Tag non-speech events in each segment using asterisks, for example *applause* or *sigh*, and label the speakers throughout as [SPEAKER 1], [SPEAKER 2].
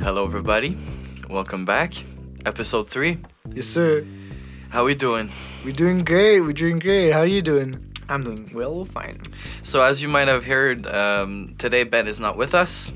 [SPEAKER 1] hello everybody. Welcome back. Episode three.
[SPEAKER 2] Yes, sir.
[SPEAKER 1] How we doing?
[SPEAKER 2] We're doing great. We're doing great. How you doing?
[SPEAKER 3] I'm doing well, fine.
[SPEAKER 1] So as you might have heard, um, today Ben is not with us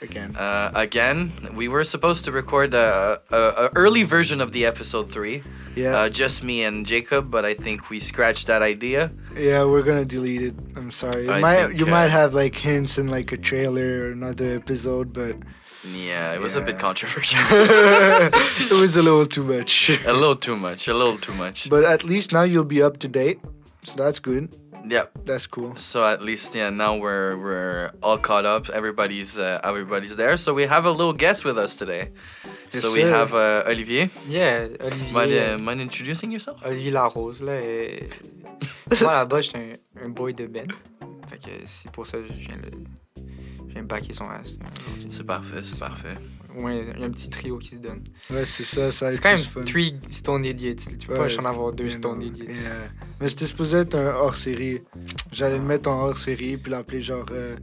[SPEAKER 2] Again.
[SPEAKER 1] uh, again. We were supposed to record a, a, a early version of the episode three,
[SPEAKER 2] Yeah.
[SPEAKER 1] uh, just me and Jacob, but I think we scratched that idea.
[SPEAKER 2] yeah, we're gonna delete it. I'm sorry. You
[SPEAKER 1] I
[SPEAKER 2] might
[SPEAKER 1] think,
[SPEAKER 2] you
[SPEAKER 1] uh,
[SPEAKER 2] might have like hints in like a trailer or another episode, but *laughs*
[SPEAKER 1] Yeah, it was a bit
[SPEAKER 2] Yeah.
[SPEAKER 1] controversial.
[SPEAKER 2] *laughs* it was a little too much.
[SPEAKER 1] *laughs* a little too much. A little too much.
[SPEAKER 2] But at least now you'll be up to date. So that's good.
[SPEAKER 1] yeah.
[SPEAKER 2] That's cool.
[SPEAKER 1] So at least yeah, now we're we're all caught up. Everybody's uh, everybody's there. So we have a little guest with us today.
[SPEAKER 2] Yes,
[SPEAKER 1] so we
[SPEAKER 2] sir.
[SPEAKER 1] have uh, Olivier.
[SPEAKER 3] Yeah, Olivier,
[SPEAKER 1] Mind, uh, mind introducing yourself?
[SPEAKER 3] Olivier Larose,
[SPEAKER 1] *laughs*
[SPEAKER 3] là. et- Moi, là-bas, j'étais un, un boy de Ben. Fait que c'est pour ça que je viens de. Je viens backer son ass. là, aujourd'hui.
[SPEAKER 1] C'est parfait, c'est parfait.
[SPEAKER 3] Au moins, il y a un petit trio qui se donne.
[SPEAKER 2] Ouais, c'est ça. Ça va
[SPEAKER 3] C'est
[SPEAKER 2] être
[SPEAKER 3] quand même
[SPEAKER 2] plus fun.
[SPEAKER 3] three Stone Idiots. Tu peux
[SPEAKER 2] Ouais,
[SPEAKER 3] pas juste en avoir deux
[SPEAKER 2] Mais
[SPEAKER 3] Stone
[SPEAKER 2] non,
[SPEAKER 3] Idiots.
[SPEAKER 2] et, euh, Mais c'était supposé être un hors-série. J'allais le mettre en hors-série puis l'appeler genre euh,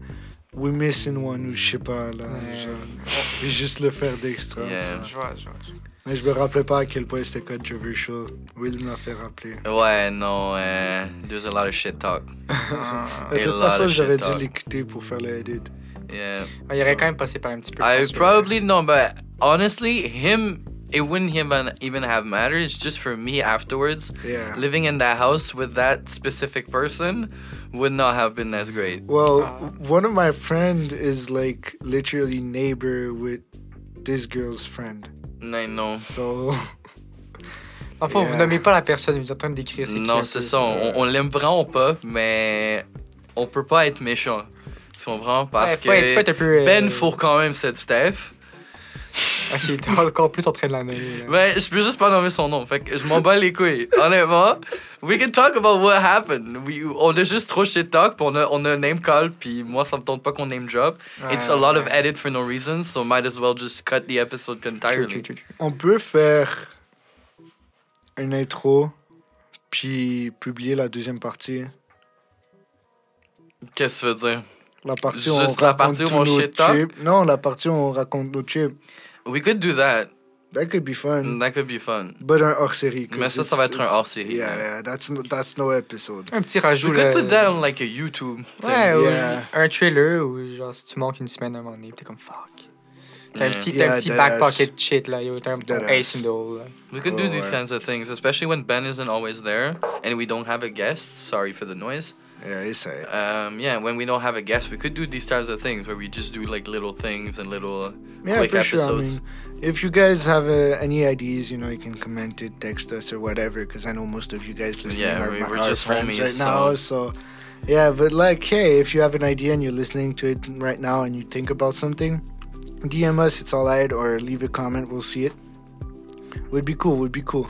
[SPEAKER 2] We Missing One ou je sais pas là.
[SPEAKER 3] Euh,
[SPEAKER 2] genre. Puis juste le faire d'extra.
[SPEAKER 1] Yeah.
[SPEAKER 2] ça.
[SPEAKER 3] Je vois, je vois.
[SPEAKER 2] Mais je me rappelais pas à quel point c'était controversial. Will me l'a fait
[SPEAKER 3] *laughs*
[SPEAKER 2] rappeler.
[SPEAKER 1] Ouais, non, euh, there's a lot of shit talk.
[SPEAKER 3] Ah,
[SPEAKER 2] De
[SPEAKER 1] Et
[SPEAKER 2] toute
[SPEAKER 1] là,
[SPEAKER 2] façon,
[SPEAKER 1] le
[SPEAKER 2] j'aurais
[SPEAKER 1] shit
[SPEAKER 2] dû
[SPEAKER 1] talk.
[SPEAKER 2] l'écouter pour faire le edit.
[SPEAKER 1] Yeah.
[SPEAKER 3] il aurait quand même passé par un petit peu de
[SPEAKER 1] I
[SPEAKER 3] censure.
[SPEAKER 1] probably no, but honestly, him, it wouldn't even even have mattered. It's just for me afterwards.
[SPEAKER 2] Yeah.
[SPEAKER 1] Living in that house with that specific person would not have been as great.
[SPEAKER 2] Well,
[SPEAKER 3] Ah.
[SPEAKER 2] one of my friend is like literally neighbor with this girl's friend.
[SPEAKER 1] I know.
[SPEAKER 2] So
[SPEAKER 3] Enfin, vous
[SPEAKER 2] Yeah.
[SPEAKER 3] nommez pas la personne, vous êtes en train de décrire c'est qui un
[SPEAKER 1] Non,
[SPEAKER 3] peu,
[SPEAKER 1] c'est ça. On, on l'aime vraiment ou pas, mais on peut pas être méchant. Tu comprends? Parce
[SPEAKER 3] Ouais,
[SPEAKER 1] que
[SPEAKER 3] faut être- faut être un peu, euh,
[SPEAKER 1] Ben fourre quand même cette Steph.
[SPEAKER 3] Ok, t'es Ah, encore plus en train de la nommer. là.
[SPEAKER 1] Mais je peux juste pas nommer son nom. Fait que je m'en bats les
[SPEAKER 3] *laughs*
[SPEAKER 1] couilles. Honnêtement, we can talk about what happened. We- on a juste trop shit talk, puis on a, on a name call, puis moi ça me tente pas qu'on name drop. *laughs* It's a
[SPEAKER 3] Ouais,
[SPEAKER 1] lot of
[SPEAKER 3] ouais.
[SPEAKER 1] edit for no reason, so might as well just cut the episode
[SPEAKER 3] True,
[SPEAKER 1] entirely.
[SPEAKER 3] true, true, true.
[SPEAKER 2] on peut faire une intro puis publier la deuxième partie.
[SPEAKER 1] Qu'est-ce que tu veux dire?
[SPEAKER 2] La partie
[SPEAKER 1] Juste
[SPEAKER 2] où on
[SPEAKER 1] la
[SPEAKER 2] raconte
[SPEAKER 1] partie où
[SPEAKER 2] tous
[SPEAKER 1] on
[SPEAKER 2] nos
[SPEAKER 1] shit talk?
[SPEAKER 2] chips. Non, la partie où on raconte nos chips.
[SPEAKER 1] We could do that.
[SPEAKER 2] That could be
[SPEAKER 3] Mm.
[SPEAKER 2] fun.
[SPEAKER 1] That could be fun.
[SPEAKER 2] But un hors-série. 'cause
[SPEAKER 1] Mm. Mais ça, ça
[SPEAKER 2] it's-
[SPEAKER 1] va être un
[SPEAKER 2] it's-
[SPEAKER 1] hors-série.
[SPEAKER 2] Yeah, yeah, that's no, that's no episode.
[SPEAKER 3] Un petit rajout.
[SPEAKER 1] We could
[SPEAKER 3] là.
[SPEAKER 1] put that on like a YouTube. thing.
[SPEAKER 3] Ouais, ou
[SPEAKER 2] Yeah.
[SPEAKER 3] un trailer ou genre si tu manques une semaine à un moment donné, t'es comme fuck. T'as un
[SPEAKER 1] Yeah.
[SPEAKER 3] petit, t'as
[SPEAKER 2] Yeah,
[SPEAKER 3] un petit
[SPEAKER 2] deadass.
[SPEAKER 3] back pocket shit là, yo, t'as un ton
[SPEAKER 2] Deadass.
[SPEAKER 3] ace in the hole. là.
[SPEAKER 1] We could do these
[SPEAKER 2] Or-
[SPEAKER 1] kinds of things, especially when Ben isn't always there and we don't have a guest. Sorry for the noise.
[SPEAKER 2] Yeah, essaye.
[SPEAKER 1] Um, yeah, when we don't have a guest, we could do these types of things where we just do like little things and little.
[SPEAKER 2] Yeah,
[SPEAKER 1] quick
[SPEAKER 2] for
[SPEAKER 1] episodes.
[SPEAKER 2] sure. I mean, if you guys have uh, any ideas, you know, you can comment it, text us, or whatever. Because I know most of you guys listening
[SPEAKER 1] Yeah,
[SPEAKER 2] are,
[SPEAKER 1] we-
[SPEAKER 2] my-
[SPEAKER 1] we're
[SPEAKER 2] are
[SPEAKER 1] just
[SPEAKER 2] friends
[SPEAKER 1] homies,
[SPEAKER 2] right now. So, yeah, but like, hey, if you have an idea and you're listening to it right now and you think about something, DM us. It's all right, or leave a comment. We'll see it. Would be cool. Would be cool.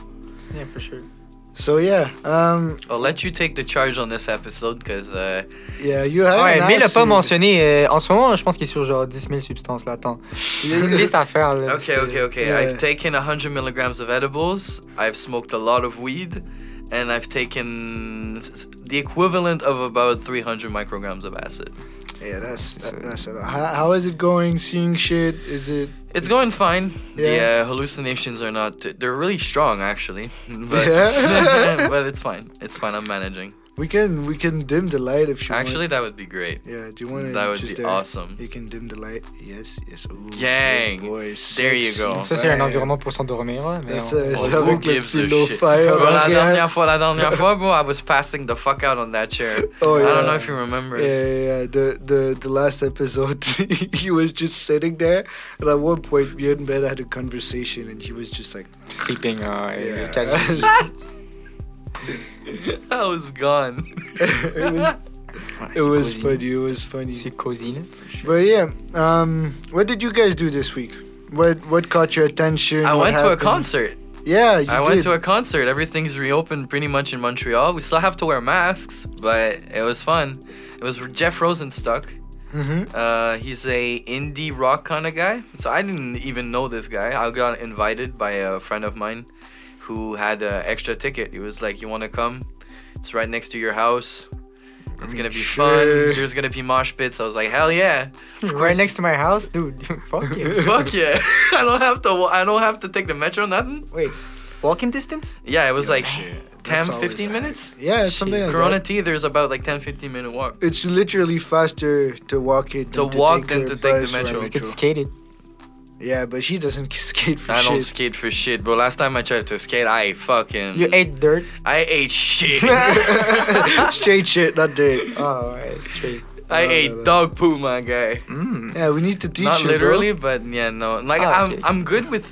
[SPEAKER 3] Yeah, for sure.
[SPEAKER 2] So yeah, um,
[SPEAKER 1] I'll let you take the charge on this episode because uh,
[SPEAKER 2] yeah, you have.
[SPEAKER 3] Ouais,
[SPEAKER 2] an
[SPEAKER 3] mais il a
[SPEAKER 2] ass
[SPEAKER 3] pas
[SPEAKER 2] in- *laughs*
[SPEAKER 3] mentionné. euh, en ce moment, je pense qu'il est sur genre 10 000 substances là. Attends. Il y a une liste à faire là. parce
[SPEAKER 1] Okay,
[SPEAKER 3] que-
[SPEAKER 1] okay, okay.
[SPEAKER 2] Yeah.
[SPEAKER 1] I've taken 100 milligrams of edibles. I've smoked a lot of weed, and I've taken s- the equivalent of about 300 micrograms of acid.
[SPEAKER 2] Yeah, that's
[SPEAKER 3] So-
[SPEAKER 2] that, that's it. How, how is it going? Seeing shit? Is it?
[SPEAKER 1] It's going fine. The
[SPEAKER 2] Yeah.
[SPEAKER 1] uh, hallucinations are not. They're really strong, actually. *laughs* But, *laughs*
[SPEAKER 2] Yeah.
[SPEAKER 1] but it's fine. It's fine. I'm managing.
[SPEAKER 2] We can we can dim the light if you
[SPEAKER 1] Actually, that would be great.
[SPEAKER 2] want. Yeah, do you want to?
[SPEAKER 1] That would
[SPEAKER 2] just,
[SPEAKER 1] be
[SPEAKER 2] uh,
[SPEAKER 1] awesome.
[SPEAKER 2] You can dim the light. Yes, yes. Ooh, good
[SPEAKER 1] Gang.
[SPEAKER 2] boy,
[SPEAKER 1] There you
[SPEAKER 2] sexy.
[SPEAKER 1] go.
[SPEAKER 3] Ça, c'est un
[SPEAKER 2] Ouais.
[SPEAKER 3] environnement pour s'endormir. là, mais
[SPEAKER 2] That's
[SPEAKER 3] on-
[SPEAKER 2] a-
[SPEAKER 1] Oh,
[SPEAKER 2] ben, ça,
[SPEAKER 1] who
[SPEAKER 2] avec le
[SPEAKER 1] gives
[SPEAKER 2] petit
[SPEAKER 1] a
[SPEAKER 2] low
[SPEAKER 1] shit?
[SPEAKER 2] fire.
[SPEAKER 1] Bro, la
[SPEAKER 2] regarde.
[SPEAKER 1] dernière fois, la
[SPEAKER 2] *laughs*
[SPEAKER 1] dernière fois, bro, I was passing the fuck out on that chair.
[SPEAKER 2] Oh,
[SPEAKER 1] I don't
[SPEAKER 2] yeah.
[SPEAKER 1] know if you remember.
[SPEAKER 2] Yeah, yeah, yeah. The, the, the last episode, *laughs* he was just sitting there. And at one point, me and Ben had a conversation, and he was just like, *laughs*
[SPEAKER 3] Sleeping. là, hein, et-
[SPEAKER 2] Yeah.
[SPEAKER 3] quasi-
[SPEAKER 1] *laughs*
[SPEAKER 2] *laughs*
[SPEAKER 1] I was gone. *laughs*
[SPEAKER 2] it was,
[SPEAKER 3] *laughs* Ouais,
[SPEAKER 2] it
[SPEAKER 3] c'est
[SPEAKER 2] was
[SPEAKER 3] cosy.
[SPEAKER 2] funny. It was funny.
[SPEAKER 3] C'est cosy là.
[SPEAKER 2] But yeah, um, what did you guys do this week? What what caught your attention?
[SPEAKER 1] I
[SPEAKER 2] What
[SPEAKER 1] went to a
[SPEAKER 2] happened?
[SPEAKER 1] concert.
[SPEAKER 2] Yeah, you
[SPEAKER 1] I went
[SPEAKER 2] did.
[SPEAKER 1] to a concert. Everything's reopened pretty much in Montreal. We still have to wear masks, but it was fun. It was Jeff Rosenstock.
[SPEAKER 2] Mhm.
[SPEAKER 1] Uh, he's a indie rock kind of guy. So I didn't even know this guy. I got invited by a friend of mine who had an extra ticket. He was like, "You want to come? It's right next to your house. It's
[SPEAKER 2] mean,
[SPEAKER 1] gonna be
[SPEAKER 2] sure.
[SPEAKER 1] fun. There's gonna be mosh pits. I was like, hell
[SPEAKER 2] *laughs*
[SPEAKER 1] yeah,
[SPEAKER 3] right
[SPEAKER 1] course.
[SPEAKER 3] next to my house, dude. *laughs* Fuck
[SPEAKER 1] *laughs*
[SPEAKER 3] you.
[SPEAKER 1] fuck yeah. I don't have to. wa- I don't have to take the metro. Nothing.
[SPEAKER 3] Wait, walking distance?
[SPEAKER 1] Yeah, it was
[SPEAKER 2] Yo,
[SPEAKER 1] like
[SPEAKER 2] shit,
[SPEAKER 1] 10,
[SPEAKER 2] that's always
[SPEAKER 1] 15
[SPEAKER 2] hard.
[SPEAKER 1] minutes.
[SPEAKER 2] Yeah, it's something *laughs*
[SPEAKER 3] Shit.
[SPEAKER 2] like
[SPEAKER 1] Corona
[SPEAKER 2] that.
[SPEAKER 1] Tea, there's about like 10, 15 minute walk.
[SPEAKER 2] It's literally faster to walk it
[SPEAKER 1] To
[SPEAKER 2] than
[SPEAKER 1] walk
[SPEAKER 2] to take
[SPEAKER 1] than
[SPEAKER 2] a
[SPEAKER 1] to take the
[SPEAKER 2] bus or a
[SPEAKER 1] metro.
[SPEAKER 3] It's skated.
[SPEAKER 2] Yeah, but she doesn't *laughs* skate for
[SPEAKER 1] I
[SPEAKER 2] shit.
[SPEAKER 1] don't *laughs* skate for shit, bro. Last time I tried to skate, I fucking
[SPEAKER 3] You ate dirt.
[SPEAKER 1] I ate
[SPEAKER 2] *laughs*
[SPEAKER 1] shit. *laughs*
[SPEAKER 2] Straight shit, not dirt.
[SPEAKER 3] Oh, right, straight.
[SPEAKER 1] I
[SPEAKER 2] No,
[SPEAKER 1] ate
[SPEAKER 2] no, no.
[SPEAKER 1] dog poo, my guy.
[SPEAKER 3] Mm.
[SPEAKER 2] Yeah, we need to teach
[SPEAKER 1] Not
[SPEAKER 2] her,
[SPEAKER 1] literally, but yeah, no. Like
[SPEAKER 3] Ah,
[SPEAKER 1] I'm,
[SPEAKER 3] okay.
[SPEAKER 1] I'm good with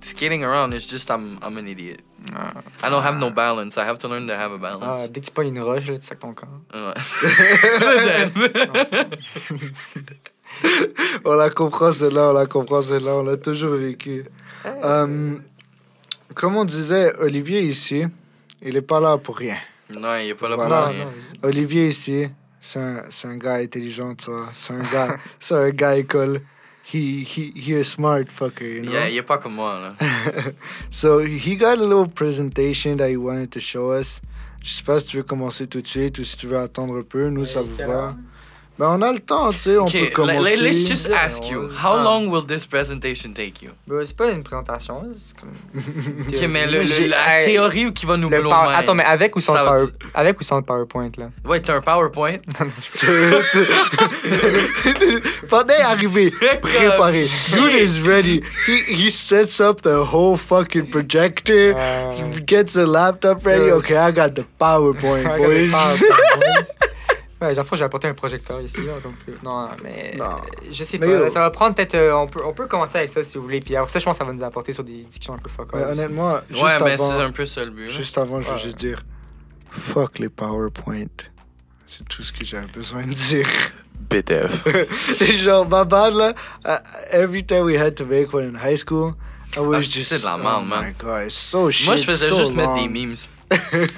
[SPEAKER 1] skating around. It's just I'm, I'm an idiot.
[SPEAKER 3] Ah,
[SPEAKER 1] I don't have no balance. I have to learn to have a
[SPEAKER 3] Ah,
[SPEAKER 1] balance. Uh,
[SPEAKER 3] dès que tu pognes une roche, là, tu sacs ton camp.
[SPEAKER 1] *laughs* Ouais. *laughs* Damn.
[SPEAKER 2] Bro. On Oh, la comprend celle-là, on la comprend celle-là, on l'a toujours vécu. Euh, comme on disait, Olivier ici, il est pas là pour rien.
[SPEAKER 1] non, il est pas là pour
[SPEAKER 2] Voilà.
[SPEAKER 3] non,
[SPEAKER 1] rien.
[SPEAKER 3] non.
[SPEAKER 2] Olivier ici, c'est un, c'est un gars intelligent, tu vois. C'est un gars, c'est un gars école. He, he, he a smart fucker, you know?
[SPEAKER 1] Yeah, il est pas comme moi là.
[SPEAKER 2] So he got a little presentation that he wanted to show us. Je sais pas si tu veux commencer tout de suite ou si tu veux attendre un peu. Nous, ça vous va. Ben, on a le temps, tu sais, on
[SPEAKER 1] Okay,
[SPEAKER 2] peut commencer.
[SPEAKER 1] le- le- let's just
[SPEAKER 3] Yeah,
[SPEAKER 1] ask you,
[SPEAKER 3] on-
[SPEAKER 1] how
[SPEAKER 3] ah.
[SPEAKER 1] long will this presentation take you?
[SPEAKER 3] Bro, Bah, c'est pas une présentation, c'est comme.
[SPEAKER 1] Ok, mais le- le-
[SPEAKER 3] J'ai-
[SPEAKER 1] la
[SPEAKER 3] hey,
[SPEAKER 1] théorie qui va nous
[SPEAKER 3] le
[SPEAKER 1] blow
[SPEAKER 3] power-
[SPEAKER 1] mind.
[SPEAKER 3] Attends, mais avec ou sans,
[SPEAKER 1] Ça
[SPEAKER 3] le
[SPEAKER 1] va-
[SPEAKER 3] power... avec ou sans le PowerPoint, là? *laughs*
[SPEAKER 1] Ouais, t'as un PowerPoint.
[SPEAKER 2] *laughs* Pendant
[SPEAKER 1] *laughs*
[SPEAKER 2] arrivé, préparé. Dude is ready. He, he sets up the whole fucking projector.
[SPEAKER 3] Euh,
[SPEAKER 2] Gets the laptop ready.
[SPEAKER 3] Yeah.
[SPEAKER 2] Okay, I got the PowerPoint,
[SPEAKER 3] regarde le
[SPEAKER 2] boys. *laughs*
[SPEAKER 3] PowerPoint. Ouais, j'avoue, j'ai apporté un projecteur ici, là, donc... euh, Non, mais...
[SPEAKER 2] Non.
[SPEAKER 3] Je sais
[SPEAKER 2] Mais
[SPEAKER 3] pas,
[SPEAKER 2] yo.
[SPEAKER 3] ça va prendre peut-être... euh, on, peut, on peut commencer avec ça, si vous voulez, puis après ça, je pense que ça va nous apporter sur des discussions un peu fuck
[SPEAKER 2] Mais honnêtement, juste
[SPEAKER 1] ouais, mais c'est
[SPEAKER 2] avant,
[SPEAKER 1] un peu ça le but. là.
[SPEAKER 2] juste avant, je veux
[SPEAKER 3] Ouais.
[SPEAKER 2] juste dire, fuck les PowerPoint. C'est tout ce que j'avais besoin
[SPEAKER 1] *laughs*
[SPEAKER 2] de dire.
[SPEAKER 3] Oh,
[SPEAKER 1] BTF.
[SPEAKER 2] Genre, my bad, là. Uh, every time we had to make one in high school, I was
[SPEAKER 1] Ah,
[SPEAKER 2] just.
[SPEAKER 1] c'est de la
[SPEAKER 2] oh
[SPEAKER 1] merde, man.
[SPEAKER 2] my god, it's so shit.
[SPEAKER 1] Moi, je faisais
[SPEAKER 2] so
[SPEAKER 1] juste mettre des
[SPEAKER 2] long.
[SPEAKER 1] memes.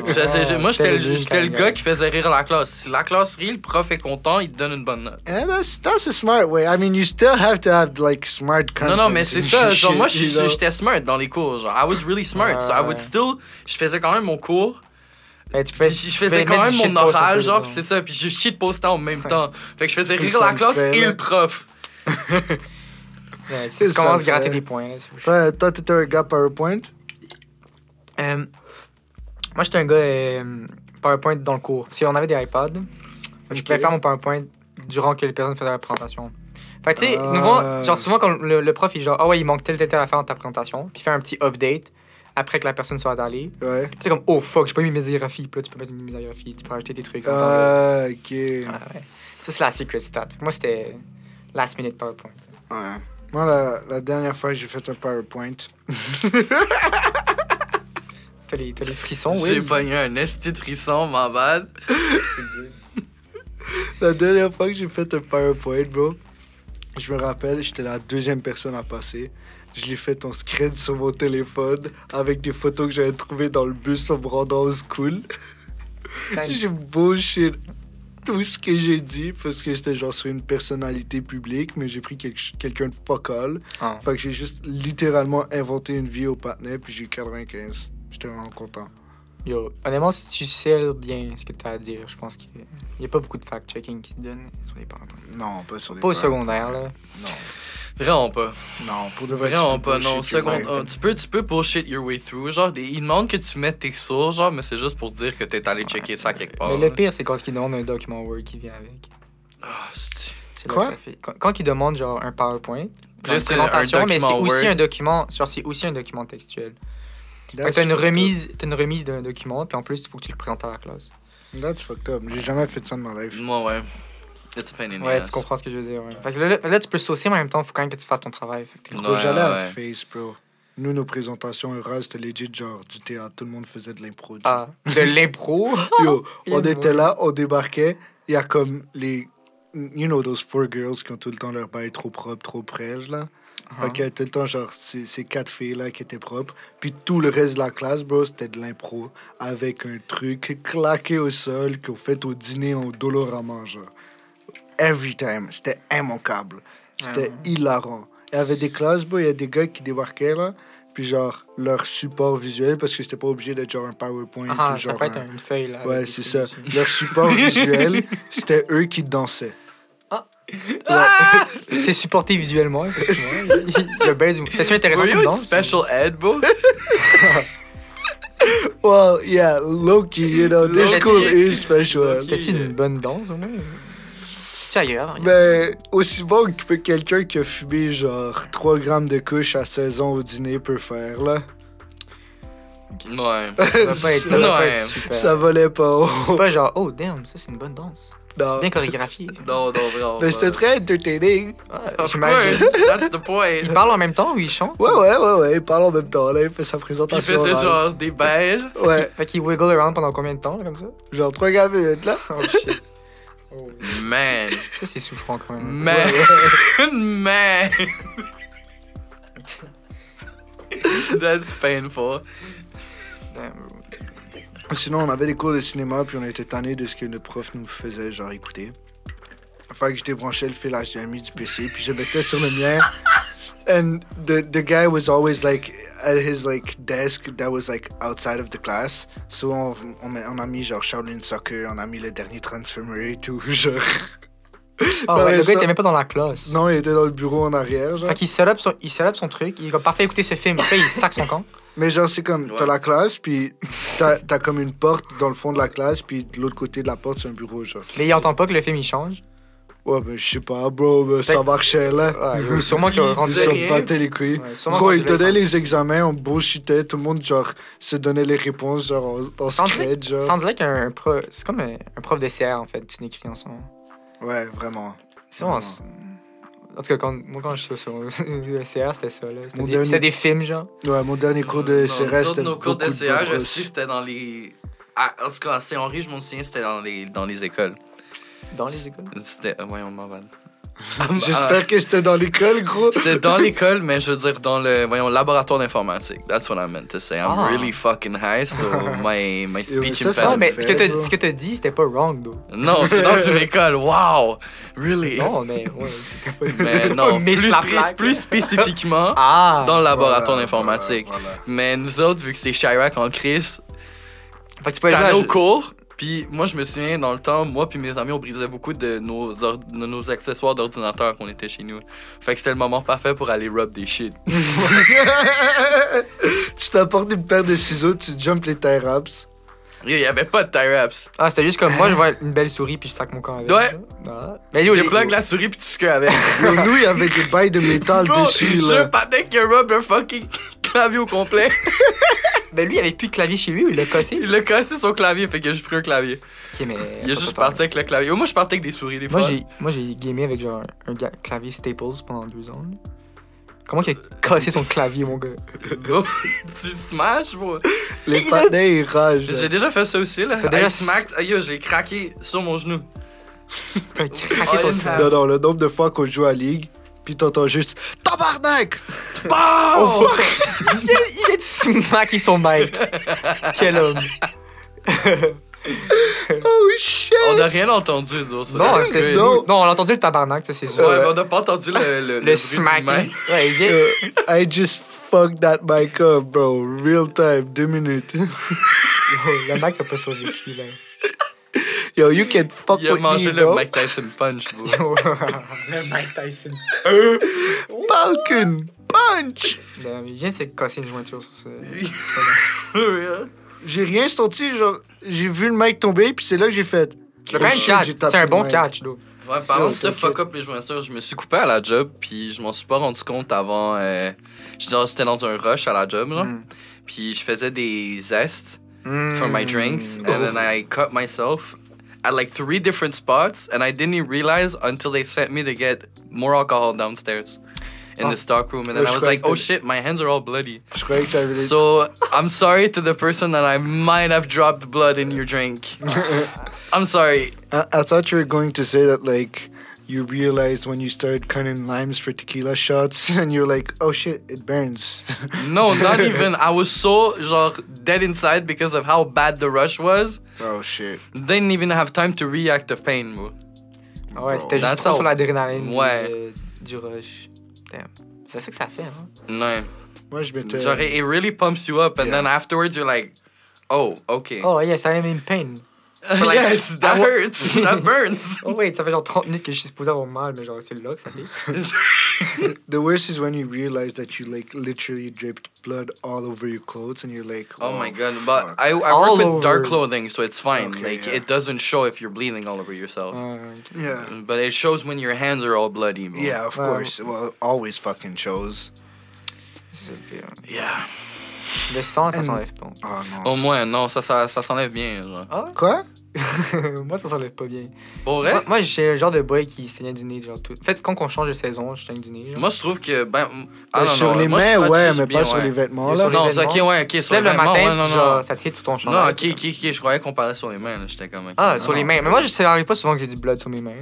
[SPEAKER 1] Ça, c'est- moi, j'étais le- j'étais le gars qui faisait rire la classe. Si la classe rit, le prof est content, il te donne une bonne note.
[SPEAKER 2] And that's, that's a smart way. I mean, you still have to have, like, smart
[SPEAKER 1] Non,
[SPEAKER 2] content.
[SPEAKER 1] non, mais c'est
[SPEAKER 2] and
[SPEAKER 1] ça. Genre,
[SPEAKER 2] shit,
[SPEAKER 1] moi, je-
[SPEAKER 2] you know?
[SPEAKER 1] j'étais smart dans les cours. Genre, I was really smart. So I would
[SPEAKER 3] Ouais.
[SPEAKER 1] still. Je faisais quand même mon cours.
[SPEAKER 3] Eh, tu fais-
[SPEAKER 1] Puis je
[SPEAKER 3] tu
[SPEAKER 1] faisais
[SPEAKER 3] fais
[SPEAKER 1] quand
[SPEAKER 3] mettre
[SPEAKER 1] même
[SPEAKER 3] du
[SPEAKER 1] mon
[SPEAKER 3] shit post un peu,
[SPEAKER 1] oral, genre,
[SPEAKER 3] là.
[SPEAKER 1] puis c'est ça. Puis je shit postais en même
[SPEAKER 3] Ouais.
[SPEAKER 1] temps. Fait que je faisais
[SPEAKER 2] Puis
[SPEAKER 1] rire
[SPEAKER 2] ça
[SPEAKER 1] la
[SPEAKER 2] le
[SPEAKER 1] classe
[SPEAKER 2] fait,
[SPEAKER 1] et
[SPEAKER 2] là.
[SPEAKER 1] le prof.
[SPEAKER 3] Ouais,
[SPEAKER 2] C'est
[SPEAKER 3] si tu
[SPEAKER 2] ça,
[SPEAKER 3] commences à
[SPEAKER 2] le
[SPEAKER 3] gratter
[SPEAKER 2] fait.
[SPEAKER 3] des points, là, c'est fou.
[SPEAKER 2] Toi, toi, t'étais un gars PowerPoint.
[SPEAKER 3] Euh, moi, j'étais un gars euh, PowerPoint dans le cours. Si on avait des iPads, je pouvais
[SPEAKER 2] Ok.
[SPEAKER 3] faire mon PowerPoint durant que les personnes faisaient la présentation. Fait que, tu sais,
[SPEAKER 2] Ah.
[SPEAKER 3] nouveau- genre, souvent, quand le, le prof, il est genre, ah ouais, il manque telle, telle, telle affaire dans ta présentation, puis il fait un petit update après que la personne soit allée.
[SPEAKER 2] Ouais.
[SPEAKER 3] Tu sais, comme, oh fuck, j'ai pas mis mes aégraphies. Puis là, tu peux mettre une aégraphie, tu peux rajouter des trucs. en temps réel.
[SPEAKER 2] Ah, ok.
[SPEAKER 3] Ouais, ouais. Ça, c'est la secret stat. Moi, c'était last minute PowerPoint.
[SPEAKER 2] Ouais. Moi, la, la dernière fois que j'ai fait un PowerPoint,
[SPEAKER 3] T'as les, t'as les frissons,
[SPEAKER 1] J'ai
[SPEAKER 3] oui.
[SPEAKER 1] pogné un esti de frisson, ma bad.
[SPEAKER 2] La dernière fois que j'ai fait un PowerPoint, bro, je me rappelle, j'étais la deuxième personne à passer. Je l'ai fait en screen sur mon téléphone avec des photos que j'avais trouvées dans le bus en me rendant au school. J'ai bullshit tout ce que j'ai dit parce que j'étais genre sur une personnalité publique, mais j'ai pris quelque- quelqu'un de fuck all.
[SPEAKER 3] Ah.
[SPEAKER 2] Fait que j'ai juste littéralement inventé une vie au patinet, puis j'ai eu 95. J'étais vraiment content.
[SPEAKER 3] Yo, honnêtement, si tu sais bien ce que tu as à dire, je pense qu'il n'y a pas beaucoup de fact-checking qui se donne sur les PowerPoint.
[SPEAKER 2] Non, pas sur les
[SPEAKER 3] Pas au
[SPEAKER 2] PowerPoint.
[SPEAKER 3] secondaire, là.
[SPEAKER 2] Non,
[SPEAKER 1] Vraiment pas.
[SPEAKER 2] non, pour de vrai. tu
[SPEAKER 1] Vraiment
[SPEAKER 2] peux
[SPEAKER 1] pas, non.
[SPEAKER 2] bullshit
[SPEAKER 1] Seconde,
[SPEAKER 3] oh,
[SPEAKER 2] your way.
[SPEAKER 1] un, tu peux, tu peux bullshit your way through. Genre, des- ils demandent que tu mettes tes sources, genre, mais c'est juste pour dire que t'es allé checker ça quelque part.
[SPEAKER 3] Mais le pire, c'est quand ils demandent un document Word qui vient avec.
[SPEAKER 1] Ah, c'est-
[SPEAKER 3] C'est là
[SPEAKER 2] Quoi?
[SPEAKER 3] que ça fait. Quand, quand ils demandent, genre, un PowerPoint,
[SPEAKER 1] Là,
[SPEAKER 3] genre, une
[SPEAKER 1] c'est un
[SPEAKER 3] présentation, mais c'est
[SPEAKER 1] document
[SPEAKER 3] aussi
[SPEAKER 1] Word.
[SPEAKER 3] un document, genre, c'est aussi un document textuel. Fait que
[SPEAKER 2] That's
[SPEAKER 3] T'as une
[SPEAKER 2] fucked up.
[SPEAKER 3] remise, t'as une remise d'un document, puis en plus, il faut que tu le présentes à la classe.
[SPEAKER 2] That's fucked up. J'ai jamais fait ça de ma life.
[SPEAKER 1] Moi, ouais. It's a pain in the
[SPEAKER 3] Ouais,
[SPEAKER 1] ass.
[SPEAKER 3] tu comprends ce que je veux dire, ouais. Fait que là, là- là, tu peux saucer, mais en même temps, faut quand même que tu fasses ton travail. Fait que t'es-
[SPEAKER 1] Ouais,
[SPEAKER 2] Bro, J'allais à
[SPEAKER 1] Mm, ouais.
[SPEAKER 2] Face, bro. Nous, nos présentations orales, c'était legit, genre du théâtre. Tout le monde faisait de l'impro.
[SPEAKER 3] Ah, de l'impro.
[SPEAKER 2] Yo, on
[SPEAKER 3] Et
[SPEAKER 2] était
[SPEAKER 3] moi.
[SPEAKER 2] là, on débarquait. Il y a comme les. You know those four girls qui ont tout le temps leur bail trop propre, trop près, là.
[SPEAKER 3] Ah,
[SPEAKER 1] Uh-huh.
[SPEAKER 2] Fait qu'il y a tout le temps, genre, ces, ces quatre filles-là qui étaient propres. Puis tout le reste de la classe, bro, c'était de l'impro. Avec un truc claqué au sol qu'on fait au dîner en Dolorama, genre. Every time. C'était immanquable. C'était
[SPEAKER 3] Ah.
[SPEAKER 2] hilarant. Il y avait des classes, bro, il y a des gars qui débarquaient, là. puis genre leur support visuel, parce que c'était pas obligé d'être genre un PowerPoint
[SPEAKER 3] Ah,
[SPEAKER 2] ou
[SPEAKER 3] ça
[SPEAKER 2] genre.
[SPEAKER 3] peut être
[SPEAKER 2] un-
[SPEAKER 3] une feuille là.
[SPEAKER 2] Ouais,
[SPEAKER 3] avec
[SPEAKER 2] c'est
[SPEAKER 3] des
[SPEAKER 2] ça.
[SPEAKER 3] trucs
[SPEAKER 2] Leur
[SPEAKER 3] *laughs*
[SPEAKER 2] support visuel, c'était eux qui dansaient.
[SPEAKER 3] dessus. C'est supporté visuellement. effectivement. Il y a bien du- C'est-tu intéressant
[SPEAKER 1] Were
[SPEAKER 3] comme
[SPEAKER 1] you in
[SPEAKER 3] danse?
[SPEAKER 1] special ed,
[SPEAKER 3] *laughs*
[SPEAKER 1] bro?
[SPEAKER 2] Well, yeah, Loki, you know, this
[SPEAKER 1] Low-key.
[SPEAKER 2] school is special.
[SPEAKER 1] Low-key.
[SPEAKER 3] C'était-tu une bonne danse au moins? C'est-tu agréable? regarde?
[SPEAKER 2] Mais aussi bon que quelqu'un qui a fumé genre 3 grammes de couche à 16 ans au dîner peut faire, là.
[SPEAKER 1] Ouais.
[SPEAKER 3] Ça va pas être, ça va pas être
[SPEAKER 1] Ouais.
[SPEAKER 3] super.
[SPEAKER 2] Ça valait pas
[SPEAKER 3] C'est
[SPEAKER 2] haut.
[SPEAKER 3] pas genre, oh damn, ça c'est une bonne danse.
[SPEAKER 2] Non.
[SPEAKER 3] Bien chorégraphié.
[SPEAKER 1] Non, non, vraiment.
[SPEAKER 2] Mais c'était
[SPEAKER 1] pas.
[SPEAKER 2] très entertaining.
[SPEAKER 3] Ouais,
[SPEAKER 1] Of
[SPEAKER 3] J'imagine.
[SPEAKER 1] course, that's the point.
[SPEAKER 3] Ils parlent en même temps ou ils chantent?
[SPEAKER 2] Ouais, ouais, ouais, ouais, il parle en même temps, là, il fait sa
[SPEAKER 1] Il
[SPEAKER 2] présentation.
[SPEAKER 1] faisait
[SPEAKER 2] orale.
[SPEAKER 1] genre des beiges.
[SPEAKER 3] *laughs*
[SPEAKER 2] Ouais,
[SPEAKER 3] Fait qu'ils wiggle around pendant combien de temps, là, comme ça?
[SPEAKER 2] genre 3 grammes minutes, là.
[SPEAKER 3] Oh shit. Oh.
[SPEAKER 1] Man.
[SPEAKER 3] Ça c'est souffrant quand même.
[SPEAKER 1] Man.
[SPEAKER 3] *laughs*
[SPEAKER 1] Man. That's painful.
[SPEAKER 3] Damn, bro.
[SPEAKER 2] Sinon, on avait des cours de cinéma, puis on était tanné de ce que le prof nous faisait, genre, écouter. Fait que je débranchais le fil HDMI du PC, puis je mettais sur le mien. And the, the guy was always, like, at his, like, desk that was, like, outside of the class. So, on, on, met- on a mis, genre, Shaolin Soccer, on a mis le dernier Transformer et tout, *laughs* genre.
[SPEAKER 3] Ah
[SPEAKER 2] Non,
[SPEAKER 3] ouais,
[SPEAKER 2] mais
[SPEAKER 3] le gars
[SPEAKER 2] ça-
[SPEAKER 3] était même pas dans la classe.
[SPEAKER 2] Non, il était dans le bureau en arrière, genre.
[SPEAKER 3] Fait qu'il set up son, il set up son truc, il va parfait écouter ce film, après il sac son camp.
[SPEAKER 2] Mais genre, c'est comme, t'as
[SPEAKER 1] Ouais.
[SPEAKER 2] la classe, puis *laughs* t'as t'as comme une porte dans le fond de la classe, puis de l'autre côté de la porte, c'est un bureau, genre.
[SPEAKER 3] Mais il entend pas que le film il change.
[SPEAKER 2] Ouais, ben je sais pas, bro, ben, ça
[SPEAKER 3] Fait-
[SPEAKER 2] marchait, là. *laughs*
[SPEAKER 3] Ouais, il- sûrement qu'il a
[SPEAKER 2] Ils
[SPEAKER 3] rendu
[SPEAKER 1] disait
[SPEAKER 2] se
[SPEAKER 1] rien.
[SPEAKER 2] battaient les couilles.
[SPEAKER 3] Ouais, sûrement
[SPEAKER 2] Gros,
[SPEAKER 3] rendu
[SPEAKER 2] ils
[SPEAKER 3] là,
[SPEAKER 2] donnaient
[SPEAKER 3] s'en-
[SPEAKER 2] les examens, on bullshitait, tout le monde, genre, se donnait les réponses, genre, en- en
[SPEAKER 3] Ça en
[SPEAKER 2] secret,
[SPEAKER 3] Ça en
[SPEAKER 2] genre.
[SPEAKER 3] dirait qu'un prof. C'est comme un, un prof de CR en fait, du Nick en ce moment.
[SPEAKER 2] Ouais, vraiment.
[SPEAKER 3] C'est vraiment.
[SPEAKER 1] Ah.
[SPEAKER 2] Ouais.
[SPEAKER 3] c'est- En tout cas, quand, moi quand je suis sur *laughs* le CR, c'était ça là. C'était
[SPEAKER 2] Mon
[SPEAKER 3] des,
[SPEAKER 2] dernier-
[SPEAKER 3] c'était des films genre.
[SPEAKER 2] Ouais, mon dernier cours de
[SPEAKER 1] Non, Euh, nous
[SPEAKER 2] CRS,
[SPEAKER 1] autres,
[SPEAKER 2] c'était
[SPEAKER 1] Nos
[SPEAKER 2] beaucoup
[SPEAKER 1] cours de
[SPEAKER 2] de
[SPEAKER 1] CR
[SPEAKER 2] CRS,
[SPEAKER 1] aussi, c'était dans les. Ah, en tout cas, à Saint-Henri, je m'en souviens, c'était dans les, dans les écoles.
[SPEAKER 3] Dans les écoles.
[SPEAKER 1] C'était. euh, Voyons, m'en va. Ah,
[SPEAKER 2] J'espère que c'était dans l'école, gros.
[SPEAKER 1] C'était dans l'école, mais je veux dire dans le voyons, laboratoire d'informatique. That's what I meant to say. I'm
[SPEAKER 3] Ah.
[SPEAKER 1] really fucking high,
[SPEAKER 2] *laughs*
[SPEAKER 1] so my, my
[SPEAKER 2] mais
[SPEAKER 1] speech
[SPEAKER 2] ça, ça-
[SPEAKER 3] Non,
[SPEAKER 1] impediment.
[SPEAKER 3] mais
[SPEAKER 2] fait,
[SPEAKER 3] ce que t'as-
[SPEAKER 2] bro.
[SPEAKER 3] ce que t'as dit, c'était pas wrong, though.
[SPEAKER 1] Non, c'est dans une école. Wow! Really?
[SPEAKER 3] Non, mais ouais, c'était
[SPEAKER 1] *laughs*
[SPEAKER 3] pas
[SPEAKER 1] Mais
[SPEAKER 2] *laughs*
[SPEAKER 3] t'as
[SPEAKER 1] non,
[SPEAKER 3] pas miss
[SPEAKER 1] plus,
[SPEAKER 3] la
[SPEAKER 1] plus-
[SPEAKER 3] plaque.
[SPEAKER 1] plus spécifiquement
[SPEAKER 3] Ah!
[SPEAKER 1] dans le laboratoire
[SPEAKER 2] Voilà,
[SPEAKER 1] d'informatique.
[SPEAKER 2] voilà, *laughs* voilà.
[SPEAKER 1] Mais nous autres, vu que c'est Chirac en crise,
[SPEAKER 3] Fait que tu peux
[SPEAKER 1] t'allais
[SPEAKER 3] aller
[SPEAKER 1] au cours. Puis moi, je me souviens, dans le temps, moi puis mes amis, on brisait beaucoup de nos, or- de nos accessoires d'ordinateur qu'on était chez nous. Fait que c'était le moment parfait pour aller rub des shit.
[SPEAKER 2] tu t'apportes une paire de ciseaux, tu jumps les tie-ups.
[SPEAKER 1] Il y avait pas de tie-ups.
[SPEAKER 3] Ah, c'était juste comme moi, je vois une belle souris puis je sac mon camp avec.
[SPEAKER 1] Ouais.
[SPEAKER 3] Ah. Mais
[SPEAKER 1] Tu
[SPEAKER 3] yo, les-
[SPEAKER 1] déplugues la souris puis tu ce
[SPEAKER 3] *laughs*
[SPEAKER 1] avec.
[SPEAKER 2] Mais nous, il y avait des bails de métal
[SPEAKER 1] Bro,
[SPEAKER 2] dessus,
[SPEAKER 1] je
[SPEAKER 2] là.
[SPEAKER 1] patin qu'il rub le fucking clavier au complet. *laughs*
[SPEAKER 3] Mais lui, il avait plus de clavier chez lui ou il l'a cassé?
[SPEAKER 1] Il a cassé son clavier, fait que j'ai pris un clavier.
[SPEAKER 3] Ok, mais.
[SPEAKER 1] Il est
[SPEAKER 3] attends,
[SPEAKER 1] juste
[SPEAKER 3] attends.
[SPEAKER 1] parti avec le clavier. Moi, je partais avec des souris des
[SPEAKER 3] Moi,
[SPEAKER 1] fois.
[SPEAKER 3] j'ai, moi, j'ai gamé avec genre un ga- clavier Staples pendant deux ans. là. Comment qu'il a cassé son clavier, mon gars?
[SPEAKER 1] Bro, *laughs* tu smash, bro.
[SPEAKER 2] Les patins, ils ragent.
[SPEAKER 1] J'ai déjà fait ça aussi, là.
[SPEAKER 3] T'as déjà
[SPEAKER 1] I smacked. Ah, yo, j'ai craqué sur mon genou.
[SPEAKER 3] T'as craqué
[SPEAKER 1] Oh,
[SPEAKER 3] ton
[SPEAKER 1] une
[SPEAKER 3] clavier.
[SPEAKER 2] Non, non, le nombre de fois qu'on joue à Ligue, puis t'entends juste
[SPEAKER 1] *laughs*
[SPEAKER 2] Tabarnak!
[SPEAKER 1] Wow!
[SPEAKER 2] Oh,
[SPEAKER 3] Il vient de smacker son mic. Quel homme.
[SPEAKER 2] Oh shit!
[SPEAKER 1] On a rien entendu dire ça.
[SPEAKER 3] Non,
[SPEAKER 1] Ouais,
[SPEAKER 3] c'est
[SPEAKER 1] ouais.
[SPEAKER 3] ça. Non, on a entendu le tabarnak, ça, c'est
[SPEAKER 1] Ouais,
[SPEAKER 3] sûr.
[SPEAKER 1] mais on n'a pas entendu le, le, le bruit
[SPEAKER 3] Le hein.
[SPEAKER 1] du
[SPEAKER 3] smacking.
[SPEAKER 1] mic.
[SPEAKER 3] Ouais, il
[SPEAKER 1] *laughs*
[SPEAKER 3] vient.
[SPEAKER 2] Euh, I just fucked that mic up, bro. Real time, deux minutes. *laughs*
[SPEAKER 3] Yo, Oh, le mec a pas survécu, là.
[SPEAKER 2] Yo, you can fuck
[SPEAKER 1] Il a
[SPEAKER 2] with
[SPEAKER 1] mangé
[SPEAKER 2] me,
[SPEAKER 1] le
[SPEAKER 2] bro.
[SPEAKER 1] Mike Tyson Punch,
[SPEAKER 2] *laughs*
[SPEAKER 1] bro.
[SPEAKER 3] le Mike *laughs* Tyson.
[SPEAKER 2] Falcon punch!
[SPEAKER 3] Ben, il vient de se casser une jointure sur ce.
[SPEAKER 2] hein. J'ai rien senti, genre, j'ai vu le mic tomber, puis c'est là que j'ai fait.
[SPEAKER 3] Je le
[SPEAKER 2] Oh
[SPEAKER 3] quand même
[SPEAKER 2] shit,
[SPEAKER 3] catch.
[SPEAKER 2] j'ai tapé
[SPEAKER 3] C'est un bon
[SPEAKER 2] le mic.
[SPEAKER 3] catch, là.
[SPEAKER 1] Ouais, parlant
[SPEAKER 2] Yo,
[SPEAKER 1] de ça,
[SPEAKER 2] t'inquiète.
[SPEAKER 1] fuck up les jointures, je me suis coupé à la job, puis je m'en suis pas rendu compte avant. euh, j'étais dans- J'étais dans un rush à la job, genre.
[SPEAKER 2] Hmm.
[SPEAKER 1] Puis je faisais des zestes for my drinks,
[SPEAKER 3] Hmm.
[SPEAKER 1] Euh, and
[SPEAKER 2] Oh.
[SPEAKER 1] then I cut myself at like three different spots, and I didn't even realize until they sent me to get more alcohol downstairs in
[SPEAKER 3] Ah.
[SPEAKER 1] the stockroom, and then
[SPEAKER 2] Là,
[SPEAKER 1] I
[SPEAKER 2] je
[SPEAKER 1] was
[SPEAKER 2] crois
[SPEAKER 1] like,
[SPEAKER 2] que-
[SPEAKER 1] oh shit, my hands are all bloody.
[SPEAKER 2] Je croyais que t'avais...
[SPEAKER 1] So I'm sorry to the person that I might have dropped blood in your drink.
[SPEAKER 2] *laughs*
[SPEAKER 1] I'm sorry.
[SPEAKER 2] I, I thought you were going to say that, like, you realized when you started cutting limes for tequila shots, *laughs* and you're like, oh shit, it burns. *laughs*
[SPEAKER 1] No, not even. I was so genre dead inside because of how bad the rush was.
[SPEAKER 2] oh shit.
[SPEAKER 1] Didn't even have time to react to pain, bro.
[SPEAKER 3] Ah ouais, t'étais juste
[SPEAKER 1] That's
[SPEAKER 3] trop
[SPEAKER 1] all.
[SPEAKER 3] sur l'adrénaline du-
[SPEAKER 1] Ouais.
[SPEAKER 3] euh, du rush. Damn. C'est ça que ça fait, hein.
[SPEAKER 1] Ouais.
[SPEAKER 2] Moi, je vais te.
[SPEAKER 1] Genre, it it really pumps you up, and
[SPEAKER 2] Yeah.
[SPEAKER 1] then afterwards you're like, oh, okay.
[SPEAKER 3] Oh, yes, I am in pain.
[SPEAKER 1] But, *laughs* like,
[SPEAKER 3] *laughs* yes,
[SPEAKER 1] that
[SPEAKER 3] I wa- *laughs*
[SPEAKER 1] hurts, *laughs* that burns.
[SPEAKER 3] Oh, wait, ça fait genre 30 minutes que je suis supposé avoir mal, mais genre, c'est là que ça
[SPEAKER 1] *laughs*
[SPEAKER 3] fait.
[SPEAKER 2] The worst is when you realize that you like literally dripped blood all over your clothes, and you're like,
[SPEAKER 1] Oh my god,
[SPEAKER 2] fuck."
[SPEAKER 1] but I, I
[SPEAKER 3] All
[SPEAKER 1] work with
[SPEAKER 3] over.
[SPEAKER 1] dark clothing, so it's fine.
[SPEAKER 2] Okay,
[SPEAKER 1] like,
[SPEAKER 2] yeah.
[SPEAKER 1] it doesn't show if you're bleeding all over yourself.
[SPEAKER 3] Ouais, ok.
[SPEAKER 2] Yeah.
[SPEAKER 1] But it shows when your hands are all bloody. bro.
[SPEAKER 2] Yeah, of
[SPEAKER 3] Wow.
[SPEAKER 2] course. Well, always fucking shows.
[SPEAKER 3] C'est le pire.
[SPEAKER 1] Yeah.
[SPEAKER 3] Le sang, ça
[SPEAKER 2] And-
[SPEAKER 3] s'enlève pas.
[SPEAKER 2] Oh no.
[SPEAKER 1] Au moins, non, ça, ça, ça s'enlève bien. Genre.
[SPEAKER 3] Ah
[SPEAKER 2] Quoi?
[SPEAKER 3] ouais? *laughs* Moi, ça s'enlève pas bien.
[SPEAKER 1] Pour vrai,
[SPEAKER 3] Moi,
[SPEAKER 2] Bah,
[SPEAKER 3] moi, j'ai le genre de boy qui saignait du nez. Genre tout... En fait, quand on change de saison, je saigne du nez. Genre.
[SPEAKER 1] moi je trouve que. Ben, ah,
[SPEAKER 2] Euh,
[SPEAKER 1] non,
[SPEAKER 2] sur
[SPEAKER 1] non,
[SPEAKER 2] les
[SPEAKER 1] moi, je
[SPEAKER 2] mains, ouais,
[SPEAKER 1] frottise
[SPEAKER 2] mais
[SPEAKER 1] bien,
[SPEAKER 2] pas sur
[SPEAKER 1] ouais.
[SPEAKER 2] les vêtements,
[SPEAKER 3] Et
[SPEAKER 2] là.
[SPEAKER 3] sur les
[SPEAKER 1] Non, c'est ok,
[SPEAKER 3] vêtements.
[SPEAKER 1] ouais, ok,
[SPEAKER 3] tu te
[SPEAKER 1] sur les
[SPEAKER 3] lèves le
[SPEAKER 1] vêtements,
[SPEAKER 3] matin,
[SPEAKER 1] ouais,
[SPEAKER 3] puis
[SPEAKER 1] non,
[SPEAKER 3] genre,
[SPEAKER 1] non.
[SPEAKER 3] ça te hit sur ton chandail.
[SPEAKER 1] Non, ok, ok, ok, je croyais qu'on parlait sur les mains, là, j'étais comme. ok,
[SPEAKER 3] Ah,
[SPEAKER 1] non,
[SPEAKER 3] sur les
[SPEAKER 1] non.
[SPEAKER 3] mains. Mais moi, je- ça arrive pas souvent que j'ai du blood sur mes mains.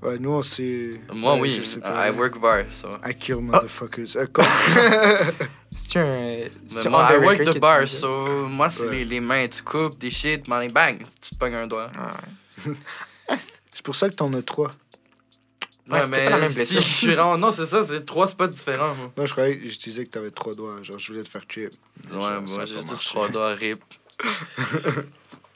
[SPEAKER 2] Ouais, nous, on sait.
[SPEAKER 1] Moi,
[SPEAKER 2] Ouais,
[SPEAKER 1] oui,
[SPEAKER 2] je sais pas.
[SPEAKER 1] I work Oh. bar, so.
[SPEAKER 2] I
[SPEAKER 1] *laughs*
[SPEAKER 2] kill motherfuckers. Euh, quoi?
[SPEAKER 3] C'est-tu un.
[SPEAKER 1] Mais
[SPEAKER 3] c'est-tu
[SPEAKER 1] moi,
[SPEAKER 3] on
[SPEAKER 1] I
[SPEAKER 3] the
[SPEAKER 1] work
[SPEAKER 3] record
[SPEAKER 1] the
[SPEAKER 3] que
[SPEAKER 1] bar,
[SPEAKER 3] tu dis ça?
[SPEAKER 1] so. Moi, c'est
[SPEAKER 2] Ouais.
[SPEAKER 1] les, les mains, tu coupes des shit, money bang, tu te pognes un doigt.
[SPEAKER 3] Ouais, ouais.
[SPEAKER 2] C'est pour ça que t'en as trois.
[SPEAKER 3] Ouais,
[SPEAKER 1] Ouais,
[SPEAKER 3] c'était pas la
[SPEAKER 1] mais
[SPEAKER 3] même
[SPEAKER 1] si
[SPEAKER 3] blessure.
[SPEAKER 1] je suis rendu. Non, c'est ça, c'est trois spots différents, moi.
[SPEAKER 2] Moi, je croyais que je disais que t'avais trois doigts. Genre, je voulais te faire tuer.
[SPEAKER 1] Ouais,
[SPEAKER 2] Ça
[SPEAKER 1] moi,
[SPEAKER 2] a
[SPEAKER 1] j'ai
[SPEAKER 2] pas
[SPEAKER 1] juste
[SPEAKER 2] marché.
[SPEAKER 1] trois doigts,
[SPEAKER 3] *laughs*
[SPEAKER 1] rip.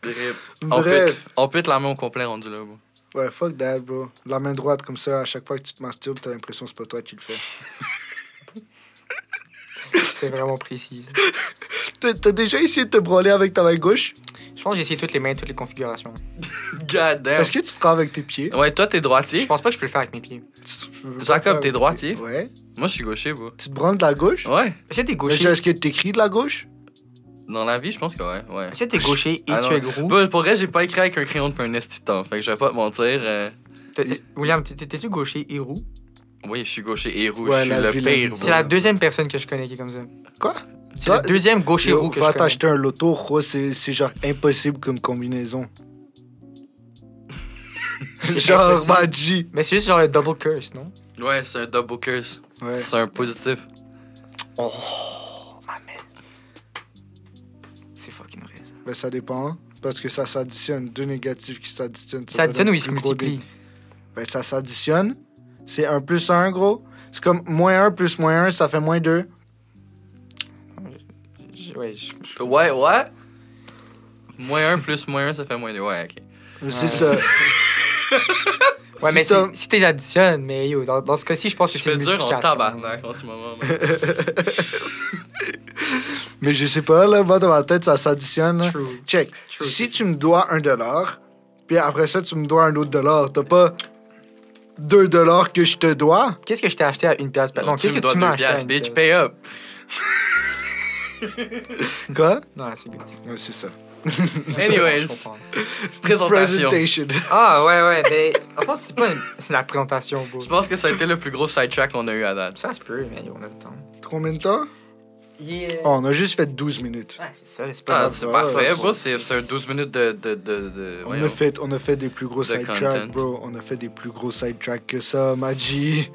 [SPEAKER 1] Rip. On pète,
[SPEAKER 2] Bref.
[SPEAKER 1] on pète la main au complet rendu là, bro.
[SPEAKER 2] Ouais, fuck that, bro. La main droite, comme ça, à chaque fois que tu te masturbes, t'as l'impression que c'est pas toi qui le fais.
[SPEAKER 3] C'était vraiment précis.
[SPEAKER 2] T'as t'as déjà essayé de te branler avec ta main gauche?
[SPEAKER 3] Je pense que j'ai essayé toutes les mains, toutes les configurations.
[SPEAKER 1] God damn.
[SPEAKER 2] Est-ce que tu te prends avec tes pieds?
[SPEAKER 1] Ouais, toi, t'es
[SPEAKER 3] Je
[SPEAKER 1] droitier.
[SPEAKER 3] pense pas que je peux le faire avec mes pieds.
[SPEAKER 2] Tu- tu peux pas
[SPEAKER 1] Jacob,
[SPEAKER 2] faire avec
[SPEAKER 1] t'es
[SPEAKER 2] tes
[SPEAKER 1] droitier?
[SPEAKER 2] pieds. Ouais.
[SPEAKER 1] Moi, je suis gaucher, bro.
[SPEAKER 2] Tu te branles de la gauche?
[SPEAKER 1] Ouais.
[SPEAKER 3] Si t'es
[SPEAKER 2] Mais
[SPEAKER 3] gaucher,
[SPEAKER 2] Est-ce que t'écris de la gauche?
[SPEAKER 1] Dans la vie, je pense que ouais. ouais.
[SPEAKER 3] si t'es gaucher et
[SPEAKER 1] Ah
[SPEAKER 3] tu
[SPEAKER 1] non.
[SPEAKER 3] es gros.
[SPEAKER 1] Bah, pour vrai, j'ai pas écrit avec un crayon depuis un esti de temps. Fait que je vais pas te mentir. euh,
[SPEAKER 3] t'es- William, t'es- t'es- t'es-tu gaucher et roux
[SPEAKER 1] Oui, je suis gaucher et rouge.
[SPEAKER 2] Ouais,
[SPEAKER 1] je suis
[SPEAKER 2] la
[SPEAKER 1] le
[SPEAKER 2] vilaine.
[SPEAKER 1] pire, bro.
[SPEAKER 3] C'est la deuxième personne que je connais qui est comme ça.
[SPEAKER 2] Quoi?
[SPEAKER 3] C'est la
[SPEAKER 2] Toi-
[SPEAKER 3] deuxième gaucher
[SPEAKER 2] Yo,
[SPEAKER 3] roux que je
[SPEAKER 2] Va
[SPEAKER 3] connais.
[SPEAKER 2] t'acheter un loto, gros, c'est c'est genre impossible comme
[SPEAKER 1] *laughs*
[SPEAKER 2] combinaison.
[SPEAKER 3] C'est
[SPEAKER 2] genre,
[SPEAKER 3] impossible.
[SPEAKER 2] Badji.
[SPEAKER 3] Mais c'est juste genre le double curse, non
[SPEAKER 1] Ouais, c'est un double curse.
[SPEAKER 2] Ouais.
[SPEAKER 1] C'est un positif.
[SPEAKER 3] Oh, ma mère. C'est fucking vrai, ça.
[SPEAKER 2] Ben, ça dépend. hein, Parce que ça s'additionne. Deux négatifs qui s'additionnent.
[SPEAKER 3] Ça additionne
[SPEAKER 2] donne
[SPEAKER 3] ou
[SPEAKER 2] un
[SPEAKER 3] il se
[SPEAKER 2] plus gros dé-
[SPEAKER 3] multiplie
[SPEAKER 2] Ben, ça s'additionne. C'est 1 plus 1, gros. C'est comme moins 1 plus moins 1, ça fait moins 2.
[SPEAKER 3] Je- Ouais, je- je-
[SPEAKER 1] Ouais, ouais. Moins 1 plus moins 1, ça fait moins 2. Ouais, ok.
[SPEAKER 2] C'est
[SPEAKER 3] Ouais.
[SPEAKER 2] ça.
[SPEAKER 3] ouais
[SPEAKER 2] Si
[SPEAKER 3] mais
[SPEAKER 2] t'as-
[SPEAKER 3] c'est- si t'es additionne, mais yo, dans, dans ce cas-ci, je pense que
[SPEAKER 1] Je
[SPEAKER 3] c'est
[SPEAKER 1] fais
[SPEAKER 3] une
[SPEAKER 1] dur en
[SPEAKER 3] multiplication.
[SPEAKER 1] tabarnak en ce moment. man. *laughs*
[SPEAKER 2] Mais je sais pas, là, va dans ma tête, ça s'additionne. là.
[SPEAKER 3] True.
[SPEAKER 2] Check.
[SPEAKER 3] True.
[SPEAKER 2] Si tu me dois un dollar, puis après ça, tu me dois un autre dollar, t'as pas deux dollars que je te dois?
[SPEAKER 3] Qu'est-ce que je t'ai acheté à une pièce Non,
[SPEAKER 1] tu
[SPEAKER 3] qu'est-ce
[SPEAKER 1] me
[SPEAKER 3] que
[SPEAKER 1] dois
[SPEAKER 3] tu m'as
[SPEAKER 1] deux
[SPEAKER 3] acheté à
[SPEAKER 1] piastres,
[SPEAKER 3] une
[SPEAKER 1] bitch,
[SPEAKER 3] pièce?
[SPEAKER 1] pay up.
[SPEAKER 2] Quoi?
[SPEAKER 3] Non, c'est good.
[SPEAKER 2] Ouais, c'est ça.
[SPEAKER 3] *laughs*
[SPEAKER 1] Anyways.
[SPEAKER 3] Ah. Je comprends.
[SPEAKER 1] Présentation.
[SPEAKER 2] Presentation.
[SPEAKER 3] Ah, ouais, ouais, mais en fait, c'est pas une... C'est la présentation, bro.
[SPEAKER 1] Je pense que ça a été le plus gros sidetrack qu'on a eu à date.
[SPEAKER 3] Ça se peut, mais yo, on a le temps.
[SPEAKER 2] Combien de temps?
[SPEAKER 3] Yeah.
[SPEAKER 2] Oh, on a juste fait 12 minutes.
[SPEAKER 3] euh, Ouais, c'est ça, c'est pas
[SPEAKER 1] Ah,
[SPEAKER 3] grave.
[SPEAKER 1] c'est
[SPEAKER 2] ouais,
[SPEAKER 1] parfait,
[SPEAKER 2] ouais,
[SPEAKER 1] bro. C'est c'est un 12 minutes de. de, de, de-
[SPEAKER 2] On
[SPEAKER 3] hein.
[SPEAKER 1] voyons.
[SPEAKER 2] a, fait, on a fait des plus gros
[SPEAKER 1] The
[SPEAKER 2] sidetracks,
[SPEAKER 1] content.
[SPEAKER 2] bro. On a fait des plus gros sidetracks que ça, Maji.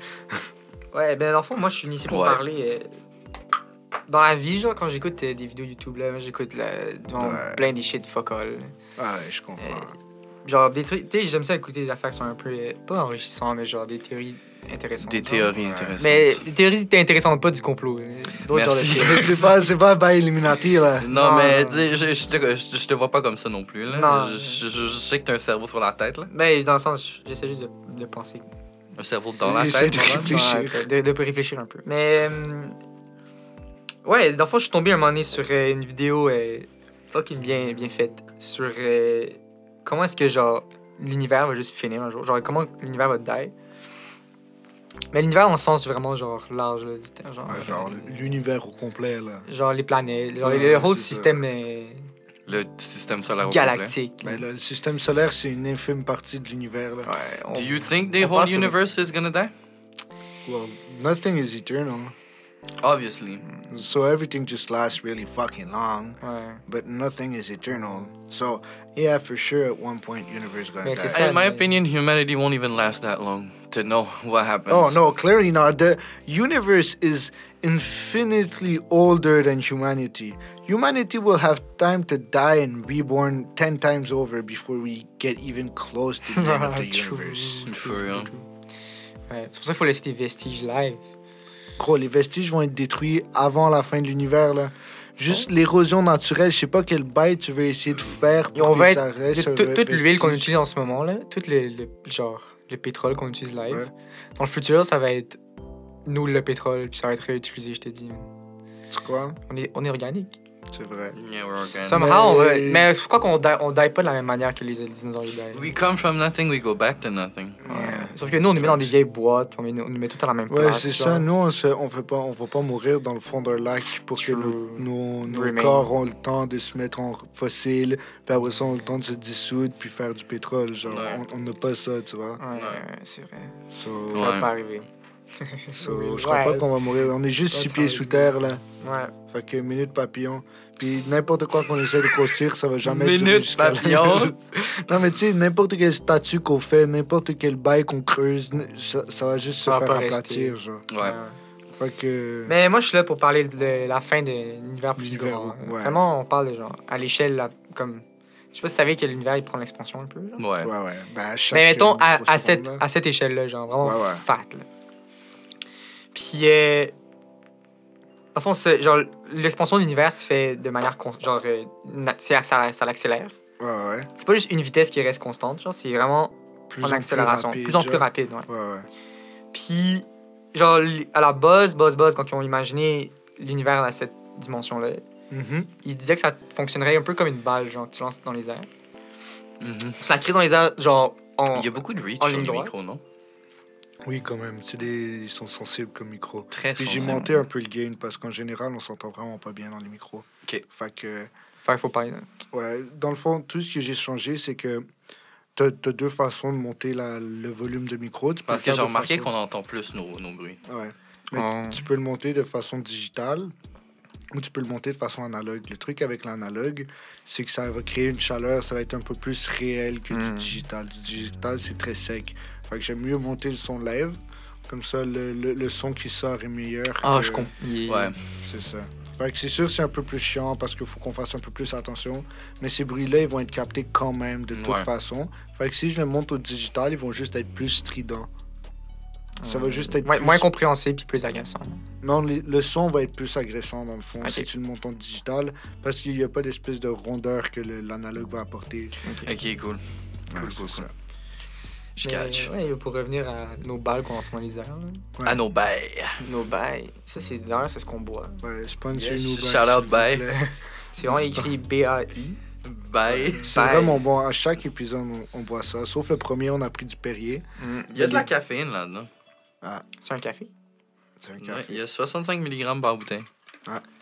[SPEAKER 3] Ouais, ben dans le fond, moi, je suis venu ici pour
[SPEAKER 1] Ouais.
[SPEAKER 3] parler. euh, Dans la vie, genre, quand j'écoute euh, des vidéos YouTube, là, moi, j'écoute la- genre,
[SPEAKER 2] Ouais.
[SPEAKER 3] plein des shit fuck all.
[SPEAKER 2] Ah, ouais, je comprends.
[SPEAKER 3] Genre, des trucs. Tu sais, j'aime ça écouter des affaires qui sont un peu. euh, pas enrichissantes, mais genre des théories intéressantes.
[SPEAKER 1] Des
[SPEAKER 3] genre.
[SPEAKER 1] théories
[SPEAKER 2] Ouais.
[SPEAKER 1] intéressantes.
[SPEAKER 3] Mais des théories intéressantes, pas du complot. euh, D'autres genres de
[SPEAKER 1] Merci.
[SPEAKER 3] théories.
[SPEAKER 1] *laughs*
[SPEAKER 2] Eh, c'est pas, c'est pas by Illuminati, là.
[SPEAKER 1] Non,
[SPEAKER 3] Non,
[SPEAKER 1] mais
[SPEAKER 3] non.
[SPEAKER 1] dis, je, je, te, je- je te vois pas comme ça non plus. Là.
[SPEAKER 3] Non.
[SPEAKER 1] Je, je- je- je sais que t'as un cerveau sur la tête, là.
[SPEAKER 3] Mais dans le sens, j'essaie juste de, de penser.
[SPEAKER 1] Un cerveau dans la
[SPEAKER 2] J'essaie
[SPEAKER 1] tête.
[SPEAKER 2] de
[SPEAKER 1] maman.
[SPEAKER 2] réfléchir. Fléchir.
[SPEAKER 3] Ouais, de, de, de réfléchir un peu. Mais. euh, ouais, dans le fond, je suis tombé un moment donné sur euh, une vidéo euh, fucking bien, bien faite sur euh, comment est-ce que, genre, l'univers va juste finir un jour. Genre, comment l'univers va die. Mais l'univers, en sens vraiment, genre, large, là, du terme, Genre,
[SPEAKER 2] Ouais, genre, l'univers au complet, là.
[SPEAKER 3] genre les planètes, genre,
[SPEAKER 2] Ouais,
[SPEAKER 3] le
[SPEAKER 2] c'est
[SPEAKER 3] whole
[SPEAKER 2] ça.
[SPEAKER 3] système euh,
[SPEAKER 1] Le système solaire au
[SPEAKER 3] galactique.
[SPEAKER 2] Mais là, le système solaire, c'est une infime partie de l'univers, là.
[SPEAKER 3] Ouais, on-
[SPEAKER 1] complet. Do you think the
[SPEAKER 3] on
[SPEAKER 1] whole
[SPEAKER 3] passe au-
[SPEAKER 1] universe is gonna die?
[SPEAKER 2] Well, nothing is eternal.
[SPEAKER 1] Obviously.
[SPEAKER 2] So everything just lasts really fucking long,
[SPEAKER 3] Ouais.
[SPEAKER 2] but nothing is eternal. So, yeah, for sure, at one point, universe gonna
[SPEAKER 3] Mais c'est
[SPEAKER 2] die.
[SPEAKER 3] ça.
[SPEAKER 1] In my
[SPEAKER 3] mais-
[SPEAKER 1] opinion, humanity won't even last that long to know what happens.
[SPEAKER 2] Oh no, clearly not. The universe is infinitely older than humanity. Humanity will have time to die and reborn ten times over before we get even close to the end of the
[SPEAKER 3] *laughs* True,
[SPEAKER 2] universe.
[SPEAKER 3] true,
[SPEAKER 1] For
[SPEAKER 3] true,
[SPEAKER 1] real.
[SPEAKER 3] true. Ouais, c'est pour ça qu'il faut laisser des vestiges live.
[SPEAKER 2] gros, les vestiges vont être détruits avant la fin de l'univers, là. Juste l'érosion naturelle, je sais pas quel bail tu veux essayer de faire
[SPEAKER 3] Et on
[SPEAKER 2] pour
[SPEAKER 3] va
[SPEAKER 2] que
[SPEAKER 3] être-
[SPEAKER 2] ça reste
[SPEAKER 3] De-
[SPEAKER 2] un
[SPEAKER 3] tout- toute l'huile qu'on
[SPEAKER 2] vestige.
[SPEAKER 3] utilise en ce moment, là, tout le, le- genre, le pétrole qu'on utilise live,
[SPEAKER 2] Ouais.
[SPEAKER 3] dans le futur, ça va être nous le pétrole, puis ça va être réutilisé, je te dis.
[SPEAKER 2] Tu crois?
[SPEAKER 3] On est, on est organique.
[SPEAKER 2] C'est vrai.
[SPEAKER 1] Yeah, we're organic.
[SPEAKER 3] Somehow, on va- mais je crois qu'on die, on die pas de la même manière que les dinosaures ils die.
[SPEAKER 1] We come from nothing, we go back to nothing.
[SPEAKER 3] Ouais. Sauf que nous, on nous met dans des vieilles boîtes, on, met- on nous met tout à la même
[SPEAKER 2] Ouais,
[SPEAKER 3] place.
[SPEAKER 2] c'est
[SPEAKER 3] genre.
[SPEAKER 2] ça. Nous, on se, on fait pas, on va pas mourir dans le fond d'un lac pour
[SPEAKER 3] True.
[SPEAKER 2] que nos, nos, nos
[SPEAKER 3] Remain.
[SPEAKER 2] corps ont le temps de se mettre en fossile, puis après ça, ont le temps de se dissoudre, puis faire du pétrole. Genre,
[SPEAKER 1] Ouais.
[SPEAKER 2] on on n'a pas ça, tu vois.
[SPEAKER 3] Ouais, ouais, c'est vrai.
[SPEAKER 2] So,
[SPEAKER 3] Ça
[SPEAKER 1] Ouais.
[SPEAKER 3] va pas arriver.
[SPEAKER 2] so,
[SPEAKER 3] Oui,
[SPEAKER 2] je crois pas
[SPEAKER 3] ouais.
[SPEAKER 2] qu'on va mourir. On est juste
[SPEAKER 3] Ouais,
[SPEAKER 2] six
[SPEAKER 3] ça
[SPEAKER 2] pieds
[SPEAKER 3] va
[SPEAKER 2] sous
[SPEAKER 3] être
[SPEAKER 2] terre, là.
[SPEAKER 3] Ouais.
[SPEAKER 2] Fait que minute papillon. Puis n'importe quoi qu'on essaie de construire, ça va jamais durer
[SPEAKER 1] Minute
[SPEAKER 2] jusqu'à la-
[SPEAKER 1] papillon.
[SPEAKER 2] *laughs* non, mais tu sais, n'importe quelle statue qu'on fait, n'importe quel bail qu'on creuse, n- ça, ça va juste
[SPEAKER 3] Ça va
[SPEAKER 2] se faire
[SPEAKER 3] pas rester.
[SPEAKER 2] aplatir, genre.
[SPEAKER 1] Ouais.
[SPEAKER 2] Fait que...
[SPEAKER 3] Mais moi, je suis là pour parler de le- la fin de l'univers plus
[SPEAKER 2] L'univers,
[SPEAKER 3] grand. hein.
[SPEAKER 2] ouais.
[SPEAKER 3] Vraiment, on parle de genre à l'échelle, là, comme. Je sais pas si tu savais que l'univers il prend l'expansion un peu. Genre.
[SPEAKER 1] Ouais.
[SPEAKER 2] Ouais, ouais. Ben, à chaque,
[SPEAKER 3] Mais mettons, à, à
[SPEAKER 2] microseconde,
[SPEAKER 3] cette,
[SPEAKER 2] là.
[SPEAKER 3] à cette échelle-là, genre vraiment
[SPEAKER 2] Ouais, ouais.
[SPEAKER 3] fat. Là. Puis, euh, dans le fond, c'est- genre, l'expansion de l'univers se fait de manière. con- Genre, euh, na- c'est- ça, ça l'accélère.
[SPEAKER 2] Ouais, ouais.
[SPEAKER 3] C'est pas juste une vitesse qui reste constante, genre, c'est vraiment
[SPEAKER 2] Plus
[SPEAKER 3] en accélération,
[SPEAKER 2] rapide,
[SPEAKER 3] plus en plus
[SPEAKER 2] genre.
[SPEAKER 3] rapide. Ouais.
[SPEAKER 2] Ouais, ouais.
[SPEAKER 3] Puis, genre, li- à la base, base, base, quand ils ont imaginé l'univers à cette dimension-là,
[SPEAKER 2] Mhm.
[SPEAKER 3] ils disaient que ça fonctionnerait un peu comme une balle, genre, que tu lances dans les airs.
[SPEAKER 1] Mhm.
[SPEAKER 3] Tu la crises dans les airs, genre, en.
[SPEAKER 1] Il y a beaucoup de reach
[SPEAKER 3] En
[SPEAKER 1] sur
[SPEAKER 3] ligne
[SPEAKER 1] les
[SPEAKER 3] droite.
[SPEAKER 1] micros, non?
[SPEAKER 2] Oui, quand même. C'est des... Ils sont sensibles comme micro.
[SPEAKER 1] Très
[SPEAKER 2] Puis j'ai
[SPEAKER 1] sensible.
[SPEAKER 2] monté un peu le gain parce qu'en général, on s'entend vraiment pas bien dans les micros.
[SPEAKER 1] Ok.
[SPEAKER 2] Fait que...
[SPEAKER 3] Enfin, il faut pas.
[SPEAKER 2] Ouais, dans le fond, tout ce que j'ai changé, c'est que t'as as deux façons de monter la, le volume de micro. Tu peux
[SPEAKER 1] Parce
[SPEAKER 2] le
[SPEAKER 1] que
[SPEAKER 2] faire
[SPEAKER 1] j'ai
[SPEAKER 2] de
[SPEAKER 1] remarqué
[SPEAKER 2] façon-
[SPEAKER 1] qu'on entend plus nos, nos bruits.
[SPEAKER 2] Ouais. Mais tu-
[SPEAKER 3] Oh.
[SPEAKER 2] tu peux le monter de façon digitale ou tu peux le monter de façon analogue. Le truc avec l'analogue, c'est que ça va créer une chaleur, ça va être un peu plus réel que du
[SPEAKER 3] Mm.
[SPEAKER 2] digital. Du digital, c'est très sec. Fait que j'aime mieux monter le son live. Comme ça, le, le- le son qui sort est meilleur.
[SPEAKER 3] Ah,
[SPEAKER 2] que-
[SPEAKER 3] je comprends.
[SPEAKER 1] Ouais.
[SPEAKER 2] C'est ça. Fait que c'est sûr, c'est un peu plus chiant parce qu'il faut qu'on fasse un peu plus attention. Mais ces bruits-là, ils vont être captés quand même de toute
[SPEAKER 1] Ouais.
[SPEAKER 2] façon. Fait que si je le monte au digital, ils vont juste être plus stridents. Ça va juste être
[SPEAKER 3] moins,
[SPEAKER 2] plus-
[SPEAKER 3] moins compréhensible puis plus agaçant.
[SPEAKER 2] Non, le, le son va être plus agressant dans le fond
[SPEAKER 3] Ok.
[SPEAKER 2] si tu le montes en digital parce qu'il n'y a pas d'espèce de rondeur que le- l'analogue va apporter.
[SPEAKER 1] Ok, cool. Cool,
[SPEAKER 2] Ouais,
[SPEAKER 1] cool,
[SPEAKER 2] c'est
[SPEAKER 1] cool.
[SPEAKER 2] ça.
[SPEAKER 1] Je
[SPEAKER 3] Mais, euh,
[SPEAKER 1] catch. Ah
[SPEAKER 3] ouais, pour revenir à nos balles qu'on lance dans les airs. là.
[SPEAKER 2] ouais.
[SPEAKER 1] À nos bails.
[SPEAKER 3] Nos bails. Ça, c'est d'ailleurs, c'est ce qu'on boit.
[SPEAKER 2] Ouais, sponsor
[SPEAKER 1] Yes,
[SPEAKER 2] nous,
[SPEAKER 1] shout
[SPEAKER 2] back,
[SPEAKER 1] out,
[SPEAKER 2] s'il vous
[SPEAKER 1] bye.
[SPEAKER 2] plaît. *laughs*
[SPEAKER 3] C'est vraiment écrit B-A-I.
[SPEAKER 1] Bail.
[SPEAKER 2] C'est
[SPEAKER 3] Bye.
[SPEAKER 2] vraiment bon. À chaque épisode, on, on boit ça. Sauf le premier, on a pris du Perrier.
[SPEAKER 1] Il y a de la caféine là-dedans.
[SPEAKER 3] C'est un café.
[SPEAKER 2] C'est un
[SPEAKER 1] Ouais,
[SPEAKER 2] café.
[SPEAKER 1] Il y a 65 mg par bouteille.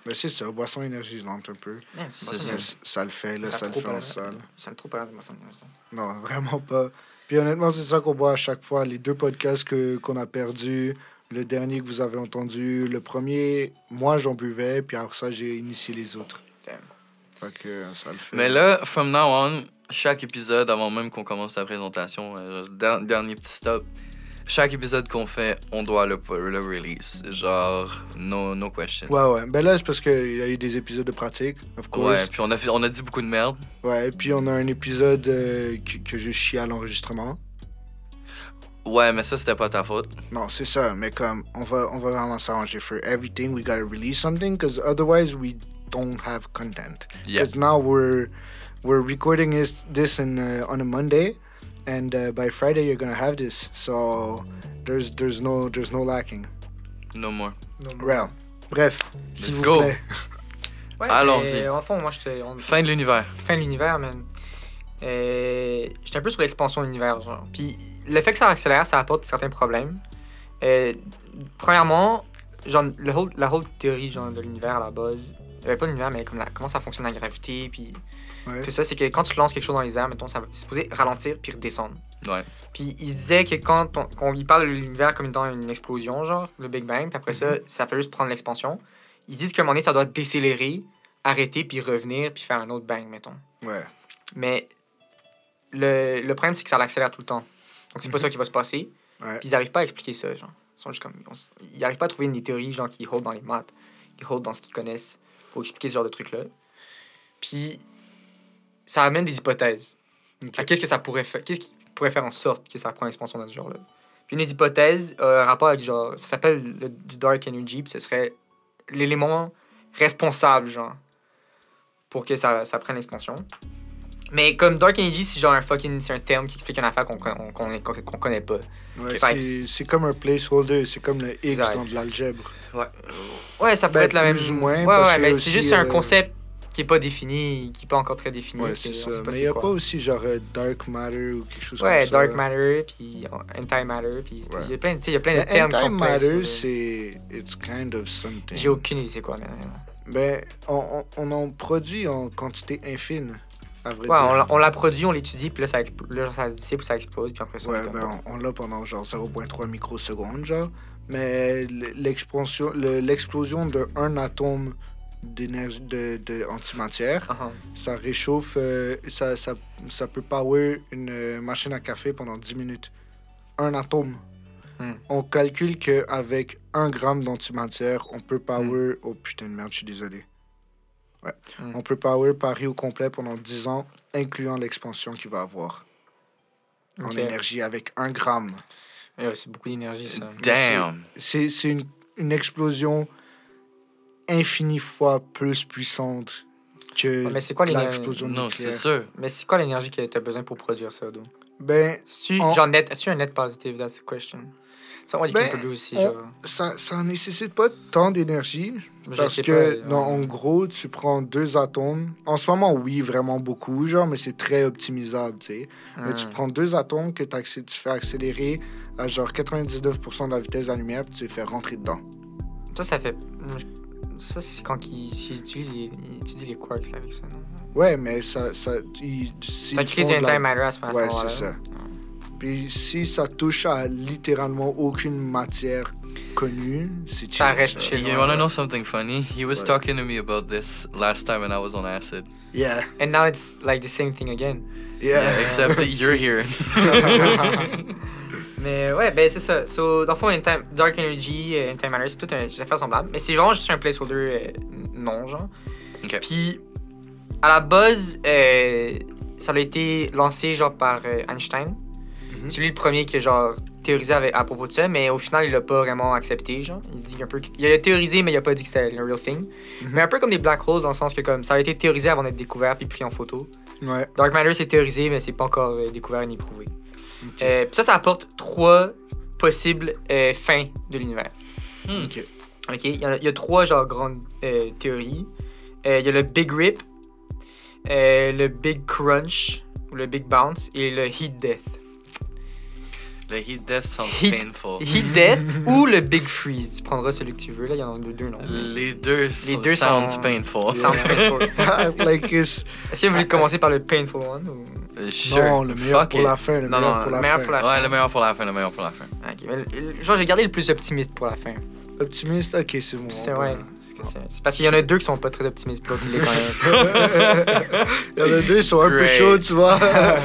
[SPEAKER 2] Mais c'est ça, boisson énergisante un peu.
[SPEAKER 3] Ouais,
[SPEAKER 1] C'est
[SPEAKER 3] bon,
[SPEAKER 1] ça.
[SPEAKER 2] Ça, ça le fait, là,
[SPEAKER 3] Ça
[SPEAKER 2] ça le
[SPEAKER 3] trop
[SPEAKER 2] fait en
[SPEAKER 3] pas.
[SPEAKER 2] salle.
[SPEAKER 3] Ça me trouve pas l'air de moi, ça me- ça.
[SPEAKER 2] Non, *laughs* vraiment pas. Puis honnêtement, c'est ça qu'on boit à chaque fois. Les deux podcasts que, qu'on a perdus, le dernier que vous avez entendu, le premier, moi j'en buvais, puis après ça j'ai initié les autres.
[SPEAKER 3] Damn.
[SPEAKER 2] Fait que euh, ça le fait.
[SPEAKER 1] Mais là, from now on, chaque épisode, avant même qu'on commence la présentation, euh, der- dernier petit stop, chaque épisode qu'on fait, on doit le, le release. Genre, no, no question.
[SPEAKER 2] Ouais, ouais. Ben là, c'est parce qu'il y a eu des épisodes de pratique, of
[SPEAKER 1] Ouais,
[SPEAKER 2] course.
[SPEAKER 1] puis on a, fait- on a dit beaucoup de merde.
[SPEAKER 2] Ouais. et puis on a un épisode euh, que, que je chie à l'enregistrement.
[SPEAKER 1] Ouais, mais ça, c'était pas ta faute.
[SPEAKER 2] Non, c'est ça, mais comme, um, on va, on va vraiment s'arranger for everything. We gotta release something, because otherwise we don't have content.
[SPEAKER 1] Yeah.
[SPEAKER 2] Because now we're we're recording this this in, uh, on a Monday, and uh, by Friday you're gonna have this. So there's there's no there's no lacking.
[SPEAKER 1] No more.
[SPEAKER 2] Well, bref, s'il
[SPEAKER 1] Let's
[SPEAKER 2] vous
[SPEAKER 1] go.
[SPEAKER 2] plaît.
[SPEAKER 3] Ouais,
[SPEAKER 1] Allons-y.
[SPEAKER 3] mais, euh, En fond, moi, je te. on-
[SPEAKER 1] Fin de l'univers.
[SPEAKER 3] fin de l'univers, man. Euh, J'étais un peu sur l'expansion de l'univers, genre. Puis l'effet que ça accélère, ça apporte certains problèmes. Euh, premièrement, genre, le whole- la whole théorie genre, de l'univers à la base, euh, pas de l'univers, mais comme la- comment ça fonctionne la gravité, puis
[SPEAKER 2] Ouais.
[SPEAKER 3] tout ça, c'est que quand tu lances quelque chose dans les airs, mettons, ça va c'est supposé ralentir puis redescendre.
[SPEAKER 1] Ouais.
[SPEAKER 3] Puis il se disait que quand on, qu'on y parle de l'univers comme étant une explosion, genre le Big Bang, puis après ça, ça fait juste prendre l'expansion. Ils disent qu'à un moment donné, ça doit décélérer, arrêter, puis revenir, puis faire un autre bang, mettons.
[SPEAKER 2] Ouais.
[SPEAKER 3] Mais le, le problème, c'est que ça l'accélère tout le temps. Donc, c'est pas
[SPEAKER 2] Mhm.
[SPEAKER 3] ça qui va se passer.
[SPEAKER 2] Ouais.
[SPEAKER 3] Puis, ils n'arrivent pas à expliquer ça. Genre. Ils sont juste comme. on s- ils n'arrivent pas à trouver une théorie, genre, qui hold dans les maths, qui hold dans ce qu'ils connaissent pour expliquer ce genre de truc-là. Puis, ça amène des hypothèses.
[SPEAKER 2] Ok.
[SPEAKER 3] À Qu'est-ce que ça pourrait faire Qu'est-ce qui pourrait faire en sorte que ça prenne une expansion de ce genre-là Puis une des hypothèses a un rapport avec genre. Ça s'appelle le- du Dark Energy, puis ce serait l'élément responsable, genre, pour que ça, ça prenne l'expansion. Mais comme Dark Energy, c'est genre un fucking. C'est un terme qui explique une affaire qu'on qu'on- qu'on- qu'on- qu'on connaît pas.
[SPEAKER 2] Ouais,
[SPEAKER 3] Fait que-
[SPEAKER 2] c'est- c'est comme un placeholder, c'est comme le X
[SPEAKER 3] Exact.
[SPEAKER 2] dans de l'algèbre.
[SPEAKER 3] Ouais, ça peut
[SPEAKER 2] Ben,
[SPEAKER 3] être la même.
[SPEAKER 2] plus ou moins,
[SPEAKER 3] ouais,
[SPEAKER 2] parce
[SPEAKER 3] ouais,
[SPEAKER 2] que
[SPEAKER 3] mais c'est
[SPEAKER 2] aussi,
[SPEAKER 3] juste un
[SPEAKER 2] euh,
[SPEAKER 3] concept qui est pas défini, qui est pas encore très défini.
[SPEAKER 2] Ouais,
[SPEAKER 3] que
[SPEAKER 2] c'est
[SPEAKER 3] on
[SPEAKER 2] ça.
[SPEAKER 3] sait
[SPEAKER 2] Mais il
[SPEAKER 3] c'est
[SPEAKER 2] n'y a
[SPEAKER 3] quoi.
[SPEAKER 2] pas aussi genre euh, Dark Matter ou quelque chose
[SPEAKER 3] Ouais,
[SPEAKER 2] comme ça.
[SPEAKER 3] Dark Matter, puis Anti-Matter, puis il y a plein, tu sais, il y a plein de
[SPEAKER 2] Mais
[SPEAKER 3] termes qui sont
[SPEAKER 2] Ben, Antimatter,
[SPEAKER 3] placés,
[SPEAKER 2] c'est. It's kind of something.
[SPEAKER 3] mais J'ai aucune idée c'est quoi, mais... Ouais,
[SPEAKER 2] Ben, on, on, on en produit en quantité infime, à vrai
[SPEAKER 3] on
[SPEAKER 2] dire.
[SPEAKER 3] l'a- on la produit, on l'étudie, puis là, ça, expl- là, genre, ça se dissipe, ça explose, puis après ça... on est
[SPEAKER 2] ouais,
[SPEAKER 3] comme-
[SPEAKER 2] ben, on, on l'a pendant genre 0.3 microsecondes, genre. Mais l- l'expansion- le- l'explosion d'un atome d'énergie de, de antimatière,
[SPEAKER 3] Ah, ah.
[SPEAKER 2] ça réchauffe, euh, ça, ça, ça peut power une euh, machine à café pendant 10 minutes. Un atome.
[SPEAKER 3] Hmm.
[SPEAKER 2] On calcule qu'avec un gramme d'antimatière, on peut power. Oh putain de merde, je suis désolé. Ouais.
[SPEAKER 3] Hmm.
[SPEAKER 2] On peut power Paris au complet pendant 10 ans, incluant l'expansion qu'il va avoir en
[SPEAKER 3] Ok.
[SPEAKER 2] énergie avec un gramme.
[SPEAKER 3] Ouais, ouais, c'est beaucoup d'énergie, ça.
[SPEAKER 1] Damn.
[SPEAKER 2] C'est c'est une, une explosion infinie fois plus puissante que
[SPEAKER 3] Ouais, mais c'est quoi les-
[SPEAKER 2] l'explosion
[SPEAKER 1] Non,
[SPEAKER 2] nucléaire.
[SPEAKER 1] c'est sûr.
[SPEAKER 3] Mais c'est quoi l'énergie que t'as besoin pour produire ça, donc?
[SPEAKER 2] Ben,
[SPEAKER 3] Si
[SPEAKER 2] On-
[SPEAKER 3] genre net, est-ce un net positive, that's the question. Ça, on
[SPEAKER 2] Ben,
[SPEAKER 3] est un peu aussi,
[SPEAKER 2] on-
[SPEAKER 3] genre...
[SPEAKER 2] ça, ça nécessite pas tant d'énergie
[SPEAKER 3] Je
[SPEAKER 2] parce
[SPEAKER 3] sais
[SPEAKER 2] que
[SPEAKER 3] pas, euh,
[SPEAKER 2] non,
[SPEAKER 3] ouais.
[SPEAKER 2] en gros tu prends deux atomes. En ce moment oui vraiment beaucoup genre mais c'est très optimisable tu sais. Mais tu
[SPEAKER 3] Hmm.
[SPEAKER 2] prends deux atomes que t'accé- tu fais accélérer à genre 99% de la vitesse de la lumière puis tu les fais rentrer dedans.
[SPEAKER 3] Ça, ça fait... Ça, c'est quand ils s'ils utilisent, les- ils utilisent les quarks, là, avec ça, non?
[SPEAKER 2] Ouais mais ça ça ils- s'ils
[SPEAKER 3] Ça crée
[SPEAKER 2] font
[SPEAKER 3] du
[SPEAKER 2] de la-
[SPEAKER 3] anti-matter à ce moment-là. Hmm.
[SPEAKER 2] Ouais c'est ça. Puis si ça touche à littéralement aucune matière connue c'est
[SPEAKER 3] Ça
[SPEAKER 2] chill,
[SPEAKER 3] reste chill.
[SPEAKER 1] You wanna know something funny? He was
[SPEAKER 2] What?
[SPEAKER 1] talking to me about this last time when I was on acid.
[SPEAKER 2] Yeah
[SPEAKER 3] And now it's like the same thing again. *laughs*
[SPEAKER 2] yeah.
[SPEAKER 1] Yeah, except
[SPEAKER 2] *laughs*
[SPEAKER 1] that you're here.
[SPEAKER 3] *laughs* Mais ouais, ben c'est ça. So, dans le fond, Anti- Dark Energy, euh, Antimatter, c'est tout un, c'est une affaire semblable. Mais c'est vraiment juste un placeholder euh, non, genre.
[SPEAKER 1] Ok.
[SPEAKER 3] Puis, à la base, euh, ça a été lancé genre par euh, Einstein.
[SPEAKER 2] Mhm.
[SPEAKER 3] C'est lui le premier qui a genre théorisé avec- à propos de ça, mais au final, il l'a pas vraiment accepté. Genre. Il dit un peu qu'il- il a théorisé, mais il a pas dit que c'était le real thing.
[SPEAKER 2] Mhm.
[SPEAKER 3] Mais un peu comme des black holes, dans le sens que comme ça a été théorisé avant d'être découvert puis pris en photo.
[SPEAKER 2] *laughs* Ouais.
[SPEAKER 3] Dark Matter, c'est théorisé, mais c'est pas encore euh, découvert ni prouvé.
[SPEAKER 2] Ok.
[SPEAKER 3] Euh, puis ça, ça apporte trois possibles euh, fins de l'univers.
[SPEAKER 1] Hmm.
[SPEAKER 2] Ok.
[SPEAKER 3] Ok, Il, y en a, il y a trois genre grandes euh, théories. Euh, il y a le Big Rip, euh, le Big Crunch, ou le Big Bounce, et le Heat Death.
[SPEAKER 1] The heat death sounds
[SPEAKER 3] Heat-
[SPEAKER 1] painful.
[SPEAKER 3] Heat Death *laughs* ou le Big Freeze. Tu prendras celui que tu veux, là, il y en a deux noms.
[SPEAKER 1] Les deux,
[SPEAKER 3] Les
[SPEAKER 1] so-
[SPEAKER 3] deux
[SPEAKER 1] sounds
[SPEAKER 3] sont-
[SPEAKER 1] painful.
[SPEAKER 3] Sounds painful.
[SPEAKER 2] *laughs* like it's-
[SPEAKER 3] Est-ce que vous voulez commencer par le painful one ou...
[SPEAKER 1] Euh, Sure.
[SPEAKER 2] Non, le meilleur
[SPEAKER 1] Fuck
[SPEAKER 2] pour
[SPEAKER 1] it.
[SPEAKER 2] la fin, le
[SPEAKER 3] Non,
[SPEAKER 2] meilleur
[SPEAKER 3] non,
[SPEAKER 2] pour
[SPEAKER 3] le
[SPEAKER 2] la
[SPEAKER 3] meilleur
[SPEAKER 2] fin.
[SPEAKER 3] pour la-
[SPEAKER 1] Ouais, le meilleur pour la fin, le meilleur pour la fin.
[SPEAKER 3] Ok, mais le- le- genre, j'ai gardé le plus optimiste pour la fin.
[SPEAKER 2] Optimiste, ok, c'est bon.
[SPEAKER 3] C'est
[SPEAKER 2] on *laughs*
[SPEAKER 3] vrai.
[SPEAKER 2] va-
[SPEAKER 3] Parce que c'est- c'est parce qu'il y en a deux qui sont pas très optimistes pour l'autre, il est quand même.
[SPEAKER 2] Il y en a deux, ils sont un peu
[SPEAKER 1] Great.
[SPEAKER 2] chauds, tu vois. *laughs*
[SPEAKER 3] *laughs*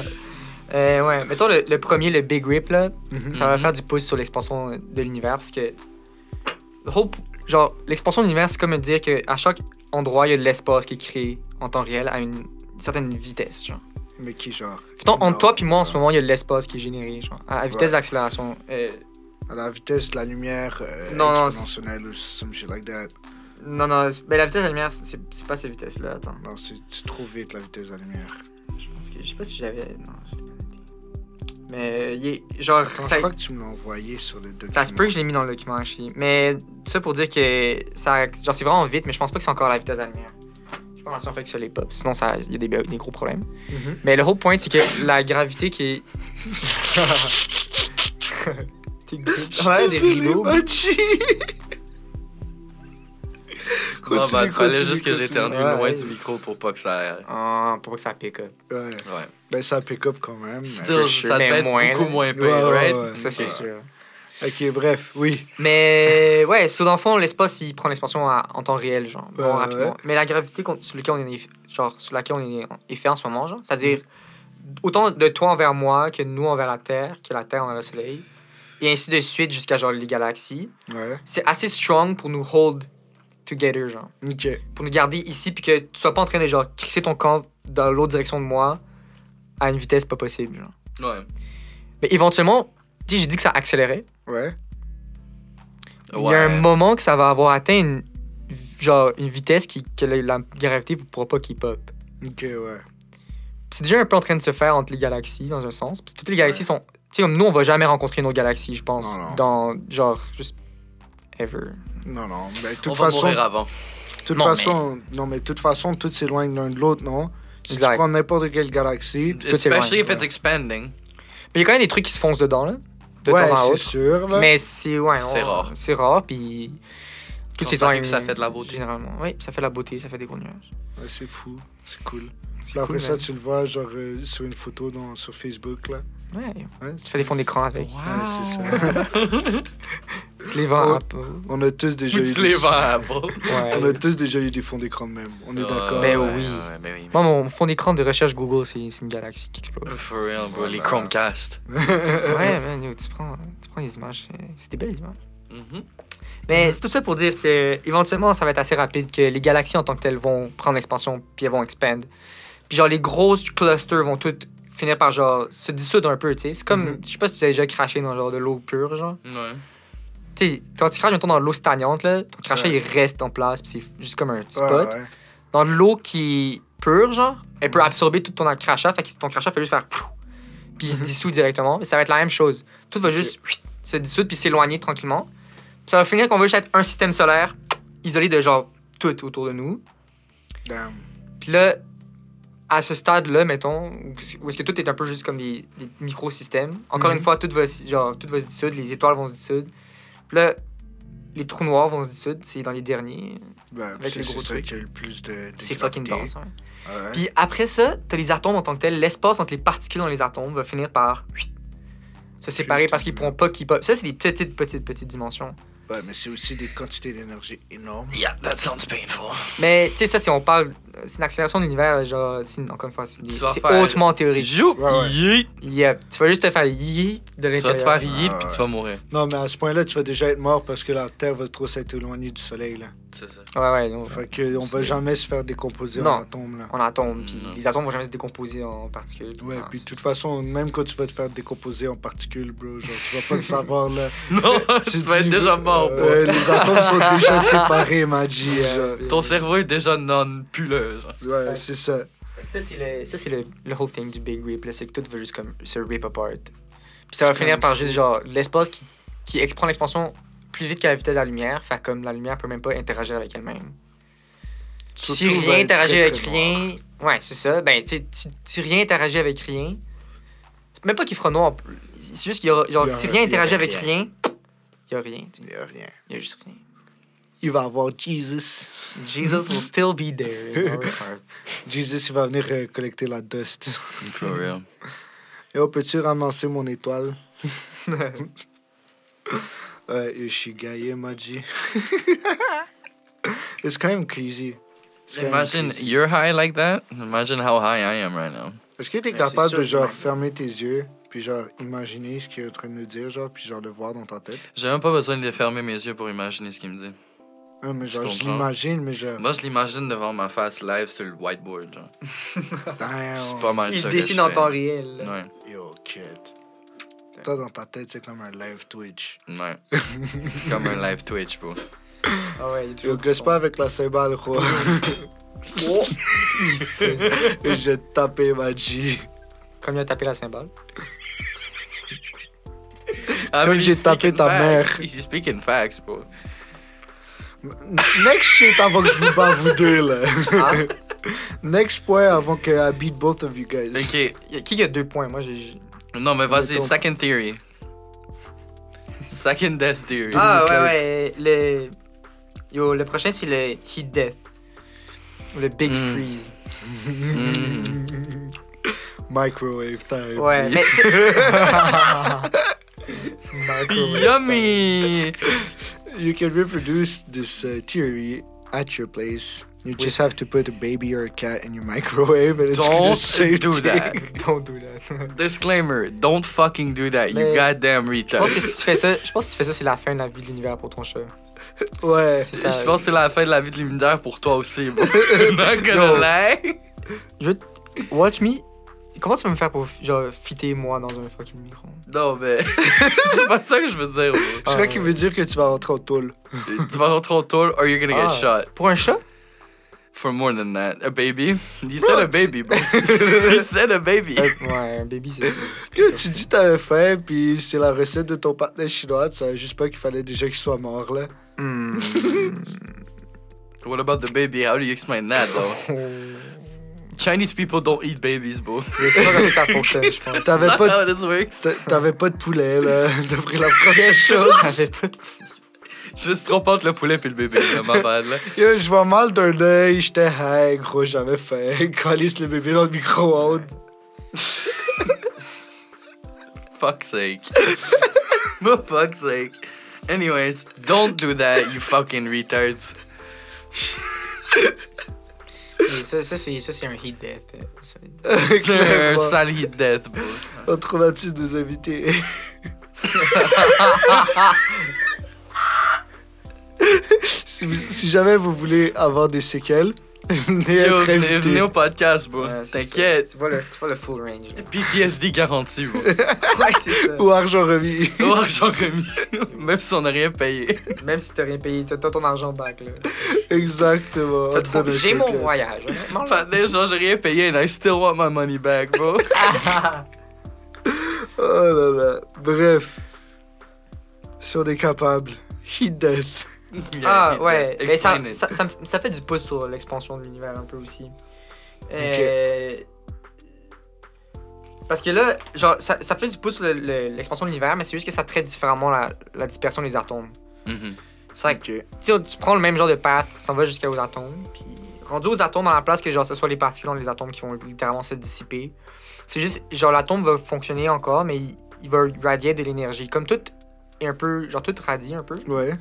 [SPEAKER 3] Euh, ouais, mettons le, le premier, le Big Rip, là,
[SPEAKER 2] Mhm.
[SPEAKER 3] ça va
[SPEAKER 1] Mhm.
[SPEAKER 3] faire du pouce sur l'expansion de l'univers parce que. the whole p- genre, l'expansion de l'univers, c'est comme dire qu'à chaque endroit, il y a de l'espace qui est créé en temps réel à une certaine vitesse. Genre.
[SPEAKER 2] Mais qui, genre
[SPEAKER 3] Mettons, entre
[SPEAKER 2] Non,
[SPEAKER 3] toi puis moi, en ce
[SPEAKER 2] non.
[SPEAKER 3] moment, il y a de l'espace qui est généré, genre, à la vitesse
[SPEAKER 2] Ouais.
[SPEAKER 3] de l'accélération. Euh,
[SPEAKER 2] À la vitesse de la lumière euh,
[SPEAKER 3] Non, non,
[SPEAKER 2] exponentielle ou some shit like that.
[SPEAKER 3] non, non, c'est- ben, la vitesse de la lumière, c'est c'est pas cette vitesse-là, attends.
[SPEAKER 2] Non, c'est c'est trop vite, la vitesse de la lumière.
[SPEAKER 3] Je pense que. Je sais pas si j'avais. Non, je l'ai pas noté. Mais, euh, il est- genre,
[SPEAKER 2] Attends,
[SPEAKER 3] ça-
[SPEAKER 2] Je crois que tu me l'as envoyé sur le document.
[SPEAKER 3] Ça se peut que je l'ai mis dans le document, actually. Mais ça pour dire que ça, genre, c'est vraiment vite, mais je pense pas que c'est encore à la vitesse de la lumière. euh, Je pense que ça fait que ça l'est pas. Sinon, ça- il y a des, des gros problèmes.
[SPEAKER 2] Mhm.
[SPEAKER 3] Mais le whole point, c'est que la gravité qui est. *laughs* T'es gros. On a des
[SPEAKER 2] Désolé,
[SPEAKER 3] rideaux. *laughs*
[SPEAKER 2] Machi.
[SPEAKER 1] Non,
[SPEAKER 2] Continue,
[SPEAKER 1] bah, fallait
[SPEAKER 2] continue,
[SPEAKER 1] juste que
[SPEAKER 2] continue.
[SPEAKER 1] j'éternue
[SPEAKER 3] Ouais,
[SPEAKER 1] loin
[SPEAKER 3] ouais.
[SPEAKER 1] du micro pour pas que ça.
[SPEAKER 3] Ah, pour que ça pique up.
[SPEAKER 2] Ouais,
[SPEAKER 1] Ouais.
[SPEAKER 2] ben ça pick up quand même. mais-
[SPEAKER 1] Still,
[SPEAKER 3] sure,
[SPEAKER 1] ça
[SPEAKER 3] mais
[SPEAKER 1] devait être
[SPEAKER 3] moins,
[SPEAKER 1] beaucoup
[SPEAKER 3] là.
[SPEAKER 1] moins pire,
[SPEAKER 2] Ouais, ouais,
[SPEAKER 1] right?
[SPEAKER 2] ouais.
[SPEAKER 3] Ça, c'est
[SPEAKER 1] Ouais.
[SPEAKER 3] sûr.
[SPEAKER 2] Ok, bref, oui.
[SPEAKER 3] Mais *laughs* ouais, sous dans le fond, l'espace, il prend l'expansion à- en temps réel, genre, bon,
[SPEAKER 2] Ouais,
[SPEAKER 3] rapidement.
[SPEAKER 2] ouais.
[SPEAKER 3] Mais la gravité contre- sur laquelle on est, genre, sur laquelle on est, est fait en ce moment, genre, c'est-à-dire
[SPEAKER 2] Mm.
[SPEAKER 3] autant de toi envers moi que nous envers la Terre, que la Terre envers le Soleil, et ainsi de suite jusqu'à genre les galaxies.
[SPEAKER 2] Ouais,
[SPEAKER 3] C'est assez strong pour nous hold together, genre,
[SPEAKER 2] ok.
[SPEAKER 3] pour nous garder ici, puis que tu sois pas en train de genre crisser ton camp dans l'autre direction de moi à une vitesse pas possible, genre.
[SPEAKER 1] Ouais.
[SPEAKER 3] Mais éventuellement, Tu sais, j'ai dit que ça accélérait.
[SPEAKER 2] Ouais.
[SPEAKER 3] Il y a un moment que ça va avoir atteint une, genre, une vitesse qui, que la, la gravité ne pourra pas qu'il pop.
[SPEAKER 2] Ok, ouais.
[SPEAKER 3] C'est déjà un peu en train de se faire entre les galaxies, dans un sens. Puis toutes les galaxies
[SPEAKER 2] Ouais.
[SPEAKER 3] sont. Tu sais, comme nous, on va jamais rencontrer une autre galaxie, je pense.
[SPEAKER 2] Non, non.
[SPEAKER 3] Dans, genre, juste. Ever.
[SPEAKER 2] Non, non. Mais de
[SPEAKER 1] On
[SPEAKER 2] toute
[SPEAKER 1] va
[SPEAKER 2] façon,
[SPEAKER 1] mourir avant.
[SPEAKER 2] toute
[SPEAKER 3] Non, mais-
[SPEAKER 2] façon non, mais de toute façon, tout s'éloigne l'un de l'autre, non? Si
[SPEAKER 3] Exact.
[SPEAKER 2] tu prends n'importe quelle galaxie,
[SPEAKER 3] est
[SPEAKER 1] Especially if
[SPEAKER 2] loin,
[SPEAKER 1] it's expanding.
[SPEAKER 3] Mais il y a quand même des trucs qui se foncent dedans, là. De
[SPEAKER 2] ouais,
[SPEAKER 3] temps en
[SPEAKER 2] c'est
[SPEAKER 3] autre.
[SPEAKER 2] sûr, là.
[SPEAKER 3] Mais c'est. Ouais,
[SPEAKER 1] C'est
[SPEAKER 3] on-
[SPEAKER 1] rare.
[SPEAKER 3] C'est rare, puis.
[SPEAKER 1] Quand
[SPEAKER 3] ces
[SPEAKER 1] ça
[SPEAKER 3] gens,
[SPEAKER 1] arrive, ça
[SPEAKER 3] ils-
[SPEAKER 1] fait de la beauté.
[SPEAKER 3] Généralement. Oui, ça fait de la beauté, ça fait des gros nuages.
[SPEAKER 2] Ouais, c'est fou, c'est cool.
[SPEAKER 3] C'est
[SPEAKER 2] Là, après
[SPEAKER 3] cool,
[SPEAKER 2] ça,
[SPEAKER 3] man.
[SPEAKER 2] tu le vois, genre, euh, sur une photo dans, sur Facebook, là.
[SPEAKER 3] Ouais,
[SPEAKER 2] Hein,
[SPEAKER 3] tu fais Ah. des fonds d'écran
[SPEAKER 1] *laughs*
[SPEAKER 3] avec.
[SPEAKER 2] Ouais, c'est ça.
[SPEAKER 3] Tu les vends
[SPEAKER 2] Oh.
[SPEAKER 3] à Apple.
[SPEAKER 2] *laughs* On a tous déjà
[SPEAKER 1] Ou
[SPEAKER 2] eu
[SPEAKER 1] tu les
[SPEAKER 2] des...
[SPEAKER 1] vends à Apple.
[SPEAKER 3] Ouais.
[SPEAKER 2] *laughs* On a tous déjà eu des fonds d'écran de même. On est d'accord.
[SPEAKER 3] Ben
[SPEAKER 2] *laughs*
[SPEAKER 1] Ouais,
[SPEAKER 3] oui.
[SPEAKER 1] ouais, Ah, ben oui.
[SPEAKER 3] Moi, mon fond d'écran de recherche Google, c'est c'est une galaxie qui explose.
[SPEAKER 1] For real, bro. Les
[SPEAKER 2] Voilà.
[SPEAKER 1] Chromecast.
[SPEAKER 3] Euh, ouais, man, yo, tu, prends, tu prends les images. c'est- C'est des belles images.
[SPEAKER 1] Mhm.
[SPEAKER 3] Mais c'est tout ça pour dire que éventuellement, ça va être assez rapide que les galaxies en tant que telles vont prendre l'expansion puis elles vont expand. Puis genre les grosses clusters vont toutes finir par genre se dissoudre un peu, tu sais. C'est comme, je sais pas si tu as déjà craché dans genre de l'eau pure, genre.
[SPEAKER 1] Ouais.
[SPEAKER 3] Tu sais, quand tu craches mettons, dans l'eau stagnante, là, ton crachat
[SPEAKER 2] Ouais.
[SPEAKER 3] il reste en place puis c'est juste comme un spot.
[SPEAKER 2] Ouais, ouais.
[SPEAKER 3] Dans l'eau qui est pure, genre, elle peut
[SPEAKER 2] Mhm.
[SPEAKER 3] absorber tout ton crachat, fait que ton crachat fait juste faire pfff, puis il se
[SPEAKER 2] Mhm.
[SPEAKER 3] dissout directement. Et ça va être la même chose. Tout va
[SPEAKER 2] Ok.
[SPEAKER 3] juste pfff, se dissoudre puis s'éloigner tranquillement. Puis ça va finir qu'on va juste être un système solaire pfff, isolé de genre tout autour de nous.
[SPEAKER 2] Damn.
[SPEAKER 3] Puis là, à ce stade-là, mettons, où c- où est-ce que tout est un peu juste comme des, des microsystèmes, encore
[SPEAKER 2] Mhm.
[SPEAKER 3] une fois, tout va, s- genre, tout va se dissoudre, les étoiles vont se dissoudre. Puis là, les trous noirs vont se dissoudre, c'est dans les derniers.
[SPEAKER 2] Ben,
[SPEAKER 3] Avec
[SPEAKER 2] c'est
[SPEAKER 3] les gros
[SPEAKER 2] c'est ça
[SPEAKER 3] trucs.
[SPEAKER 2] qui a le plus de. de
[SPEAKER 3] C'est fucking
[SPEAKER 2] gravité.
[SPEAKER 3] dense. hein. ouais.
[SPEAKER 2] Ouais.
[SPEAKER 3] Puis après ça, t'as les atomes en tant que tels. L'espace entre les particules dans les atomes va finir par huit, se séparer
[SPEAKER 2] Putain.
[SPEAKER 3] parce qu'ils pourront pas qu'ils pop. Ça, c'est des petites, petites, petites dimensions.
[SPEAKER 2] Ouais, mais c'est aussi des quantités d'énergie énormes.
[SPEAKER 1] Yeah, that sounds painful.
[SPEAKER 3] Mais tu sais, ça, si on parle. C'est une accélération de l'univers, genre, c'est- encore une fois, c'est des-
[SPEAKER 1] Tu vas
[SPEAKER 3] c'est
[SPEAKER 1] faire-
[SPEAKER 3] hautement théorique.
[SPEAKER 1] Joup!
[SPEAKER 2] Ouais, ouais.
[SPEAKER 1] yeet.
[SPEAKER 3] Yep. Tu vas juste te faire yi
[SPEAKER 1] Tu
[SPEAKER 3] de
[SPEAKER 1] vas te
[SPEAKER 3] l'intérieur.
[SPEAKER 1] faire yeet
[SPEAKER 2] Ouais,
[SPEAKER 1] puis
[SPEAKER 2] ouais.
[SPEAKER 1] tu vas mourir.
[SPEAKER 2] Non, mais à ce point-là, tu vas déjà être mort parce que la Terre va trop s'être éloignée du Soleil, là.
[SPEAKER 1] C'est ça. *laughs*
[SPEAKER 3] Ouais, ouais, non.
[SPEAKER 1] Ah,
[SPEAKER 2] Fait que on va
[SPEAKER 3] C'est-
[SPEAKER 2] jamais se faire décomposer
[SPEAKER 3] Non.
[SPEAKER 2] en atomes, là.
[SPEAKER 3] On atome, puis
[SPEAKER 1] Non.
[SPEAKER 3] les atomes vont jamais se décomposer en particules.
[SPEAKER 2] Ouais,
[SPEAKER 3] Ah,
[SPEAKER 2] puis de
[SPEAKER 3] c'est-
[SPEAKER 2] toute façon, même quand tu vas te faire décomposer en particules, bro, genre, tu vas pas le savoir,
[SPEAKER 1] *laughs*
[SPEAKER 2] là.
[SPEAKER 1] Non, tu vas être
[SPEAKER 2] dis-
[SPEAKER 1] déjà mort,
[SPEAKER 2] Euh,
[SPEAKER 1] bro.
[SPEAKER 2] ouais, les atomes
[SPEAKER 1] *laughs*
[SPEAKER 2] sont déjà séparés, Maji.
[SPEAKER 3] Yeah.
[SPEAKER 1] Ton cerveau est déjà non-puleux. genre.
[SPEAKER 2] Ouais, c'est ça.
[SPEAKER 3] Ça, c'est le, ça, c'est le, le whole thing du Big Rip, là, c'est que tout va juste comme se rip apart. Puis ça va
[SPEAKER 2] C'est
[SPEAKER 3] finir
[SPEAKER 2] comme
[SPEAKER 3] par
[SPEAKER 2] fou.
[SPEAKER 3] juste genre l'espace qui, qui ex- prend l'expansion plus vite que la vitesse de la lumière, fait comme la lumière peut même pas interagir avec elle-même. Puis Si
[SPEAKER 2] Surtout, va
[SPEAKER 3] rien
[SPEAKER 2] être très,
[SPEAKER 3] interagit
[SPEAKER 2] très
[SPEAKER 3] avec
[SPEAKER 2] noir.
[SPEAKER 3] rien, ouais, c'est ça, ben, tu sais, si- si rien interagit avec rien, c'est même pas qu'il fera noir, c'est juste qu'il y aura, genre,
[SPEAKER 2] Il y aura-
[SPEAKER 3] si
[SPEAKER 2] il
[SPEAKER 3] rien
[SPEAKER 2] y
[SPEAKER 3] interagit
[SPEAKER 2] aura
[SPEAKER 3] avec
[SPEAKER 2] rien.
[SPEAKER 3] rien, il y a rien, tu sais.
[SPEAKER 2] Il y a rien.
[SPEAKER 3] il y a juste rien.
[SPEAKER 2] Il va avoir Jesus.
[SPEAKER 3] Jesus will still be there in
[SPEAKER 2] *laughs*
[SPEAKER 3] our hearts.
[SPEAKER 2] Jesus, il va venir euh, collecter la dust.
[SPEAKER 1] For real.
[SPEAKER 2] Et on peut-tu ramasser mon étoile? Ouais, je suis gaillé, Maji. It's quand même crazy. C'est quand même
[SPEAKER 1] Imagine
[SPEAKER 2] crazy.
[SPEAKER 1] you're high like that. Imagine how high I am right now.
[SPEAKER 2] Est-ce que t'es
[SPEAKER 3] Ouais, c'est
[SPEAKER 2] capable
[SPEAKER 3] sûr
[SPEAKER 2] de
[SPEAKER 3] que
[SPEAKER 2] genre
[SPEAKER 3] même.
[SPEAKER 2] fermer tes yeux, puis genre imaginer ce qu'il est en train de nous dire, genre, puis genre le voir dans ta tête?
[SPEAKER 1] J'ai même pas besoin de fermer mes yeux pour imaginer ce qu'il me dit.
[SPEAKER 2] Ouais, mais
[SPEAKER 1] Je
[SPEAKER 2] genre, je
[SPEAKER 1] comprends.
[SPEAKER 2] l'imagine, mais genre.
[SPEAKER 1] Moi, je l'imagine devant ma face live sur le whiteboard. genre. Bah, C'est
[SPEAKER 2] Damn.
[SPEAKER 1] pas mal
[SPEAKER 3] Il
[SPEAKER 1] ça.
[SPEAKER 3] dessine en temps réel. là.
[SPEAKER 1] Ouais,
[SPEAKER 2] Yo, kid. Toi, dans ta tête, c'est comme un live Twitch.
[SPEAKER 1] ouais. Comme un live Twitch, bro.
[SPEAKER 3] Ah ouais, il y a
[SPEAKER 2] Tu
[SPEAKER 3] toujours
[SPEAKER 2] ne
[SPEAKER 3] du
[SPEAKER 2] gosses
[SPEAKER 3] son.
[SPEAKER 2] pas avec la cymbale, quoi. *laughs* Et je vais te taper, Maji.
[SPEAKER 3] Comme il a tapé la cymbale.
[SPEAKER 1] Ah,
[SPEAKER 2] Comme
[SPEAKER 1] mais
[SPEAKER 2] j'ai
[SPEAKER 1] he's
[SPEAKER 2] tapé
[SPEAKER 1] speaking
[SPEAKER 2] ta
[SPEAKER 1] facts.
[SPEAKER 2] mère.
[SPEAKER 1] He's speaking facts,
[SPEAKER 3] *laughs*
[SPEAKER 1] bro.
[SPEAKER 2] Next shit avant que je vous bats, vous deux, là.
[SPEAKER 1] Ah.
[SPEAKER 2] Next point avant que I beat both of you guys.
[SPEAKER 1] Ok.
[SPEAKER 3] Y a- qui y a deux points Moi, j'ai.
[SPEAKER 1] Non, mais vas-y,
[SPEAKER 2] Mettons.
[SPEAKER 1] second theory. Second death theory.
[SPEAKER 3] Ah ouais,
[SPEAKER 2] Cave.
[SPEAKER 3] ouais. Le... Yo, le prochain, c'est le Heat Death. Ou Le Big
[SPEAKER 1] Mm.
[SPEAKER 3] Freeze.
[SPEAKER 1] Mm.
[SPEAKER 2] Microwave time.
[SPEAKER 3] Ouais, mais.
[SPEAKER 1] *laughs*
[SPEAKER 3] Microwave.
[SPEAKER 1] Yummy!
[SPEAKER 2] You can reproduce this uh, theory at your place. You just have to put a baby or a cat in your microwave and it's gonna
[SPEAKER 1] Don't
[SPEAKER 2] save
[SPEAKER 1] do that.
[SPEAKER 2] thing.
[SPEAKER 3] Don't do that.
[SPEAKER 1] Disclaimer, don't fucking do that, you
[SPEAKER 3] Mais-
[SPEAKER 1] goddamn
[SPEAKER 3] Je
[SPEAKER 1] retard.
[SPEAKER 3] pense que si tu fais ça, je pense que si tu fais ça, c'est la fin de la vie de l'univers pour ton chat.
[SPEAKER 2] *laughs* Ouais.
[SPEAKER 3] C'est ça.
[SPEAKER 1] Je pense que c'est la fin de la vie de *laughs*
[SPEAKER 3] *laughs*
[SPEAKER 1] l'immunitaire pour toi aussi, bro. Not gonna
[SPEAKER 3] Yo.
[SPEAKER 1] lie.
[SPEAKER 3] Watch me Comment tu vas me faire pour genre fitter moi dans un fucking micro
[SPEAKER 1] Non, mais.
[SPEAKER 3] *laughs*
[SPEAKER 1] *laughs* c'est pas ça que je veux dire,
[SPEAKER 2] Je
[SPEAKER 1] bro.
[SPEAKER 2] crois qu'il veut dire que tu vas rentrer au tôle.
[SPEAKER 1] Tu vas rentrer en tôle or you're gonna get
[SPEAKER 3] Ah.
[SPEAKER 1] shot.
[SPEAKER 3] Pour
[SPEAKER 1] *laughs*
[SPEAKER 3] un chat
[SPEAKER 1] For more than that. A baby? He said a baby,
[SPEAKER 3] *laughs*
[SPEAKER 1] bro. He said a baby.
[SPEAKER 3] Euh, Ouais, un baby, c'est. c'est
[SPEAKER 2] Yo,
[SPEAKER 3] plus
[SPEAKER 2] tu dis que t'avais faim, puis c'est la recette de ton partenaire chinois, tu savais juste pas qu'il fallait déjà qu'il soit mort, là.
[SPEAKER 3] ça. Hmm.
[SPEAKER 1] What about the baby? How do you explain that, though? Chinese people don't eat babies, bro.
[SPEAKER 3] Mais c'est pas comme ça que ça fonctionne, je pense.
[SPEAKER 2] T'avais
[SPEAKER 1] That's
[SPEAKER 2] pas,
[SPEAKER 1] how this works.
[SPEAKER 2] t'a- t'avais pas de poulet, là. *laughs* T'as pris la
[SPEAKER 1] *laughs*
[SPEAKER 2] première chose.
[SPEAKER 3] T'avais pas de-
[SPEAKER 1] Je me suis trompé entre le poulet puis le bébé, là, ma bad, là.
[SPEAKER 2] Yo, je vois mal d'un œil, j'étais high, gros, j'avais faim. *laughs* Calisse le bébé dans le micro-ondes.
[SPEAKER 1] Fuck's sake. *laughs* For fuck's sake. Anyways, don't do that, you fucking
[SPEAKER 2] *laughs*
[SPEAKER 1] retards.
[SPEAKER 3] Mais Ça, ça, c'est ça, c'est un heat death. euh, ça.
[SPEAKER 1] C'est un
[SPEAKER 2] Clairement.
[SPEAKER 1] sale hit death, bro.
[SPEAKER 2] On traumatise nos invités. *laughs* si, vous- si jamais vous voulez avoir des séquelles, *laughs* venez
[SPEAKER 1] Yo,
[SPEAKER 2] être
[SPEAKER 1] venez, venez
[SPEAKER 2] invité.
[SPEAKER 1] au podcast, bro.
[SPEAKER 3] Ouais, Euh, c'est ça.
[SPEAKER 1] T'inquiète.
[SPEAKER 3] Tu vois le, tu vois le full range. là.
[SPEAKER 1] PTSD garanti,
[SPEAKER 2] *laughs*
[SPEAKER 1] bro.
[SPEAKER 3] *laughs* Ouais, c'est
[SPEAKER 2] *laughs*
[SPEAKER 3] ça.
[SPEAKER 2] Ou
[SPEAKER 1] *laughs*
[SPEAKER 2] argent remis.
[SPEAKER 1] Au argent remis. *laughs* Même si on n'a rien payé.
[SPEAKER 3] Même si t'as rien payé, t'as t'as ton argent back, là.
[SPEAKER 2] Exactement.
[SPEAKER 3] T'as
[SPEAKER 2] On te
[SPEAKER 3] trop-
[SPEAKER 2] donne un
[SPEAKER 3] J'ai mon
[SPEAKER 2] 5 piastres.
[SPEAKER 3] voyage, honnêtement. là.
[SPEAKER 1] Father, genre, j'ai rien payé and I still want my money back, bro.
[SPEAKER 3] *laughs*
[SPEAKER 2] Oh là là. Bref. Si on est capable. He death.
[SPEAKER 1] Yeah,
[SPEAKER 3] Ah
[SPEAKER 1] hit
[SPEAKER 3] ouais,
[SPEAKER 1] death.
[SPEAKER 3] mais ça,
[SPEAKER 1] Explain it.
[SPEAKER 3] ça, ça me- ça fait du pouce sur l'expansion de l'univers un peu aussi. Euh, Parce que là, genre, ça, ça fait du pouce sur le- le- l'expansion de l'univers, mais c'est juste que ça traite différemment la, la dispersion des atomes.
[SPEAKER 2] Mm-hmm.
[SPEAKER 1] Mhm.
[SPEAKER 3] C'est vrai que
[SPEAKER 2] Ok.
[SPEAKER 3] tu sais, tu prends le même genre de path, tu s'en vas jusqu'aux atomes, puis rendu aux atomes, à la place que genre, ce soit les particules dans les atomes qui vont littéralement se dissiper, c'est juste, genre, l'atome va fonctionner encore, mais il, il va radier de l'énergie. Comme tout est un peu, genre, tout radie un peu.
[SPEAKER 2] Ouais.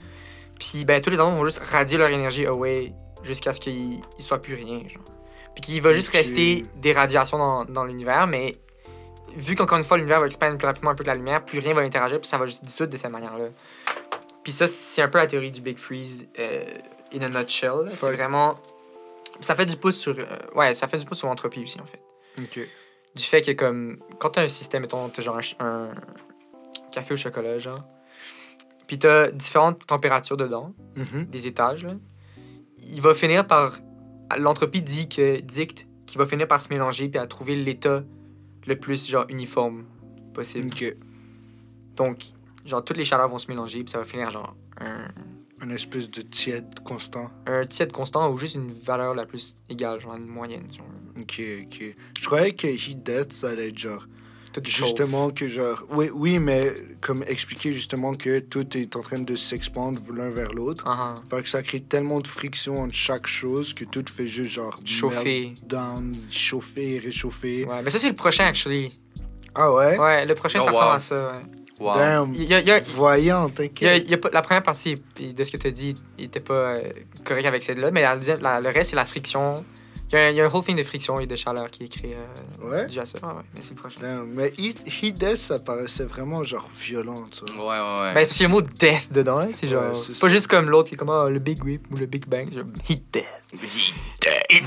[SPEAKER 3] Puis ben tous les atomes vont juste radier leur énergie away jusqu'à ce qu'il ne soit plus rien. Genre. Puis qu'il va juste
[SPEAKER 2] Ok.
[SPEAKER 3] rester des radiations dans, dans l'univers, mais vu qu'encore une fois l'univers va expander plus rapidement un peu que la lumière, plus rien va interagir, puis ça va juste dissoudre de cette manière-là. Puis ça, c'est un peu la théorie du Big Freeze euh, in a nutshell. là. C'est
[SPEAKER 2] Fuck.
[SPEAKER 3] vraiment. Ça fait du pouce sur. euh, ouais, ça fait du pouce sur l'entropie aussi, en fait
[SPEAKER 2] Ok.
[SPEAKER 3] du fait que comme quand t'as un système mettons t'as genre un, ch- un café au chocolat genre puis t'as différentes températures dedans
[SPEAKER 2] Mhm.
[SPEAKER 3] des étages là il va finir par l'entropie dit que dicte qu'il va finir par se mélanger puis à trouver l'état le plus genre uniforme possible
[SPEAKER 2] Ok. Mm.
[SPEAKER 3] donc genre toutes les chaleurs vont se mélanger puis ça va finir genre un,
[SPEAKER 2] Un espèce de tiède constant.
[SPEAKER 3] un tiède constant ou juste une valeur la plus égale genre une moyenne si on veut.
[SPEAKER 2] Ok, ok. Je croyais que Heat Death, ça allait être genre.
[SPEAKER 3] Tout
[SPEAKER 2] Justement, que genre. Oui, oui, mais comme expliquer justement que tout est en train de s'expandre l'un vers l'autre.
[SPEAKER 3] chauffe. Ah, ah.
[SPEAKER 2] Parce que ça crée tellement de friction entre chaque chose que tout fait juste genre.
[SPEAKER 3] chauffer
[SPEAKER 2] Down, chauffer, réchauffer.
[SPEAKER 3] ouais mais ça c'est le prochain actually
[SPEAKER 2] Ah ouais?
[SPEAKER 3] Ouais, le prochain,
[SPEAKER 1] Oh,
[SPEAKER 3] ça
[SPEAKER 1] wow.
[SPEAKER 3] ressemble à ça. ouais.
[SPEAKER 1] Wow.
[SPEAKER 2] Damn.
[SPEAKER 3] Il y a- il y a-
[SPEAKER 2] Voyant,
[SPEAKER 3] il y a-
[SPEAKER 2] t'inquiète.
[SPEAKER 3] il y a pas- la première partie il- de ce que tu as dit, il était pas euh, correct avec celle-là, mais la deuxième- la- le reste, c'est la friction. Il y, a, un- il y a un whole thing de friction et de chaleur qui est créé euh,
[SPEAKER 2] Ouais?
[SPEAKER 3] dû à ça. Ouais, ouais, mais c'est le prochain.
[SPEAKER 2] Damn. Mais Heat, Heat Death, ça paraissait vraiment genre violent, ça.
[SPEAKER 1] Ouais, ouais, ouais.
[SPEAKER 3] Ben, parce qu'il y a le mot death dedans, hein, c'est genre.
[SPEAKER 2] Ouais, c'est
[SPEAKER 3] c'est pas
[SPEAKER 2] ça.
[SPEAKER 3] juste comme l'autre qui est comme ah, le Big Whip ou le Big Bang, c'est genre Heat Death.
[SPEAKER 1] He died. He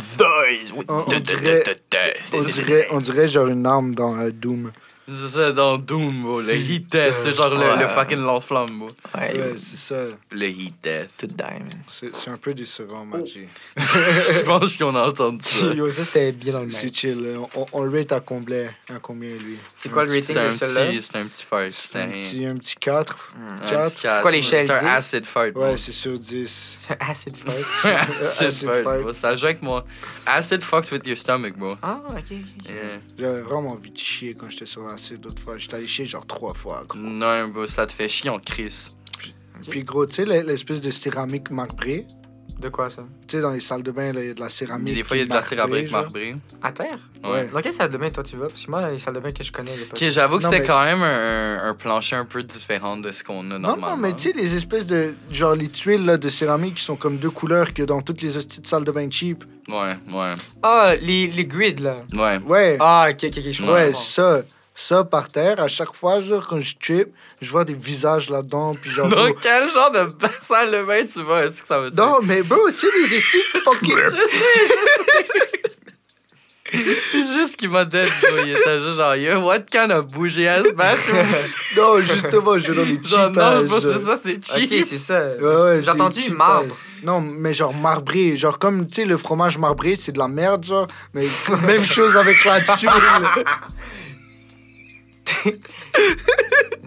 [SPEAKER 1] dies. with
[SPEAKER 2] On- on
[SPEAKER 1] the- the-
[SPEAKER 2] dirait-
[SPEAKER 1] the- the-
[SPEAKER 2] On dirait, on dirait genre une arme dans euh, Doom.
[SPEAKER 1] C'est ça dans Doom, bro. Le Heat Death, c'est genre le,
[SPEAKER 3] Ouais.
[SPEAKER 1] le fucking lance-flamme, bro.
[SPEAKER 3] Ouais,
[SPEAKER 2] Ouais, c'est ça.
[SPEAKER 1] Le Heat Death.
[SPEAKER 3] tout die, man.
[SPEAKER 2] C'est c'est un peu décevant, Maggi.
[SPEAKER 1] *laughs* Je pense qu'on a entendu ça.
[SPEAKER 3] Yo, ça, c'était bien dans le
[SPEAKER 2] C'est
[SPEAKER 3] même.
[SPEAKER 2] chill. euh, On, on le rate à combien, à combien lui
[SPEAKER 3] C'est quoi le rating
[SPEAKER 1] C'était un
[SPEAKER 3] de celui-là
[SPEAKER 1] petit, c'était un petit fart, c'était
[SPEAKER 2] un
[SPEAKER 1] rien. Mm.
[SPEAKER 2] petit, un petit 4
[SPEAKER 1] Un
[SPEAKER 3] Hmm.
[SPEAKER 1] petit
[SPEAKER 2] quatre.
[SPEAKER 1] quatre.
[SPEAKER 3] C'est quoi l'échelle,
[SPEAKER 1] C'est
[SPEAKER 3] 10?
[SPEAKER 1] un acid fart. *laughs* bro.
[SPEAKER 2] Ouais, c'est sur 10.
[SPEAKER 3] C'est un acid fuck.
[SPEAKER 1] *laughs* acid,
[SPEAKER 2] Acid
[SPEAKER 1] fart,
[SPEAKER 2] fart.
[SPEAKER 1] bro. Ça joue avec moi. Acid fucks with your stomach, bro.
[SPEAKER 3] Ah, ok, ok. ok.
[SPEAKER 1] Yeah.
[SPEAKER 2] J'avais vraiment envie de chier quand j'étais sur l'acide l'autre fois. J'étais allé chier genre trois fois. gros.
[SPEAKER 1] Non, bro, ça te fait chier en crise.
[SPEAKER 2] Puis gros, tu sais, l'e- l'espèce de céramique marbrée.
[SPEAKER 3] De quoi ça
[SPEAKER 2] Tu sais, dans les salles de bain, là, il y a de la céramique.
[SPEAKER 1] Mais des fois, il y a de la céramique
[SPEAKER 2] genre.
[SPEAKER 1] marbrée.
[SPEAKER 3] À terre
[SPEAKER 2] Ouais.
[SPEAKER 1] Ouais.
[SPEAKER 3] Dans quelle salle de bain toi tu vas Parce que moi, dans les salles de bain que je connais, il n'y a pas
[SPEAKER 1] Ok, j'avoue que
[SPEAKER 2] Non,
[SPEAKER 1] c'était
[SPEAKER 2] mais-
[SPEAKER 1] quand même un, un plancher un peu différent de ce qu'on a
[SPEAKER 2] Non,
[SPEAKER 1] normalement.
[SPEAKER 2] non, mais tu sais, les espèces de. Genre, les tuiles là, de céramique qui sont comme deux couleurs que dans toutes les hosties de salles de bain cheap.
[SPEAKER 1] Ouais, ouais,
[SPEAKER 3] Ah, les, les grids là.
[SPEAKER 1] ouais. *laughs*
[SPEAKER 2] Ouais.
[SPEAKER 3] Ah, ok, ok, ok, je comprends.
[SPEAKER 2] Ouais, ça, ça par terre, à chaque fois, genre, quand je trip, je vois des visages là-dedans, puis genre...
[SPEAKER 1] Dans quel genre de salle de bain tu vas? Est-ce que ça veut dire?
[SPEAKER 2] Non, mais bro, tu sais, les estimes fucking...
[SPEAKER 1] Juste ce qui m'a dead, bro. Il était juste genre, yo, what kind of bougie ass
[SPEAKER 2] *laughs*
[SPEAKER 1] bathroom?
[SPEAKER 2] *laughs* Non, justement, je donne des cheap
[SPEAKER 1] Genre, non,
[SPEAKER 2] ass,
[SPEAKER 1] c'est pas
[SPEAKER 2] genre.
[SPEAKER 1] ça, ça, c'est
[SPEAKER 3] Ok,
[SPEAKER 1] cheap.
[SPEAKER 3] c'est ça.
[SPEAKER 2] Ouais, ouais,
[SPEAKER 3] J'ai
[SPEAKER 2] c'est
[SPEAKER 3] entendu
[SPEAKER 2] cheap
[SPEAKER 3] marbre.
[SPEAKER 2] ass. Non, mais genre marbré. Genre comme, tu sais, le fromage marbré, c'est de la merde, genre. Mais même chose avec la tuile. *laughs*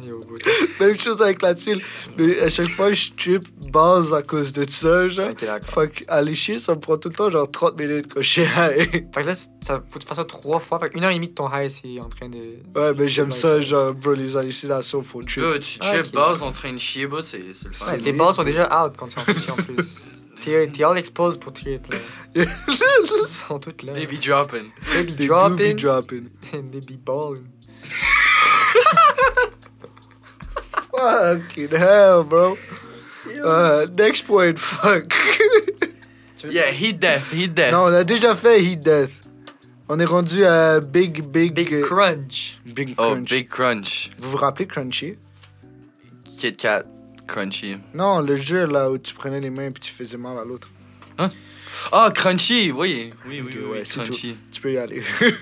[SPEAKER 3] Yo, bro,
[SPEAKER 2] même chose avec la tuile. Mais à chaque fois, je trip base à cause de ça, genre.
[SPEAKER 3] Ok, d'accord.
[SPEAKER 2] Fuck, aller chier, ça me prend tout le temps, genre 30 minutes quand *laughs* je suis high.
[SPEAKER 3] Fait que là, ça, faut que tu fasses ça trois fois. Fait qu'une heure et demie de ton high, c'est en train de.
[SPEAKER 2] Ouais, mais j'aime ça, genre, bro, les hallucinations font trip. *laughs*
[SPEAKER 1] Yo, tu
[SPEAKER 3] Ah,
[SPEAKER 1] chip
[SPEAKER 3] ok.
[SPEAKER 1] buzz en train de chier, bro, c'est c'est le fun.
[SPEAKER 3] Ouais,
[SPEAKER 2] C'est
[SPEAKER 3] tes
[SPEAKER 2] lit.
[SPEAKER 3] bases sont déjà out quand tu es en plus. en plus. *laughs* T'es t'es all exposed pour trip. Là. Ils sont toutes là.
[SPEAKER 1] They be dropping.
[SPEAKER 3] They be
[SPEAKER 2] Des
[SPEAKER 3] dropping.
[SPEAKER 2] doobie dropping.
[SPEAKER 3] *laughs* They be balling.
[SPEAKER 2] Fucking hell, bro. Uh, next point,
[SPEAKER 1] *laughs*
[SPEAKER 2] fuck.
[SPEAKER 1] Yeah, heat death, heat death.
[SPEAKER 2] non, on a déjà fait Heat Death. On est rendu à Big, Big...
[SPEAKER 3] Big
[SPEAKER 2] euh,
[SPEAKER 3] crunch.
[SPEAKER 2] Big
[SPEAKER 1] oh,
[SPEAKER 2] Crunch.
[SPEAKER 1] Big Crunch.
[SPEAKER 2] Vous vous rappelez Crunchy?
[SPEAKER 1] Kit Kat, Crunchy.
[SPEAKER 2] Non, le jeu là où tu prenais les mains et tu faisais mal à l'autre.
[SPEAKER 1] Ah, Crunchy, oui. Oui, oui,
[SPEAKER 2] Ok,
[SPEAKER 1] oui,
[SPEAKER 2] ouais, c'est
[SPEAKER 1] Crunchy.
[SPEAKER 2] Tu peux y aller. *laughs*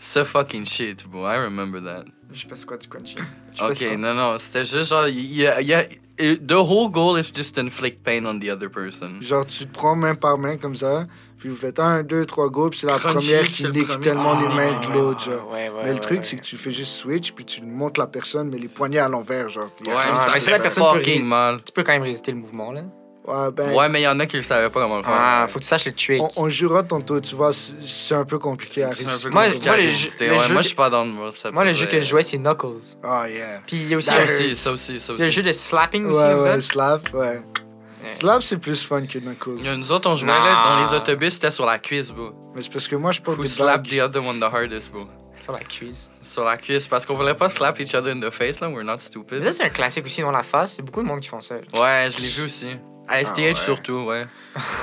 [SPEAKER 1] C'est fucking shit, bro. I remember that.
[SPEAKER 3] Je sais pas c'est quoi du crunchy. Je sais pas c'est
[SPEAKER 1] Okay, no,
[SPEAKER 3] quoi.
[SPEAKER 1] no. C'était juste genre, yeah, yeah, it- the whole goal is just to inflict pain on the other person.
[SPEAKER 2] Genre, tu te prends main par main comme ça, puis vous faites un, deux, trois groupes, c'est la
[SPEAKER 1] Crunchy,
[SPEAKER 2] première
[SPEAKER 1] c'est
[SPEAKER 2] qui
[SPEAKER 1] le
[SPEAKER 2] nique
[SPEAKER 1] premier.
[SPEAKER 2] tellement
[SPEAKER 1] Ah,
[SPEAKER 2] les mains de l'autre, genre.
[SPEAKER 3] Ouais, ouais,
[SPEAKER 2] mais le
[SPEAKER 3] ouais,
[SPEAKER 2] truc,
[SPEAKER 3] ouais.
[SPEAKER 2] c'est que tu fais juste switch, puis tu montes la personne, mais les poignets à l'envers, genre. Il y
[SPEAKER 1] Ouais,
[SPEAKER 2] a rien
[SPEAKER 3] mais
[SPEAKER 2] à
[SPEAKER 1] mais
[SPEAKER 3] c'est
[SPEAKER 1] ça
[SPEAKER 2] faire.
[SPEAKER 3] la
[SPEAKER 1] fait
[SPEAKER 3] personne peut
[SPEAKER 1] fucking
[SPEAKER 3] ré-
[SPEAKER 1] mal.
[SPEAKER 3] Tu peux quand même résister le mouvement là.
[SPEAKER 2] Ouais, ben,
[SPEAKER 1] Ouais, mais il y en a qui le savaient pas comment le faire.
[SPEAKER 3] Ah, faut que tu saches le trick.
[SPEAKER 2] on, on jouera tantôt, tu vois, c'est c'est un peu compliqué à
[SPEAKER 1] C'est un peu
[SPEAKER 2] résister.
[SPEAKER 3] Moi,
[SPEAKER 1] compliqué
[SPEAKER 3] moi,
[SPEAKER 1] à
[SPEAKER 3] le jeu-
[SPEAKER 1] résister.
[SPEAKER 3] le
[SPEAKER 1] Ouais,
[SPEAKER 3] jeu
[SPEAKER 1] moi,
[SPEAKER 3] que-
[SPEAKER 1] je suis pas dans le bro. ça
[SPEAKER 3] Moi, le
[SPEAKER 1] pourrait-
[SPEAKER 3] jeu que je jouais, c'est Knuckles.
[SPEAKER 2] Ah, yeah.
[SPEAKER 3] Puis il y a aussi
[SPEAKER 1] Ça
[SPEAKER 3] un-
[SPEAKER 1] aussi, ça aussi, ça
[SPEAKER 3] il y a le
[SPEAKER 1] aussi.
[SPEAKER 3] jeu de slapping
[SPEAKER 2] Ouais,
[SPEAKER 3] aussi. vous
[SPEAKER 2] ouais,
[SPEAKER 3] autres.
[SPEAKER 2] slap, ouais. Slap, c'est plus fun que Knuckles.
[SPEAKER 1] Nous autres, on jouait
[SPEAKER 3] Nah.
[SPEAKER 1] là, dans les autobus, c'était sur la cuisse, bro.
[SPEAKER 2] Mais c'est parce que moi, je porte
[SPEAKER 1] Who
[SPEAKER 2] des
[SPEAKER 1] slapped
[SPEAKER 2] bagues.
[SPEAKER 1] the other one the hardest, bro?
[SPEAKER 3] Sur la cuisse.
[SPEAKER 1] Sur la cuisse, parce qu'on voulait pas slap each other in the face, là, we're not stupid.
[SPEAKER 3] Mais ça, c'est un classique aussi dans la face. Il y a beaucoup de monde qui font ça.
[SPEAKER 1] Ouais, je l'ai vu aussi. À STH
[SPEAKER 2] ouais.
[SPEAKER 1] surtout, Ah ouais.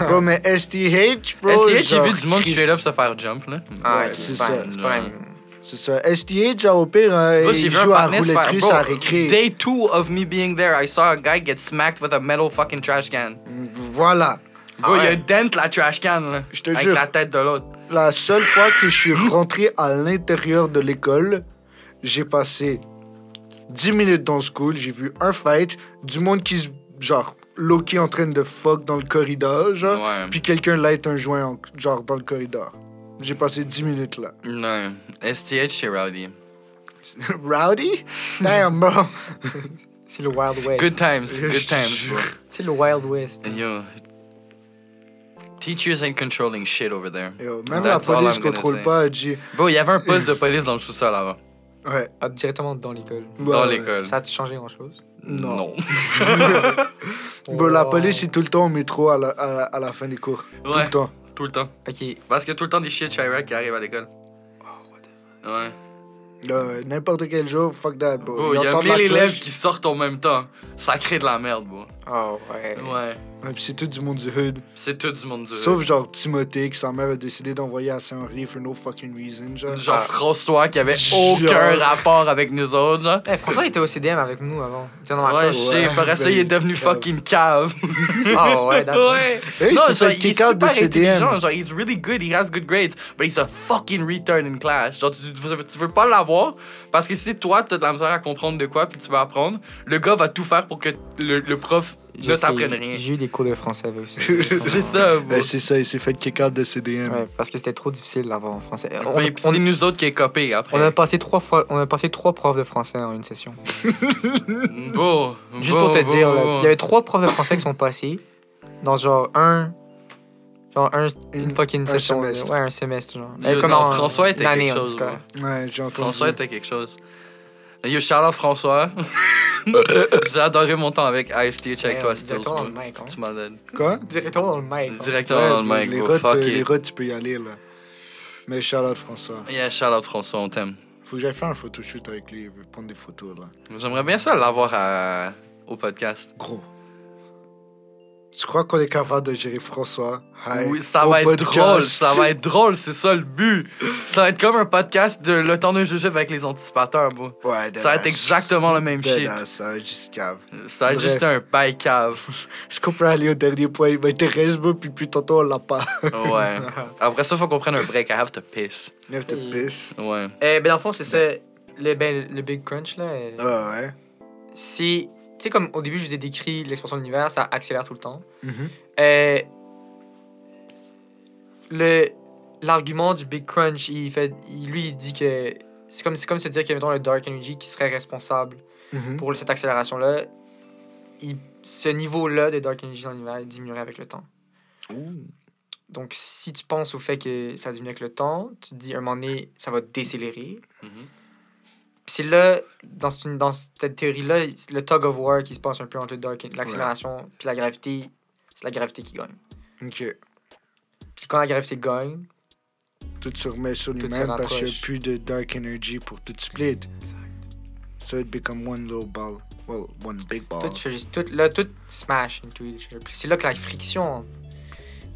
[SPEAKER 1] *laughs*
[SPEAKER 2] Bro, mais STH, bro.
[SPEAKER 1] STH, j'ai
[SPEAKER 2] genre,
[SPEAKER 1] vu du monde
[SPEAKER 2] Chris.
[SPEAKER 1] straight up se faire jump, là.
[SPEAKER 2] Ouais,
[SPEAKER 3] Ah, ok,
[SPEAKER 2] c'est
[SPEAKER 3] pas-
[SPEAKER 2] ça.
[SPEAKER 3] C'est pas la
[SPEAKER 1] Ouais.
[SPEAKER 3] même.
[SPEAKER 2] C'est ça. STH, genre, au pire, euh,
[SPEAKER 1] Moi, j'ai
[SPEAKER 2] il
[SPEAKER 1] vu un
[SPEAKER 2] joue à
[SPEAKER 1] partenaire se
[SPEAKER 2] roulette
[SPEAKER 1] faire-
[SPEAKER 2] russe
[SPEAKER 1] Bro,
[SPEAKER 2] à récré.
[SPEAKER 1] Day two of me being there, I saw a guy get smacked with a metal fucking trash can.
[SPEAKER 2] Voilà.
[SPEAKER 1] Bro,
[SPEAKER 3] Ah ouais.
[SPEAKER 1] il y a un dent la trash can, là.
[SPEAKER 2] Je te
[SPEAKER 1] avec
[SPEAKER 2] jure.
[SPEAKER 1] la tête de l'autre.
[SPEAKER 2] La seule fois que je suis rentré à l'intérieur de l'école, j'ai passé 10 minutes dans ce school, j'ai vu un fight, du monde qui se. genre, Loki en train de fuck dans le corridor, genre,
[SPEAKER 1] Ouais.
[SPEAKER 2] puis quelqu'un light un joint, en- genre, dans le corridor. J'ai passé 10 minutes là. *laughs*
[SPEAKER 1] Non. STH, c'est rowdy.
[SPEAKER 2] Rowdy? Damn, bro.
[SPEAKER 3] C'est le Wild
[SPEAKER 1] Good
[SPEAKER 3] West.
[SPEAKER 1] times,
[SPEAKER 2] Je
[SPEAKER 1] good times, bro.
[SPEAKER 3] C'est le Wild West.
[SPEAKER 1] And yo, teachers ain't controlling shit over there.
[SPEAKER 2] Yo, même
[SPEAKER 1] That's
[SPEAKER 2] la
[SPEAKER 1] all
[SPEAKER 2] police
[SPEAKER 1] I'm gonna
[SPEAKER 2] contrôle
[SPEAKER 1] say.
[SPEAKER 2] pas, G.
[SPEAKER 1] Bro, il y avait un poste de police dans le sous-sol avant.
[SPEAKER 2] Ouais. Bah,
[SPEAKER 3] Ah, directement dans l'école.
[SPEAKER 1] dans
[SPEAKER 2] ouais.
[SPEAKER 1] l'école.
[SPEAKER 3] Ça a changé grand chose.
[SPEAKER 2] Non. Bon,
[SPEAKER 3] Bon,
[SPEAKER 2] bah, la police est tout le temps au métro à la, à, à la fin des cours. Tout
[SPEAKER 1] Ouais.
[SPEAKER 2] le temps.
[SPEAKER 1] *laughs* Tout le temps.
[SPEAKER 3] Ok.
[SPEAKER 1] Parce qu'il y a tout le temps des shit Chirac qui arrivent à l'école. Oh, Ouais.
[SPEAKER 2] Euh, N'importe quel jour, fuck that, bro.
[SPEAKER 1] Bro,
[SPEAKER 2] Ils
[SPEAKER 1] il y a
[SPEAKER 2] entendent la
[SPEAKER 1] plein d'élèves
[SPEAKER 2] cloche,
[SPEAKER 1] qui sortent en même temps. Ça crée de la merde, bro.
[SPEAKER 3] Oh, ouais.
[SPEAKER 1] Ouais.
[SPEAKER 2] ouais, puis Ah, c'est tout du monde du hood.
[SPEAKER 1] C'est tout du monde du
[SPEAKER 2] Sauf genre Timothée, que sa mère a décidé d'envoyer à Saint-Henri for no fucking
[SPEAKER 1] *laughs*
[SPEAKER 2] reason, genre.
[SPEAKER 1] Genre François qui avait
[SPEAKER 2] euh, Genre.
[SPEAKER 1] aucun rapport avec nous autres, genre.
[SPEAKER 3] Eh, François était au CDM avec nous avant. Il était dans ma
[SPEAKER 1] Ouais, je
[SPEAKER 3] classe.
[SPEAKER 1] sais,
[SPEAKER 2] ouais.
[SPEAKER 1] par ça, il est devenu
[SPEAKER 2] Cave.
[SPEAKER 1] fucking cave.
[SPEAKER 3] Ah,
[SPEAKER 1] *laughs*
[SPEAKER 3] ouais, d'accord.
[SPEAKER 1] ouais.
[SPEAKER 2] Hey,
[SPEAKER 1] non,
[SPEAKER 2] c'est
[SPEAKER 1] genre,
[SPEAKER 2] pas
[SPEAKER 1] il est
[SPEAKER 2] kick out
[SPEAKER 1] super
[SPEAKER 2] de CDM.
[SPEAKER 1] intelligent, genre, he's really good, he has good grades, but he's a fucking retard in class. Genre, tu, tu veux- tu veux pas l'avoir, parce que si toi, t'as de la misère à comprendre de quoi, puis tu vas apprendre, le gars va tout faire pour que le, le prof
[SPEAKER 3] Je
[SPEAKER 1] ne
[SPEAKER 3] sais,
[SPEAKER 1] t'apprenne
[SPEAKER 3] *laughs*
[SPEAKER 1] rien.
[SPEAKER 3] J'ai eu des cours de
[SPEAKER 1] *laughs*
[SPEAKER 3] français avec ça.
[SPEAKER 1] C'est ça, bro.
[SPEAKER 2] Ouais, Ben, c'est ça, il s'est fait kick out de CDM.
[SPEAKER 3] Ouais, parce que c'était trop difficile d'avoir en français. Euh, On,
[SPEAKER 1] Mais puis
[SPEAKER 3] on-
[SPEAKER 1] c'est nous autres qui est copé après.
[SPEAKER 3] on a passé trois fois, on a passé trois profs de français en une session.
[SPEAKER 1] Beau,
[SPEAKER 3] *laughs* Juste
[SPEAKER 1] beau,
[SPEAKER 3] pour te
[SPEAKER 1] beau,
[SPEAKER 3] dire, là,
[SPEAKER 1] beau.
[SPEAKER 3] il y avait trois profs de français qui sont passés dans genre un, genre un, une fucking
[SPEAKER 2] un
[SPEAKER 3] session. là.
[SPEAKER 2] semestre.
[SPEAKER 3] Ouais, un semestre genre.
[SPEAKER 1] Yo,
[SPEAKER 3] Euh, comme
[SPEAKER 1] non,
[SPEAKER 3] en-
[SPEAKER 1] François était
[SPEAKER 3] une année,
[SPEAKER 1] quelque
[SPEAKER 3] en
[SPEAKER 1] chose,
[SPEAKER 3] tout cas.
[SPEAKER 1] bro.
[SPEAKER 2] Ouais, j'ai entendu.
[SPEAKER 1] *laughs* François était quelque chose. Yo, Charles
[SPEAKER 2] *laughs*
[SPEAKER 1] François. J'ai adoré mon temps avec ISTH avec
[SPEAKER 3] Ouais,
[SPEAKER 1] toi, Stills,
[SPEAKER 3] Directement
[SPEAKER 1] bro.
[SPEAKER 3] dans le mic. hein.
[SPEAKER 1] Tu m'en donnes.
[SPEAKER 2] Quoi?
[SPEAKER 3] Directement dans le mic. hein.
[SPEAKER 1] Directement
[SPEAKER 2] Ouais,
[SPEAKER 1] dans le mic,
[SPEAKER 2] les
[SPEAKER 1] bro.
[SPEAKER 2] routes,
[SPEAKER 1] Oh Fuck
[SPEAKER 2] euh,
[SPEAKER 1] it.
[SPEAKER 2] les routes, tu peux y aller, là. Mais Charlotte François.
[SPEAKER 1] Yeah, shout out François, on t'aime.
[SPEAKER 2] Faut que j'aille faire un photoshoot avec lui, il veut prendre des photos, là.
[SPEAKER 1] J'aimerais bien ça l'avoir à- au podcast.
[SPEAKER 2] Gros. Tu crois qu'on est capable de gérer François? Hi,
[SPEAKER 1] Oui, ça
[SPEAKER 2] au
[SPEAKER 1] va être
[SPEAKER 2] podcast.
[SPEAKER 1] drôle, ça va être drôle, c'est ça le but. Ça va être comme un podcast de Le temps d'un jujube avec les anticipateurs, bro.
[SPEAKER 2] Ouais,
[SPEAKER 1] Ça va être
[SPEAKER 2] deadass.
[SPEAKER 1] exactement le même shit.
[SPEAKER 2] Deadass, Ça va être juste cave.
[SPEAKER 1] Ça va être
[SPEAKER 2] Bref.
[SPEAKER 1] juste un bail
[SPEAKER 2] *laughs*
[SPEAKER 1] cave.
[SPEAKER 2] Je comprends aller au dernier point. Ben, Il m'intéresse, moi, puis plus tantôt, on l'a
[SPEAKER 3] *laughs*
[SPEAKER 2] pas.
[SPEAKER 1] Ouais. Après ça, faut qu'on prenne un break. I have to piss.
[SPEAKER 2] You have to
[SPEAKER 3] Et-
[SPEAKER 2] piss.
[SPEAKER 1] Ouais.
[SPEAKER 3] *laughs* Eh, ben, dans le fond, c'est ça. Le, ben, le Big Crunch, là. euh,
[SPEAKER 2] Ouais, Ah, ouais.
[SPEAKER 3] C'est. Tu sais, comme au début, je vous ai décrit l'expansion de l'univers, ça accélère tout le temps.
[SPEAKER 2] Mhm.
[SPEAKER 3] Euh, le l'argument du Big Crunch, il fait, il- lui, il dit que c'est comme c'est comme se dire que mettons le Dark Energy qui serait responsable
[SPEAKER 2] Mhm.
[SPEAKER 3] pour cette accélération là, ce niveau là de Dark Energy dans l'univers il diminuerait avec le temps.
[SPEAKER 2] Ouh.
[SPEAKER 3] Donc si tu penses au fait que ça diminue avec le temps, tu te dis à un moment donné ça va décélérer.
[SPEAKER 2] Mm-hmm.
[SPEAKER 1] Mhm.
[SPEAKER 3] Puis c'est là dans cette, dans cette théorie là, le tug of war qui se passe un peu entre le Dark l'accélération puis la gravité, c'est la gravité qui gagne.
[SPEAKER 2] Ok.
[SPEAKER 3] Puis quand la gravité gagne
[SPEAKER 2] Tout se remet sur
[SPEAKER 3] Tout se
[SPEAKER 2] lui-même parce qu'il n'y a
[SPEAKER 3] rapproche.
[SPEAKER 2] plus de dark energy pour tout split.
[SPEAKER 3] Exact.
[SPEAKER 2] So it become one little ball. Well, one big ball.
[SPEAKER 3] Tout, tu fais juste- tout- là, tout smash into each other. Puis c'est là que la friction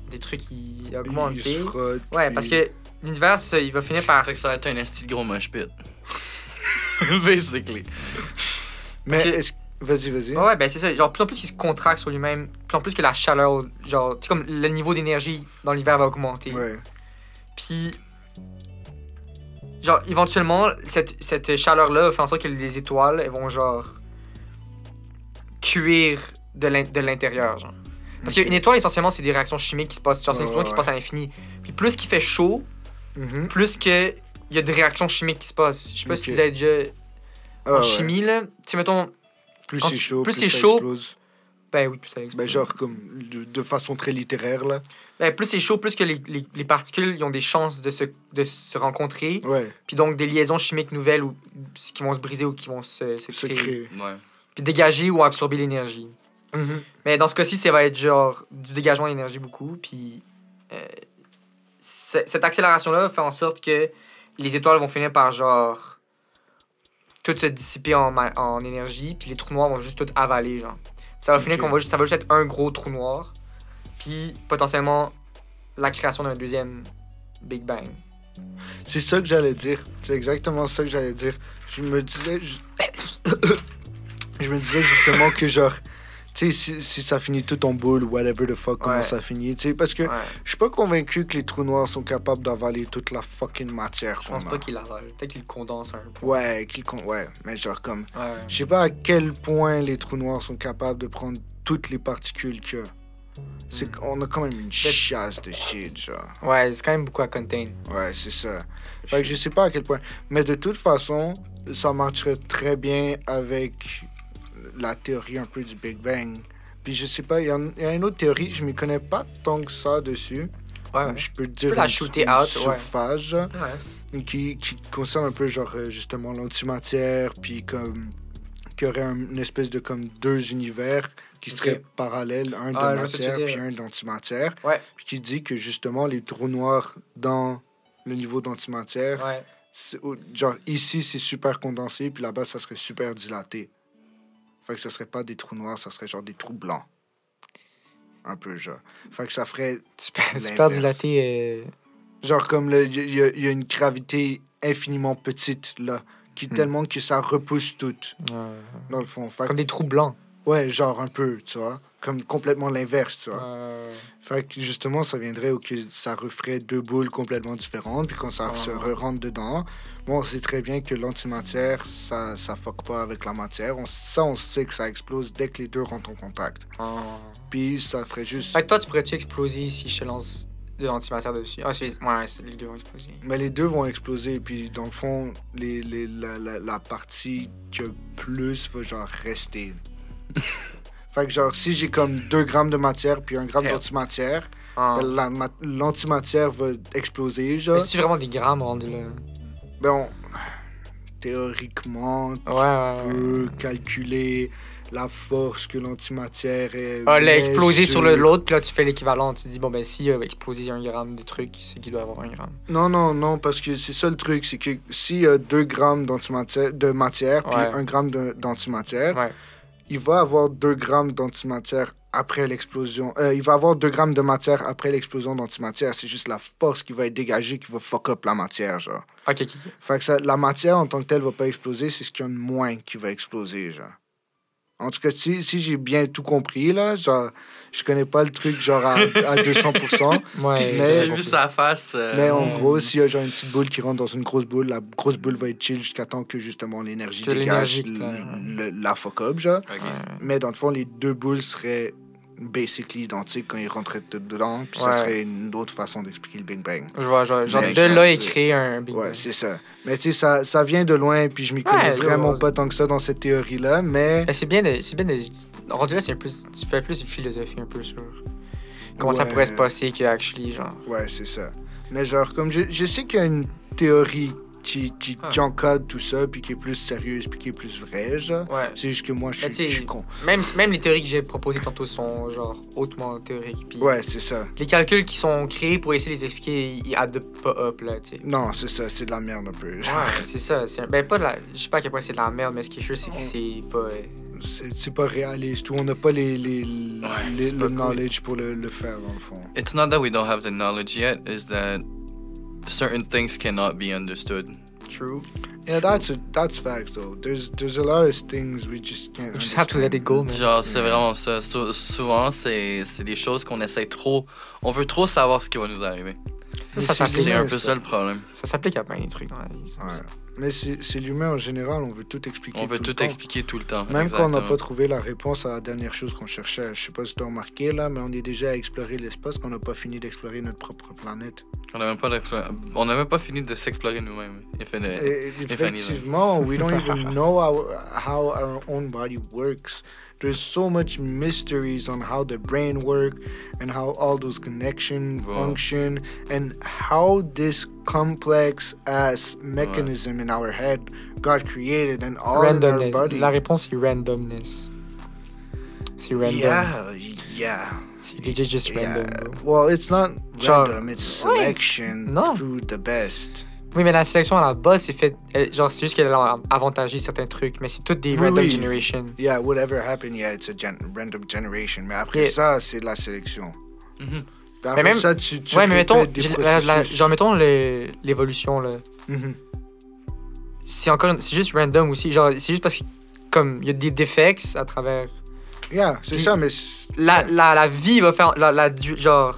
[SPEAKER 3] des trucs ils
[SPEAKER 2] Puis
[SPEAKER 3] augmentent.
[SPEAKER 2] il
[SPEAKER 3] tu sais.
[SPEAKER 2] se frotte,
[SPEAKER 3] Ouais,
[SPEAKER 2] puis-
[SPEAKER 3] parce que l'univers, ça, il va finir par.
[SPEAKER 1] Ah, Fait que ça va être un esti de gros mosh pit. *laughs* Basically.
[SPEAKER 2] Mais
[SPEAKER 3] parce que-
[SPEAKER 2] est-ce- Vas-y, vas-y.
[SPEAKER 3] Ouais, ouais, ben c'est ça. Genre, plus en plus, il se contracte sur lui-même. Plus en plus que la chaleur, genre, tu sais, comme le niveau d'énergie dans l'univers va augmenter.
[SPEAKER 2] Ouais.
[SPEAKER 3] Puis. Genre, éventuellement, cette, cette chaleur-là va faire en sorte que les étoiles, elles vont, genre. cuire de l'in- de l'intérieur, genre. Parce
[SPEAKER 2] Ok.
[SPEAKER 3] qu'une étoile, essentiellement, c'est des réactions chimiques qui se passent. Genre, c'est une
[SPEAKER 2] Ouais,
[SPEAKER 3] explosion qui se
[SPEAKER 2] ouais,
[SPEAKER 3] passe à l'infini. Puis plus qu'il fait chaud,
[SPEAKER 2] Mhm.
[SPEAKER 3] plus que il y a des réactions chimiques qui se passent. Je sais pas
[SPEAKER 2] Ok.
[SPEAKER 3] si vous avez déjà.
[SPEAKER 2] Ah,
[SPEAKER 3] en
[SPEAKER 2] ouais.
[SPEAKER 3] chimie, là, tu sais, mettons.
[SPEAKER 2] Plus
[SPEAKER 3] quand
[SPEAKER 2] c'est
[SPEAKER 3] tu-
[SPEAKER 2] chaud,
[SPEAKER 3] plus
[SPEAKER 2] plus,
[SPEAKER 3] c'est
[SPEAKER 2] ça
[SPEAKER 3] chaud.
[SPEAKER 2] explose.
[SPEAKER 3] Ben oui, plus ça explose.
[SPEAKER 2] Ben, genre, comme de, de façon très littéraire, là.
[SPEAKER 3] Ben, plus c'est chaud, plus que les, les- les particules ils ont des chances de se, de se rencontrer.
[SPEAKER 2] Ouais,
[SPEAKER 3] Puis donc des liaisons chimiques nouvelles ou, qui vont se briser ou qui vont se, se
[SPEAKER 2] se
[SPEAKER 3] créer.
[SPEAKER 2] créer.
[SPEAKER 1] Ouais.
[SPEAKER 3] Puis dégager ou absorber l'énergie.
[SPEAKER 2] Mhm.
[SPEAKER 3] Mais dans ce cas-ci, ça va être genre du dégagement d'énergie beaucoup. Puis euh, ce- cette accélération-là va faire en sorte que les étoiles vont finir par genre tout se dissiper en, ma- en énergie. Puis les trous noirs vont juste tout avaler. Genre. Ça va finir
[SPEAKER 2] Ok.
[SPEAKER 3] qu'on va juste, ça va juste être un gros trou noir. Puis potentiellement la création d'un deuxième Big Bang.
[SPEAKER 2] C'est ça que j'allais dire. C'est exactement ça que j'allais dire. Je me disais. Je, *coughs* je me disais justement que, genre. Tu sais, si, si ça finit tout en boule, whatever the fuck, comment
[SPEAKER 3] Ouais.
[SPEAKER 2] ça finit, tu sais, parce que
[SPEAKER 3] Ouais.
[SPEAKER 2] je suis pas convaincu que les trous noirs sont capables d'avaler toute la fucking matière
[SPEAKER 3] Je
[SPEAKER 2] qu'on
[SPEAKER 3] pense
[SPEAKER 2] a.
[SPEAKER 3] pas qu'il avale. Peut-être qu'il le condense à un point.
[SPEAKER 2] bah. Ouais, qu'ils con- ouais, mais genre comme,
[SPEAKER 3] Ouais.
[SPEAKER 2] je sais pas à quel point les trous noirs sont capables de prendre toutes les particules qu'il y a. C'est
[SPEAKER 3] Mm.
[SPEAKER 2] qu'on a quand même une chasse de shit, genre.
[SPEAKER 3] Ouais, c'est quand même beaucoup à contain.
[SPEAKER 2] Ouais, c'est ça. Fait que je sais pas à quel point. Mais de toute façon, ça marcherait très bien avec la théorie un peu du Big Bang. Puis je sais pas, il y, en- il y a une autre théorie, je m'y connais pas tant que ça dessus.
[SPEAKER 3] Ouais, ouais.
[SPEAKER 2] Je peux te dire
[SPEAKER 3] la
[SPEAKER 2] une-
[SPEAKER 3] shooter
[SPEAKER 2] une
[SPEAKER 3] out, ouais.
[SPEAKER 2] surface, genre, *laughs*
[SPEAKER 3] Ouais.
[SPEAKER 2] qui, qui concerne un peu genre euh, justement l'antimatière, puis comme qu'il y aurait un- une espèce de comme deux univers qui
[SPEAKER 3] Ok.
[SPEAKER 2] seraient parallèles, un de
[SPEAKER 3] Ah, je vois ce que tu
[SPEAKER 2] matière
[SPEAKER 3] veux
[SPEAKER 2] puis
[SPEAKER 3] dire.
[SPEAKER 2] un d'antimatière,
[SPEAKER 3] Ouais.
[SPEAKER 2] puis qui dit que justement les trous noirs dans le niveau d'antimatière
[SPEAKER 3] Ouais.
[SPEAKER 2] c'est- au- genre ici c'est super condensé puis là-bas ça serait super dilaté. Fait que ça serait pas des trous noirs, ça serait genre des trous blancs. Un peu genre. Fait que ça ferait
[SPEAKER 3] Super, super
[SPEAKER 2] L'inverse.
[SPEAKER 3] dilaté. euh,
[SPEAKER 2] genre comme le- il y, a- il y a une gravité infiniment petite là qui
[SPEAKER 3] Hmm.
[SPEAKER 2] tellement que ça repousse tout
[SPEAKER 3] Ouais.
[SPEAKER 2] dans le fond. Fait que-
[SPEAKER 3] Comme des trous blancs.
[SPEAKER 2] ouais, genre un peu, tu vois, comme complètement l'inverse, tu vois.
[SPEAKER 3] Euh,
[SPEAKER 2] Fait que justement, ça viendrait ou que ça referait deux boules complètement différentes, puis quand ça
[SPEAKER 3] Ah.
[SPEAKER 2] se rentre dedans, bon, on sait très bien que l'antimatière, ça, ça fuck pas avec la matière. On, ça, on sait que ça explose dès que les deux rentrent en contact.
[SPEAKER 3] en-
[SPEAKER 2] Puis ça ferait juste.
[SPEAKER 3] Fait que toi, tu pourrais-tu exploser si je te lance de l'antimatière dessus Ah, c'est- ouais, c'est- les deux vont exploser.
[SPEAKER 2] Mais les deux vont exploser, puis dans le fond, les, les- la, la- la partie que plus va genre
[SPEAKER 3] *laughs*
[SPEAKER 2] rester. fait que genre, si j'ai comme 2 grammes de matière, puis 1 gramme
[SPEAKER 1] Yeah.
[SPEAKER 2] d'antimatière,
[SPEAKER 3] Ah.
[SPEAKER 2] ben, la ma- l'antimatière va exploser, genre.
[SPEAKER 3] Mais c'est vraiment des grammes rendus là.
[SPEAKER 2] Bon, théoriquement, tu
[SPEAKER 3] Ouais, ouais, ouais.
[SPEAKER 2] peux calculer la force que l'antimatière est.
[SPEAKER 3] Ah, là,
[SPEAKER 2] met
[SPEAKER 3] exploser sur le- l'autre, puis là, tu fais l'équivalent. Tu te dis, bon, ben, si euh, exploser un gramme de truc, c'est qu'il doit avoir un gramme.
[SPEAKER 2] Non, non, non, parce que c'est ça le truc, c'est que s'il y a 2 grammes d'antimatière, de matière, puis
[SPEAKER 3] Ouais.
[SPEAKER 2] 1 gramme de- d'antimatière,
[SPEAKER 3] Ouais.
[SPEAKER 2] il va avoir 2 grammes d'antimatière après l'explosion. Euh, il va avoir 2 grammes de matière après l'explosion d'antimatière. C'est juste la force qui va être dégagée qui va fuck up la matière, genre.
[SPEAKER 3] Ok, ok, ok.
[SPEAKER 2] Fait que ça- la matière en tant que telle va pas exploser, c'est ce qu'il y a de moins qui va exploser, genre. En tout cas, si, si j'ai bien tout compris, là, genre, je connais pas le truc, genre, à, à
[SPEAKER 3] *laughs*
[SPEAKER 2] 200%,
[SPEAKER 3] Ouais,
[SPEAKER 2] Mais-
[SPEAKER 3] j'ai
[SPEAKER 1] J'ai
[SPEAKER 2] on
[SPEAKER 1] vu
[SPEAKER 3] compris.
[SPEAKER 1] sa face. euh,
[SPEAKER 2] mais en
[SPEAKER 3] Ouais.
[SPEAKER 2] gros, s'il y a genre une petite boule qui rentre dans une grosse boule, la grosse boule va être chill jusqu'à temps que, justement, l'énergie
[SPEAKER 3] Que
[SPEAKER 2] dégage
[SPEAKER 3] l'énergie te plonge,
[SPEAKER 2] le- la fuck up, genre.
[SPEAKER 1] ok.
[SPEAKER 2] Mais dans le fond, les deux boules seraient basically identiques quand ils rentraient de- dedans, puis ça
[SPEAKER 3] Ouais.
[SPEAKER 2] serait une autre façon d'expliquer le Big Bang.
[SPEAKER 3] Je vois, je vois. Genre,
[SPEAKER 1] Mais
[SPEAKER 3] de là,
[SPEAKER 1] ça,
[SPEAKER 3] il
[SPEAKER 1] c'est-
[SPEAKER 3] crée un Big
[SPEAKER 2] Ouais,
[SPEAKER 3] Bang.
[SPEAKER 2] c'est ça. Mais tu sais, ça, ça vient de loin, puis je m'y connais
[SPEAKER 3] Ouais, là,
[SPEAKER 2] vraiment
[SPEAKER 3] on-
[SPEAKER 2] pas tant que ça dans cette théorie-là, mais...
[SPEAKER 3] Ben, c'est bien de. C'est bien de. Rendu là, c'est un plus. Tu fais plus une philosophie un peu sur. Comment ça
[SPEAKER 2] Ouais.
[SPEAKER 3] pourrait se passer que, actually, genre.
[SPEAKER 2] Ouais, c'est ça. Mais genre, comme je, je sais qu'il y a une théorie qui, qui, qui
[SPEAKER 3] Ah.
[SPEAKER 2] encadre tout ça, puis qui est plus sérieuse, puis qui est plus vraie, genre.
[SPEAKER 3] Ouais.
[SPEAKER 2] C'est juste que moi, je
[SPEAKER 3] Mais
[SPEAKER 2] suis- je
[SPEAKER 3] tu sais-
[SPEAKER 2] suis con.
[SPEAKER 3] Même, même les théories que j'ai proposées tantôt sont, genre, hautement théoriques. Puis
[SPEAKER 2] Ouais, c'est ça.
[SPEAKER 3] Les calculs qui sont créés pour essayer de les expliquer, ils adoptent pas up, là,
[SPEAKER 2] *laughs*
[SPEAKER 3] tu sais.
[SPEAKER 2] Non, c'est ça, c'est de la merde un peu.
[SPEAKER 3] Ouais, c'est ça. c'est- Ben, pas de la... Je sais pas à quel point c'est de la merde, mais ce qui est sûr, c'est que c'est pas. euh,
[SPEAKER 2] C'est c'est pas réaliste, ou on n'a pas les, les, les-
[SPEAKER 1] Ouais,
[SPEAKER 2] les-
[SPEAKER 1] c'est
[SPEAKER 2] le
[SPEAKER 1] pas cool.
[SPEAKER 2] knowledge pour le, le faire, dans le fond.
[SPEAKER 1] It's not that we don't have the knowledge yet, it's that certain things cannot be understood.
[SPEAKER 3] True.
[SPEAKER 2] Yeah, that's, a, that's facts, though. There's, there's a lot of things we just can't
[SPEAKER 3] You just have to let it
[SPEAKER 2] understand.
[SPEAKER 3] go, man.
[SPEAKER 1] Genre, c'est vraiment ça. Sou- souvent, c'est c'est des choses qu'on essaie trop. On veut trop savoir ce qui va nous arriver.
[SPEAKER 3] Ça, ça
[SPEAKER 2] Mais
[SPEAKER 3] s'applique.
[SPEAKER 1] C'est un
[SPEAKER 2] bien,
[SPEAKER 1] peu
[SPEAKER 2] ça.
[SPEAKER 1] ça le problème.
[SPEAKER 3] Ça s'applique à plein des trucs dans la vie. ça.
[SPEAKER 2] Ouais. Mais c'est c'est l'humain en général, on veut tout expliquer.
[SPEAKER 1] On veut
[SPEAKER 2] le
[SPEAKER 1] tout
[SPEAKER 2] temps.
[SPEAKER 1] expliquer tout le temps.
[SPEAKER 2] Même quand on n'a
[SPEAKER 1] Exactement.
[SPEAKER 2] pas trouvé la réponse à la dernière chose qu'on cherchait. Je sais pas si tu as remarqué là, mais on est déjà à explorer l'espace qu'on n'a pas fini d'explorer notre propre planète.
[SPEAKER 1] On n'a même, pas l'explo- on n'a même pas fini de s'explorer nous-mêmes. If any-
[SPEAKER 2] Et- et
[SPEAKER 1] if anything.
[SPEAKER 2] effectivement, we don't
[SPEAKER 1] *laughs*
[SPEAKER 2] even know how, how our own body works. There's so much mysteries on how the brain work and how all those connection
[SPEAKER 1] Wow.
[SPEAKER 2] function and how this complex ass mechanism in our head got created and all in our
[SPEAKER 3] Randomness.
[SPEAKER 2] body.
[SPEAKER 3] La réponse, c'est randomness. C'est random.
[SPEAKER 2] Yeah, yeah.
[SPEAKER 3] C'est legit just random, bro.
[SPEAKER 2] Well, it's not
[SPEAKER 3] Genre-
[SPEAKER 2] random, it's selection
[SPEAKER 3] Non.
[SPEAKER 2] through the best.
[SPEAKER 3] Oui, mais la sélection à la base, c'est fait. elle- Genre, c'est juste qu'elle a avantagé certains trucs, mais c'est toutes des
[SPEAKER 2] Oui,
[SPEAKER 3] random
[SPEAKER 2] oui.
[SPEAKER 3] generation.
[SPEAKER 2] Yeah, whatever happened, yeah, it's a gen- random generation. Mais après
[SPEAKER 3] Yeah.
[SPEAKER 2] ça, c'est de la sélection.
[SPEAKER 1] Mhm.
[SPEAKER 2] Puis Après
[SPEAKER 3] même-
[SPEAKER 2] ça, tu, tu
[SPEAKER 3] ouais, mais mettons,
[SPEAKER 2] répètes des
[SPEAKER 3] j'ai- euh, la- la-
[SPEAKER 2] processus.
[SPEAKER 3] genre, mettons le- l'évolution, là.
[SPEAKER 2] Mhm.
[SPEAKER 3] C'est encore. une- C'est juste random aussi. Genre, c'est juste parce que. Comme, il y a des defects à travers.
[SPEAKER 2] Yeah, c'est
[SPEAKER 3] Puis-
[SPEAKER 2] ça, mais... c'est-
[SPEAKER 3] La, la, la vie va faire. La, la, du- genre.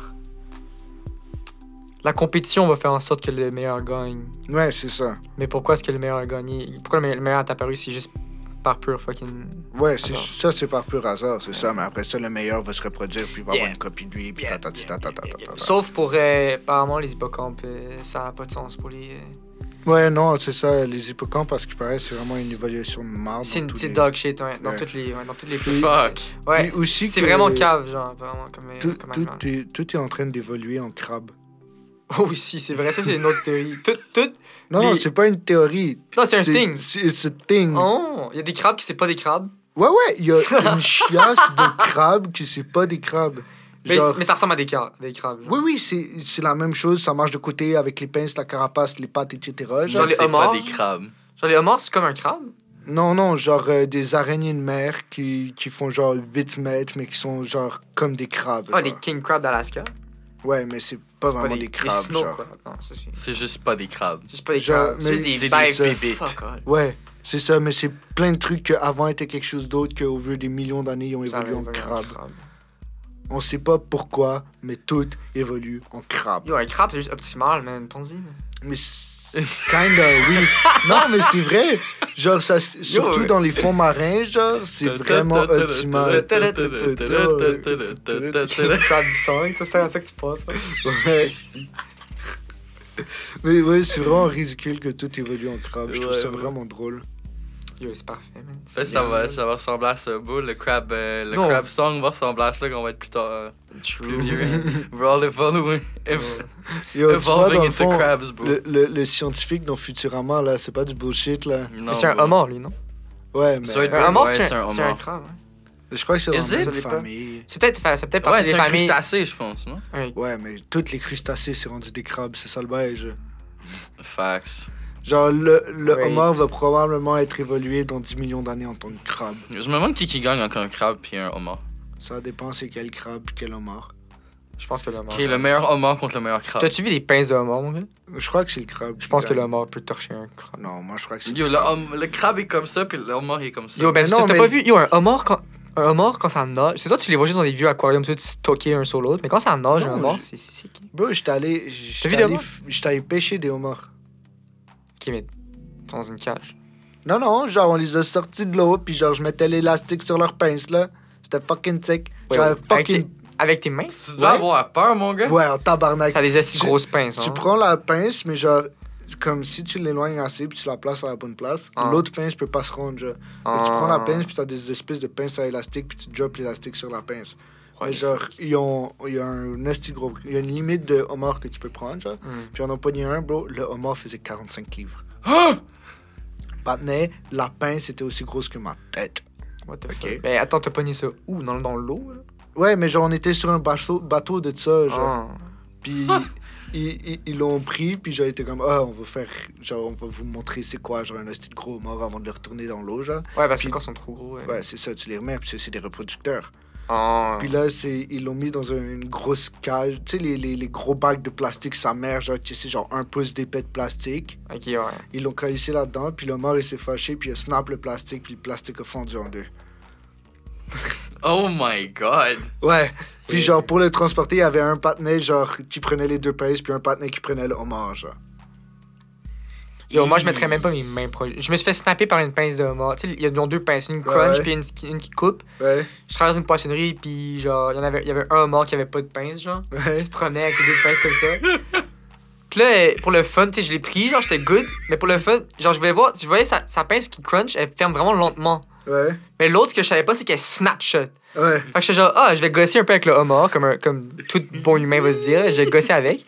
[SPEAKER 3] La compétition va faire en sorte que le meilleur gagne.
[SPEAKER 2] Ouais, c'est ça.
[SPEAKER 3] Mais pourquoi est-ce que le meilleur a gagné Pourquoi le me- le meilleur est apparu C'est juste par pur fucking.
[SPEAKER 2] Ouais, c'est-
[SPEAKER 3] Hasard.
[SPEAKER 2] ça, c'est par pur hasard, c'est ça. Mais après ça, le meilleur va se reproduire, puis il va avoir
[SPEAKER 3] Yeah.
[SPEAKER 2] une copie de lui, puis
[SPEAKER 3] Yeah,
[SPEAKER 2] tatati tatata tatata.
[SPEAKER 3] Sauf pour euh, apparemment les hippocampes, euh, ça n'a pas de sens pour les. euh,
[SPEAKER 2] Ouais, non, c'est ça, les hippocampes, parce qu'il paraît, c'est vraiment une évaluation de marde.
[SPEAKER 3] C'est
[SPEAKER 2] dans
[SPEAKER 3] une
[SPEAKER 2] tous
[SPEAKER 3] petite
[SPEAKER 2] les-
[SPEAKER 3] dog shit ouais, dans
[SPEAKER 2] Ouais.
[SPEAKER 3] toutes les ouais, dans toutes les
[SPEAKER 1] Fuck.
[SPEAKER 3] Ouais.
[SPEAKER 2] Puis aussi
[SPEAKER 3] C'est
[SPEAKER 2] que
[SPEAKER 3] vraiment cave genre apparemment comme euh,
[SPEAKER 2] Tout,
[SPEAKER 3] comme
[SPEAKER 2] tout,
[SPEAKER 3] animal.
[SPEAKER 2] est, tout est en train d'évoluer en crabe.
[SPEAKER 3] Oh oui, si, c'est vrai, ça c'est une autre théorie. Tout tout
[SPEAKER 2] Non,
[SPEAKER 3] Les-
[SPEAKER 2] non, c'est pas une théorie.
[SPEAKER 3] Non, c'est un thing.
[SPEAKER 2] C'est it's a thing.
[SPEAKER 3] Oh, il y a des crabes qui c'est pas des crabes.
[SPEAKER 2] Ouais, ouais, il y a une chiasse de crabes qui c'est pas des crabes.
[SPEAKER 3] Mais,
[SPEAKER 2] Genre,
[SPEAKER 3] mais ça ressemble à des crabes, des crabes. Genre,
[SPEAKER 2] oui, oui, c'est c'est la même chose. Ça marche de côté avec les pinces, la carapace, les pattes, etc. Genre,
[SPEAKER 3] Genre les
[SPEAKER 1] C'est
[SPEAKER 3] homards.
[SPEAKER 1] pas des crabes.
[SPEAKER 3] Genre, les homards, c'est comme un crabe.
[SPEAKER 2] Non, non, genre euh, des araignées de mer qui, qui font genre 8 mètres, mais qui sont genre comme des crabes.
[SPEAKER 3] Ah,
[SPEAKER 2] genre.
[SPEAKER 3] les king crabs d'alaska.
[SPEAKER 2] Ouais, mais c'est pas
[SPEAKER 3] C'est
[SPEAKER 2] vraiment
[SPEAKER 3] pas
[SPEAKER 2] des, crabes.
[SPEAKER 3] snow,
[SPEAKER 2] genre.
[SPEAKER 3] quoi. Non, ça, c'est c'est
[SPEAKER 1] C'est juste pas des crabes.
[SPEAKER 3] juste pas des
[SPEAKER 2] Genre,
[SPEAKER 3] crabes, c'est
[SPEAKER 2] mais
[SPEAKER 3] juste des
[SPEAKER 1] c'est
[SPEAKER 3] bites.
[SPEAKER 1] des
[SPEAKER 3] bites.
[SPEAKER 1] bites.
[SPEAKER 3] Fuck, all.
[SPEAKER 2] Ouais, c'est ça, mais c'est plein de trucs qui avant étaient quelque chose d'autre qu'au vu des millions d'années, ils ont
[SPEAKER 3] Ça
[SPEAKER 2] évolué en
[SPEAKER 3] arrive, un
[SPEAKER 2] crabe. On sait pas pourquoi, mais tout évolue en crabe.
[SPEAKER 3] Yo, un crabe, c'est juste optimal, man. Pense-y. là.
[SPEAKER 2] Mais c'est- kinda,
[SPEAKER 1] *laughs*
[SPEAKER 2] oui. Non, mais c'est vrai. Genre, ça, s- surtout
[SPEAKER 3] ouais.
[SPEAKER 2] dans les fonds marins, genre, c'est vraiment optimal.
[SPEAKER 3] Le crabe du sang, ça, c'est à ça que tu penses.
[SPEAKER 1] *laughs*
[SPEAKER 3] hein.
[SPEAKER 2] Ouais. Mais ouais, c'est vraiment ridicule que tout évolue en crabe. Je trouve
[SPEAKER 1] Ouais,
[SPEAKER 2] ça
[SPEAKER 1] ouais. *laughs*
[SPEAKER 2] vraiment drôle.
[SPEAKER 3] Yo, c'est parfait, man.
[SPEAKER 1] Ouais, Ça va, ça va ressembler à ce bout. Le crab, euh, le
[SPEAKER 3] Non.
[SPEAKER 1] crab song va ressembler à ça qu'on va être plus tard. euh,
[SPEAKER 3] True.
[SPEAKER 1] plus vieux. hein.
[SPEAKER 3] *laughs*
[SPEAKER 1] We're all evolving,
[SPEAKER 3] Ouais.
[SPEAKER 1] ev-
[SPEAKER 2] Yo, tu vois,
[SPEAKER 1] evolving
[SPEAKER 2] dans le
[SPEAKER 1] into
[SPEAKER 2] fond,
[SPEAKER 1] crabs, bro.
[SPEAKER 2] le, le- le scientifique dans Futurama, là, c'est pas du bullshit, là.
[SPEAKER 1] Non,
[SPEAKER 3] Mais c'est un
[SPEAKER 1] bro.
[SPEAKER 3] homard, lui, non
[SPEAKER 2] Ouais, mais
[SPEAKER 1] Ça va être-
[SPEAKER 3] Un homard,
[SPEAKER 1] Ouais,
[SPEAKER 3] c'est
[SPEAKER 1] c'est
[SPEAKER 3] un
[SPEAKER 1] un
[SPEAKER 3] c'est un
[SPEAKER 1] homard.
[SPEAKER 3] crabe. hein.
[SPEAKER 2] je crois que c'est
[SPEAKER 1] Is
[SPEAKER 2] dans la
[SPEAKER 1] it?
[SPEAKER 2] même
[SPEAKER 3] Je l'ai pas.
[SPEAKER 2] famille.
[SPEAKER 3] C'est peut-être ça fait peut-être
[SPEAKER 1] Ouais,
[SPEAKER 3] partie des
[SPEAKER 1] c'est un
[SPEAKER 3] familles.
[SPEAKER 1] crustacé, je pense, non?
[SPEAKER 2] Ouais, mais toutes les crustacés, c'est rendu des crabes. C'est ça le bail. je-
[SPEAKER 1] Facts.
[SPEAKER 2] Genre, le, le
[SPEAKER 3] Right.
[SPEAKER 2] homard va probablement être évolué dans 10 millions d'années en tant que crabe.
[SPEAKER 1] Je me demande qui qui gagne entre un crabe puis un homard.
[SPEAKER 2] Ça dépend c'est quel crabe puis quel homard.
[SPEAKER 3] Je pense que le mort.
[SPEAKER 1] Ok, le meilleur homard contre le meilleur crabe.
[SPEAKER 3] T'as-tu vu les pinces de mort, mon gars?
[SPEAKER 2] Je crois que c'est le crabe.
[SPEAKER 3] Je
[SPEAKER 2] qui
[SPEAKER 3] pense que
[SPEAKER 2] gagne.
[SPEAKER 3] le mort peut torcher un crabe.
[SPEAKER 2] Non, moi je crois que c'est.
[SPEAKER 1] Yo, le, hom- le crabe est comme ça, puis le homard est comme ça.
[SPEAKER 3] Yo, ben
[SPEAKER 2] Mais
[SPEAKER 3] ça,
[SPEAKER 2] non,
[SPEAKER 3] t'as
[SPEAKER 2] mais-
[SPEAKER 3] pas vu. Yo, un homard quand. Un homard, quand ça nage, c'est toi tu les vois juste dans des vieux aquariums, tout stockés un sur l'autre, mais quand ça nage,
[SPEAKER 2] Non,
[SPEAKER 3] un homard,
[SPEAKER 2] je-
[SPEAKER 3] c'est c'est- c'est qui
[SPEAKER 2] Bro, j'étais allé. J'étais
[SPEAKER 3] vu des
[SPEAKER 2] allé,
[SPEAKER 3] homards?
[SPEAKER 2] j'étais allé pêcher des homards.
[SPEAKER 3] Qui met dans une cage.
[SPEAKER 2] Non, non, genre on les a sortis de l'eau, puis genre je mettais l'élastique sur leurs pinces là. C'était fucking sick.
[SPEAKER 3] Ouais,
[SPEAKER 2] J'avais
[SPEAKER 3] ouais.
[SPEAKER 2] fucking.
[SPEAKER 3] Avec tes mains,
[SPEAKER 1] Tu dois
[SPEAKER 2] Ouais.
[SPEAKER 1] avoir peur, mon gars.
[SPEAKER 2] Ouais, en tabarnak.
[SPEAKER 3] t'as des assez
[SPEAKER 2] Tu-
[SPEAKER 3] grosses pinces.
[SPEAKER 2] Tu
[SPEAKER 3] hein.
[SPEAKER 2] prends la pince, mais genre, comme si tu l'éloignes assez puis tu la places à la bonne place,
[SPEAKER 3] Ah.
[SPEAKER 2] l'autre pince peut pas se rendre. Genre. Fait que Tu prends la
[SPEAKER 3] Ah.
[SPEAKER 2] pince puis t'as des espèces de pinces à élastique puis tu drops l'élastique sur la pince.
[SPEAKER 1] Ouais,
[SPEAKER 2] Mais genre, ils ont, il y a un esti gros, il y a une limite de homard que tu peux prendre, genre.
[SPEAKER 3] Hmm.
[SPEAKER 2] Puis on en a pogné un, bro, le homard faisait 45 livres.
[SPEAKER 1] Ah!
[SPEAKER 2] Patnais, la pince était aussi grosse que ma tête.
[SPEAKER 3] What the
[SPEAKER 2] Ok.
[SPEAKER 3] fuck? Mais attends, t'as pogné ça où Dans, dans l'eau là?
[SPEAKER 2] Ouais, mais genre, on était sur un bateau, bateau de ça, genre.
[SPEAKER 3] Ah. *laughs*
[SPEAKER 2] Puis ils ils- ils l'ont pris, puis genre, ils étaient comme, ah, on va faire, genre, on va vous montrer c'est quoi, genre, un hostie de gros mort avant de le retourner dans l'eau, genre.
[SPEAKER 3] Ouais, parce que
[SPEAKER 2] Puis-
[SPEAKER 3] quand ils sont trop gros. Ouais.
[SPEAKER 2] Ouais, c'est ça, tu les remets, puis c'est- c'est des reproducteurs.
[SPEAKER 3] Ah.
[SPEAKER 2] Puis là, c'est- ils l'ont mis dans un- une grosse cage, tu sais, les, les, les gros bacs de plastique, sa mère, genre, tu sais, c'est genre un pouce d'épais de plastique.
[SPEAKER 3] Ok, ouais.
[SPEAKER 2] Ils l'ont calissé là-dedans, puis le mort, il s'est fâché, puis il a snap le plastique, puis le plastique a fondu en deux.
[SPEAKER 1] Oh my god.
[SPEAKER 2] Ouais. Puis
[SPEAKER 3] Et-
[SPEAKER 2] genre, pour le transporter, il y avait un patinet, genre, qui prenait les deux pinces, puis un patinet qui prenait le homard, genre.
[SPEAKER 3] Yo, moi, je mettrais même pas mes mains proches. Je me suis fait snapper par une pince de mort. Tu sais, ils ont deux pinces, une crunch
[SPEAKER 2] ouais.
[SPEAKER 3] puis une, qui- une qui coupe.
[SPEAKER 2] Ouais,
[SPEAKER 3] Je traverse une poissonnerie, puis genre, il y, en avait, il y avait un mort qui avait pas de pince, genre.
[SPEAKER 2] ouais.
[SPEAKER 3] Il se promenait avec ses deux pinces comme ça. Puis là, euh, pour le fun, tu sais, je l'ai pris, genre, j'étais good. Mais pour le fun, genre, je voulais voir, je voyais sa, sa pince qui crunch, elle ferme vraiment lentement.
[SPEAKER 2] Ouais,
[SPEAKER 3] Mais l'autre, ce que je savais pas, c'est qu'elle snapshot.
[SPEAKER 2] ouais.
[SPEAKER 3] Fait que j'étais genre, ah, je vais gosser un peu avec le homard, comme, un- comme tout bon humain va se dire. Je vais gosser avec.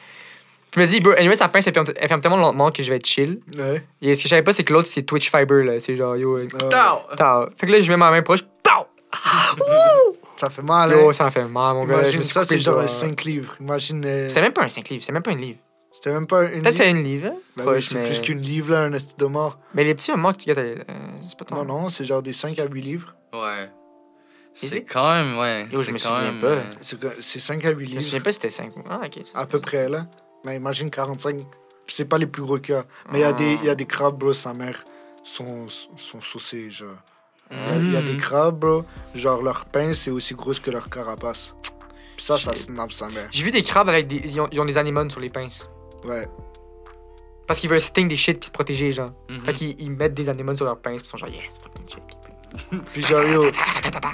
[SPEAKER 3] Puis je me dis, bro, anyway, sa pince, elle ferme, elle ferme tellement lentement que je vais être chill.
[SPEAKER 2] Ouais.
[SPEAKER 3] Et ce que je savais pas, c'est que l'autre, c'est Twitch Fiber, là. C'est genre, yo, euh,
[SPEAKER 2] Euh,
[SPEAKER 1] Tao.
[SPEAKER 3] tao. Fait que là, je mets ma main proche, tao!
[SPEAKER 2] ça fait mal, hein?
[SPEAKER 3] Yo, ça en fait mal, mon gars. là, je
[SPEAKER 2] Imagine
[SPEAKER 3] me suis
[SPEAKER 2] ça,
[SPEAKER 3] coupé
[SPEAKER 2] c'est
[SPEAKER 3] le
[SPEAKER 2] genre
[SPEAKER 3] doigt.
[SPEAKER 2] un 5 livres. Imagine. euh,
[SPEAKER 3] C'était même pas un 5 livres, c'était même pas une livre.
[SPEAKER 2] C'était même pas une.
[SPEAKER 3] Peut-être
[SPEAKER 2] livre.
[SPEAKER 3] c'est une livre, hein,
[SPEAKER 2] Ben oui,
[SPEAKER 3] proche,
[SPEAKER 2] c'est
[SPEAKER 3] mais...
[SPEAKER 2] plus qu'une livre, là, un esti de mort.
[SPEAKER 3] Mais les petits moments que tu gâtes, euh, c'est pas
[SPEAKER 2] Non,
[SPEAKER 3] ton.
[SPEAKER 2] non, c'est genre des 5 à 8 livres.
[SPEAKER 1] Ouais.
[SPEAKER 3] Is
[SPEAKER 1] C'est
[SPEAKER 3] it?
[SPEAKER 1] quand même, ouais.
[SPEAKER 3] Yo, je
[SPEAKER 1] c'est
[SPEAKER 3] me
[SPEAKER 1] quand
[SPEAKER 3] souviens
[SPEAKER 1] même,
[SPEAKER 3] pas.
[SPEAKER 1] euh,
[SPEAKER 2] C'est que- C'est 5 à 8
[SPEAKER 3] Je me
[SPEAKER 2] livres.
[SPEAKER 3] souviens pas si c'était 5. Ah, ok. c'est-
[SPEAKER 2] À peu près, là. Mais imagine 45. C'est pas les plus gros cas. Mais il y, a des-
[SPEAKER 3] Ah.
[SPEAKER 2] il y a des crabes, bro, sa mère, sont, sont saucés, genre. Il y a- il y, a
[SPEAKER 1] Mm-hmm.
[SPEAKER 3] Mm.
[SPEAKER 2] des crabes, bro, genre leur pain, c'est aussi grosse que leur carapace. Puis ça, ça
[SPEAKER 3] Shit.
[SPEAKER 2] snap sa mère.
[SPEAKER 3] J'ai vu des crabes avec des. Ils ont, ils ont des anémones sur les pinces.
[SPEAKER 2] Ouais.
[SPEAKER 3] Parce qu'ils veulent sting des shit puis se protéger, genre.
[SPEAKER 1] mhm.
[SPEAKER 3] Fait qu'ils ils mettent des anémones sur leurs pinces puis ils sont genre, yes, fucking shit.
[SPEAKER 2] Puis genre, yo,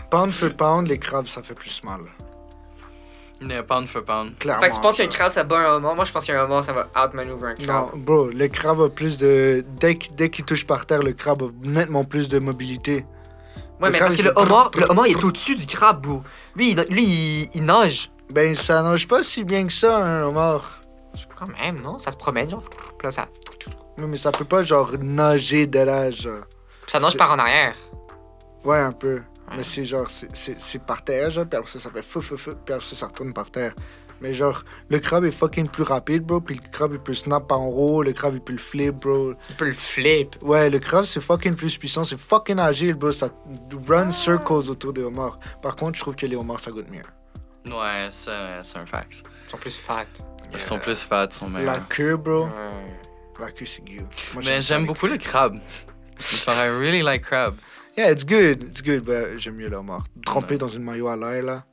[SPEAKER 2] pound for pound, les crabes, ça fait plus mal.
[SPEAKER 1] Mais Pound for pound.
[SPEAKER 2] Clairement.
[SPEAKER 3] Fait que tu penses
[SPEAKER 2] ça.
[SPEAKER 3] qu'un crabe ça bat un homard Moi, je pense qu'un homard ça va outmaneuver un crabe.
[SPEAKER 2] Non, bro, le crabe a plus de. Dès, qu'- dès qu'il touche par terre, le crabe a nettement plus de mobilité.
[SPEAKER 3] Ouais,
[SPEAKER 2] Le
[SPEAKER 3] mais
[SPEAKER 2] crabe,
[SPEAKER 3] parce que
[SPEAKER 2] il
[SPEAKER 3] le
[SPEAKER 2] fait
[SPEAKER 3] homard,
[SPEAKER 2] brrr,
[SPEAKER 3] le homard, il est au-dessus du crabe, bro. Lui, il, lui, il, il nage.
[SPEAKER 2] Ben, ça nage pas si bien que ça, un homard.
[SPEAKER 3] Quand même, non? Ça se promène, genre. Puis là, ça,
[SPEAKER 2] Oui, mais ça peut pas, genre, nager de l'âge.
[SPEAKER 3] ça nage
[SPEAKER 2] C'est-
[SPEAKER 3] par en arrière.
[SPEAKER 2] Ouais, un peu.
[SPEAKER 3] Ouais.
[SPEAKER 2] Mais c'est genre, c'est- c'est c'est par terre, genre, puis après ça, ça fait fou, fou, fou, puis après ça, ça retourne par terre. Mais genre, le crabe est fucking plus rapide, bro, puis le crabe, il peut snap par en haut, le crabe, il peut le flip, bro.
[SPEAKER 3] Il peut le flip.
[SPEAKER 2] Ouais, le crabe, c'est fucking plus puissant, c'est fucking agile, bro, ça
[SPEAKER 3] Ah.
[SPEAKER 2] run circles autour des homards. Par contre, je trouve que les homards, ça goûte mieux.
[SPEAKER 1] Ouais, ça, c'est un fax.
[SPEAKER 3] Ils sont plus fat. Euh,
[SPEAKER 1] Ils sont plus fat, ils sont
[SPEAKER 2] La
[SPEAKER 1] meilleurs.
[SPEAKER 2] queue, bro,
[SPEAKER 3] Ouais.
[SPEAKER 2] la queue, c'est good. Moi,
[SPEAKER 1] Mais
[SPEAKER 2] ça,
[SPEAKER 1] j'aime
[SPEAKER 2] les-
[SPEAKER 1] beaucoup le crabe. Genre, I really like crab.
[SPEAKER 2] Yeah, it's good, it's good, but j'aime mieux le homard. Trempé
[SPEAKER 1] Ouais.
[SPEAKER 2] dans une maillot à l'ail, là.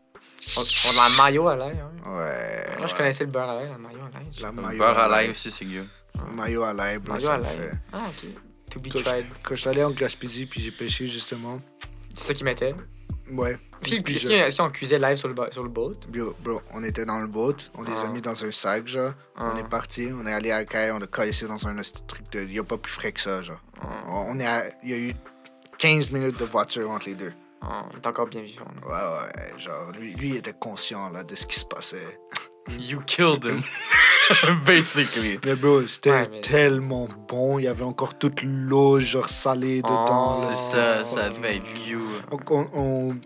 [SPEAKER 3] On, on a la maillot à l'ail. hein.
[SPEAKER 2] Ouais.
[SPEAKER 3] Moi, je
[SPEAKER 1] Ouais.
[SPEAKER 3] connaissais le beurre à l'ail, la maillot à l'ail.
[SPEAKER 2] La
[SPEAKER 1] Le
[SPEAKER 2] maillot
[SPEAKER 1] beurre à l'ail aussi, c'est good.
[SPEAKER 2] Maillot à l'ail, bro,
[SPEAKER 3] Maillot
[SPEAKER 2] ça
[SPEAKER 3] à
[SPEAKER 2] me
[SPEAKER 3] l'ail.
[SPEAKER 2] fait.
[SPEAKER 3] Ah, ok. To be
[SPEAKER 2] Touche.
[SPEAKER 3] tried.
[SPEAKER 2] Quand je suis allé en Gaspésie, puis j'ai pêché justement.
[SPEAKER 3] C'est ça qu'ils mettaient.
[SPEAKER 2] Ouais.
[SPEAKER 3] Est-ce qu'ils-
[SPEAKER 2] Puis
[SPEAKER 3] est-ce
[SPEAKER 2] je-
[SPEAKER 3] qu'ils est-ce qu'ils en cuisaient live sur le, bo- sur le boat?
[SPEAKER 2] Bro, bro, on était dans le boat, on les a
[SPEAKER 3] Ah.
[SPEAKER 2] mis dans un sac, genre. On
[SPEAKER 3] Ah,
[SPEAKER 2] est parti, on est allé à la caille, on a caillé dans un esti de truc de. Y a pas plus frais que ça, genre.
[SPEAKER 3] ah,
[SPEAKER 2] On on est à- Il y a eu 15 minutes de voiture entre les deux.
[SPEAKER 3] ah, Il est encore bien vivant. là.
[SPEAKER 2] Ouais, ouais, genre, lui, lui il était conscient, là, de ce qui se passait.
[SPEAKER 1] You killed him. *laughs* Basically.
[SPEAKER 2] Mais bro, c'était
[SPEAKER 3] Ouais, mais-
[SPEAKER 2] tellement bon, il y avait encore toute l'eau, genre, salée dedans.
[SPEAKER 3] Oh.
[SPEAKER 2] là.
[SPEAKER 1] C'est ça, ça devait être you.
[SPEAKER 2] Donc, on, on-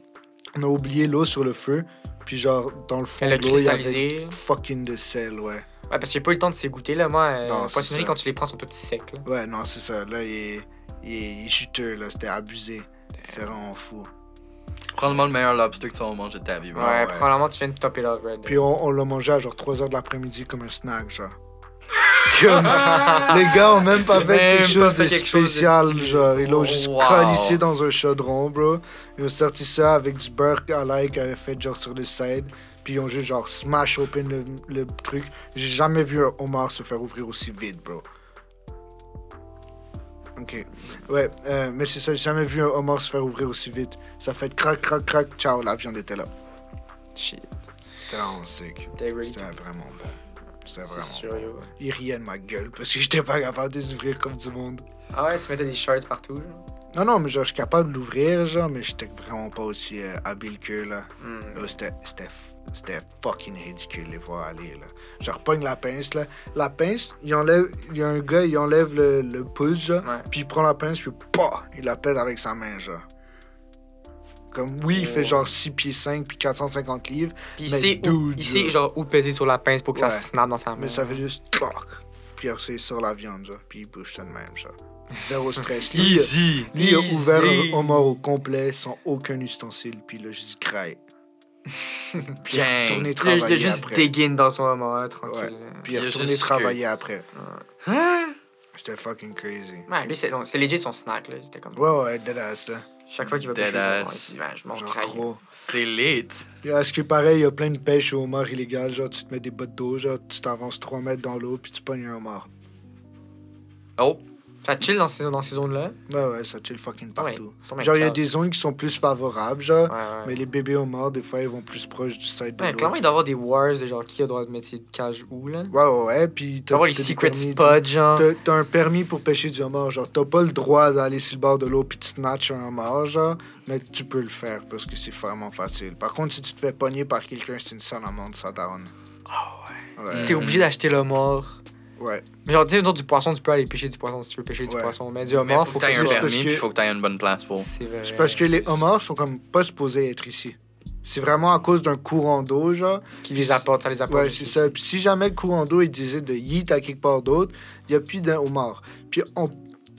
[SPEAKER 2] on a oublié l'eau sur le feu, puis genre, dans le fond,
[SPEAKER 3] Elle a
[SPEAKER 2] de l'eau, il y avait
[SPEAKER 3] cristallisé.
[SPEAKER 2] fucking de sel, ouais.
[SPEAKER 3] Ouais, parce qu'il n'y a pas eu le temps de s'égoutter, là. Moi, euh,
[SPEAKER 2] Non, c'est
[SPEAKER 3] poissonnerie,
[SPEAKER 2] ça.
[SPEAKER 3] quand tu les prends, ils sont tout petits secs, là.
[SPEAKER 2] Ouais, non, c'est ça. Là, il est, il est- il est chuteux, là. C'était abusé. C'était vraiment fou.
[SPEAKER 1] Probablement le meilleur lobster que tu vas manger de ta vie,
[SPEAKER 3] Ouais,
[SPEAKER 1] bro. *laughs*
[SPEAKER 2] ouais. *laughs*
[SPEAKER 3] probablement, tu viens de topper là, Red.
[SPEAKER 2] Puis on, on l'a mangé à genre 3h de l'après-midi comme un snack, genre. Comme- les gars ont même pas fait
[SPEAKER 3] Ah. Même
[SPEAKER 2] quelque chose
[SPEAKER 3] pas
[SPEAKER 2] de
[SPEAKER 3] fait quelque chose de
[SPEAKER 2] spécial,
[SPEAKER 3] stylé.
[SPEAKER 2] genre. Ils l'ont
[SPEAKER 1] Oh,
[SPEAKER 2] juste
[SPEAKER 1] wow.
[SPEAKER 2] collissé dans un chaudron, bro. Ils ont sorti ça avec du beurre à l'ail qu'ils avaient fait, genre, sur le side. Puis ils ont juste, genre, smash open le, le truc. J'ai jamais vu un homard se faire ouvrir aussi vite, bro. Ok. Ouais, euh, mais c'est ça, j'ai jamais vu un homard se faire ouvrir aussi vite. Ça fait crac, crac, crac, ciao, la viande était là.
[SPEAKER 3] Shit,
[SPEAKER 2] C'était vraiment sick.
[SPEAKER 3] t'es ready.
[SPEAKER 2] C'était vraiment bon. C'était
[SPEAKER 3] C'est
[SPEAKER 2] vraiment
[SPEAKER 3] sûr, yo. ouais.
[SPEAKER 2] il riait de ma gueule parce que j'étais pas capable de les ouvrir comme du monde.
[SPEAKER 3] Ah ouais, tu mettais des shirts partout, genre.
[SPEAKER 2] Non, non, mais genre, je suis capable de l'ouvrir, genre, mais j'étais vraiment pas aussi euh, habile que là.
[SPEAKER 3] Hmm.
[SPEAKER 2] Euh, C'était c'était f- c'était fucking ridicule les voir aller, là. Je repogne la pince, là. La pince, il enlève, il y a un gars, il enlève le, le pouce, genre,
[SPEAKER 3] Ouais.
[SPEAKER 2] puis il prend la pince, puis pas, il la pète avec sa main, genre. Comme, oui, il fait
[SPEAKER 3] Oh.
[SPEAKER 2] genre 6 pieds 5 puis 450 livres,
[SPEAKER 3] Puis il
[SPEAKER 2] Mais
[SPEAKER 3] sait, où,
[SPEAKER 2] dude,
[SPEAKER 3] il sait,
[SPEAKER 2] yo.
[SPEAKER 3] genre, où peser sur la pince pour que
[SPEAKER 2] Ouais.
[SPEAKER 3] ça snap dans sa main.
[SPEAKER 2] mais ça fait juste clock. Puis après, c'est sur la viande, genre, puis il bouge ça de même, genre. Zéro
[SPEAKER 3] *laughs*
[SPEAKER 2] stress. Lui, il a-
[SPEAKER 1] Easy!
[SPEAKER 2] Lui il a
[SPEAKER 3] Easy.
[SPEAKER 2] ouvert le homard au complet sans aucun ustensile, puis là, juste craille. Puis il est
[SPEAKER 1] Gang.
[SPEAKER 2] retourné
[SPEAKER 3] Il a- il a
[SPEAKER 2] travailler
[SPEAKER 3] juste
[SPEAKER 2] après.
[SPEAKER 3] dégaine dans son moment, là, tranquille.
[SPEAKER 2] Puis il est
[SPEAKER 1] Il a
[SPEAKER 2] retourné
[SPEAKER 1] juste
[SPEAKER 2] travailler après.
[SPEAKER 1] Hein?
[SPEAKER 2] C'était fucking crazy.
[SPEAKER 3] Ouais, lui, c'est non, c'est legit son snack, là. C'était comme.
[SPEAKER 2] Ouais, ouais, deadass, là.
[SPEAKER 3] Chaque fois qu'il va pêcher,
[SPEAKER 1] Deadass.
[SPEAKER 3] il se dit, Ouais, je m'en
[SPEAKER 2] Genre
[SPEAKER 3] trahi.
[SPEAKER 2] gros.
[SPEAKER 1] C'est lit.
[SPEAKER 2] Et à ce qui paraît, il y a plein de pêches au homard illégales. Genre, tu te mets des bottes d'eau, genre, tu t'avances 3 mètres dans l'eau, puis tu pognes un homard.
[SPEAKER 1] Oh,
[SPEAKER 3] Ça chill dans ces, dans ces zones-là.
[SPEAKER 2] Ouais, ouais, ça chill fucking
[SPEAKER 3] Ouais,
[SPEAKER 2] partout.
[SPEAKER 3] c'est tombé
[SPEAKER 2] Genre, il y a
[SPEAKER 3] clair.
[SPEAKER 2] des zones qui sont plus favorables, genre.
[SPEAKER 3] Ouais, ouais.
[SPEAKER 2] Mais les bébés homards, des fois, ils vont plus proche du side de
[SPEAKER 3] Ouais,
[SPEAKER 2] l'eau.
[SPEAKER 3] clairement, il doit y avoir des wars de genre qui a le droit de mettre ses cages où, là. Il
[SPEAKER 2] Ouais, ouais, ouais. Puis
[SPEAKER 3] doit y avoir les
[SPEAKER 2] t'as des
[SPEAKER 3] secret
[SPEAKER 2] permis,
[SPEAKER 3] spots, genre.
[SPEAKER 2] T'as t'as un permis pour pêcher du homard, genre t'as pas le droit d'aller sur le bord de l'eau puis de snatch un homard, genre, mais tu peux le faire parce que c'est vraiment facile. Par contre, si tu te fais pogner par quelqu'un, c'est une salamande, ça t'arronne.
[SPEAKER 3] Ah ouais.
[SPEAKER 2] Ouais.
[SPEAKER 3] T'es
[SPEAKER 1] Mm.
[SPEAKER 3] obligé d'acheter le mort.
[SPEAKER 2] Ouais.
[SPEAKER 3] Mais genre, tu sais, autour du poisson, tu peux aller pêcher du poisson si tu veux pêcher du
[SPEAKER 2] Ouais.
[SPEAKER 3] poisson. Mais du
[SPEAKER 1] mais
[SPEAKER 3] mort,
[SPEAKER 1] faut que
[SPEAKER 3] que
[SPEAKER 1] t'aies
[SPEAKER 2] ça
[SPEAKER 1] un
[SPEAKER 2] soit-
[SPEAKER 1] permis,
[SPEAKER 2] parce
[SPEAKER 1] puis
[SPEAKER 2] que-
[SPEAKER 1] faut que t'aies une bonne place pour.
[SPEAKER 3] C'est vrai.
[SPEAKER 2] C'est parce que les homards sont comme pas supposés être ici. C'est vraiment à cause d'un courant d'eau, genre.
[SPEAKER 3] Qui les apporte, ça les apporte.
[SPEAKER 2] Ouais, c'est ça. Puis si jamais le courant d'eau, il disait de yeet à quelque part d'autre, il y a plus d'un homard. Puis en,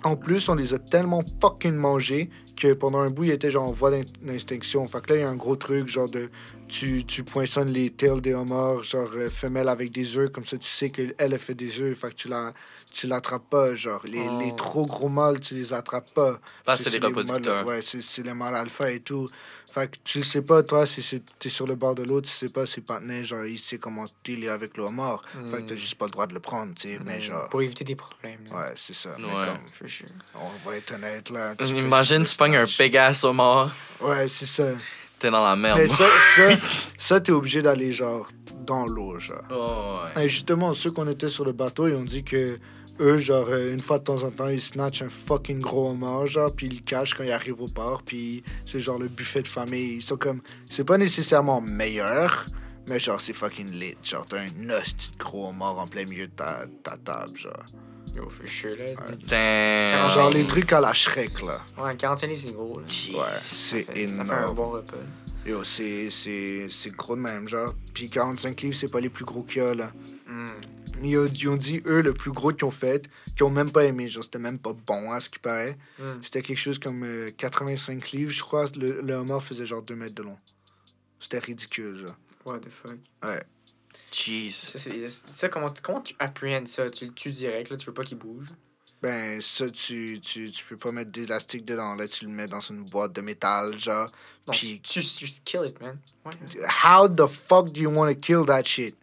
[SPEAKER 2] en plus, on les a tellement fucking mangés que pendant un bout, il était genre en voie d'in- d'extinction. Fait que là, il y a un gros truc, genre de. Tu, tu poinçonnes les tails des homards, genre euh, femelles avec des œufs, comme ça, tu sais qu'elle a fait des œufs, fait que tu la. Tu l'attrapes pas, genre. Les,
[SPEAKER 3] Oh.
[SPEAKER 2] les trop gros mâles, tu les attrapes pas.
[SPEAKER 1] Ça,
[SPEAKER 2] Parce que
[SPEAKER 1] c'est les
[SPEAKER 2] mâles-
[SPEAKER 1] reproducteurs.
[SPEAKER 2] Ouais, c'est c'est les mâles alpha et tout. Fait que tu le sais pas, toi, si c'est- t'es sur le bord de l'eau, tu sais pas si partenaire, genre, il sait comment il est avec le homard. Fait
[SPEAKER 1] Hmm.
[SPEAKER 2] que t'as juste pas le droit de le prendre, tu sais, mais genre...
[SPEAKER 3] Mm. Pour éviter des problèmes. là.
[SPEAKER 2] Ouais, c'est ça. mais
[SPEAKER 1] Ouais.
[SPEAKER 2] comme,
[SPEAKER 3] For sure.
[SPEAKER 2] on va être honnête, là. tu fais
[SPEAKER 1] Imagine,
[SPEAKER 2] juste
[SPEAKER 1] tu pognes un
[SPEAKER 2] snatch.
[SPEAKER 1] Pégase au mort,
[SPEAKER 2] Ouais, c'est ça.
[SPEAKER 1] t'es dans la merde.
[SPEAKER 2] Mais ça,
[SPEAKER 1] *laughs*
[SPEAKER 2] ça, ça t'es obligé d'aller, genre, dans l'eau, genre.
[SPEAKER 1] Oh, ouais.
[SPEAKER 2] Et justement, ceux qu'on était sur le bateau, ils ont dit que eux, genre, euh, une fois de temps en temps, ils snatchent un fucking gros homard, genre, puis ils le cachent quand ils arrivent au port, puis c'est genre le buffet de famille. Ils sont comme, c'est pas nécessairement meilleur, mais genre, c'est fucking lit. Genre, t'as un hostie de gros homard en plein milieu de ta, ta table, genre.
[SPEAKER 3] Yo, for sure, là.
[SPEAKER 1] Damn.
[SPEAKER 2] Genre, les trucs à la Shrek, là.
[SPEAKER 3] Ouais, 45 livres, c'est gros, là.
[SPEAKER 1] Jeez.
[SPEAKER 2] Ouais, c'est
[SPEAKER 3] Ça fait- Ça fait un
[SPEAKER 2] énorme.
[SPEAKER 3] bon repas.
[SPEAKER 2] Yo, c'est, c'est, c'est gros de même, genre. Puis 45 livres, c'est pas les plus gros qu'il y a, là.
[SPEAKER 3] Hmm.
[SPEAKER 2] Ils ont, ils ont dit, eux, le plus gros qu'ils ont fait, qu'ils ont même pas aimé. Genre, c'était même pas bon, à ce qui paraît.
[SPEAKER 3] Hmm.
[SPEAKER 2] C'était quelque chose comme euh, 85 livres, je crois. Le, le homard faisait genre 2 mètres de long. C'était ridicule, genre.
[SPEAKER 3] What the fuck?
[SPEAKER 1] Jeez.
[SPEAKER 3] Ça, c'est des- ça comment, comment tu appréhendes ça? Tu le tues direct, là, tu veux pas qu'il bouge.
[SPEAKER 2] Ben, ça, tu, tu, tu peux pas mettre d'élastique dedans. Là, tu le mets dans une boîte de métal, genre.
[SPEAKER 3] Non,
[SPEAKER 2] Puis-
[SPEAKER 3] tu, tu just kill it, man. Ouais.
[SPEAKER 2] How the fuck do you want to kill that shit?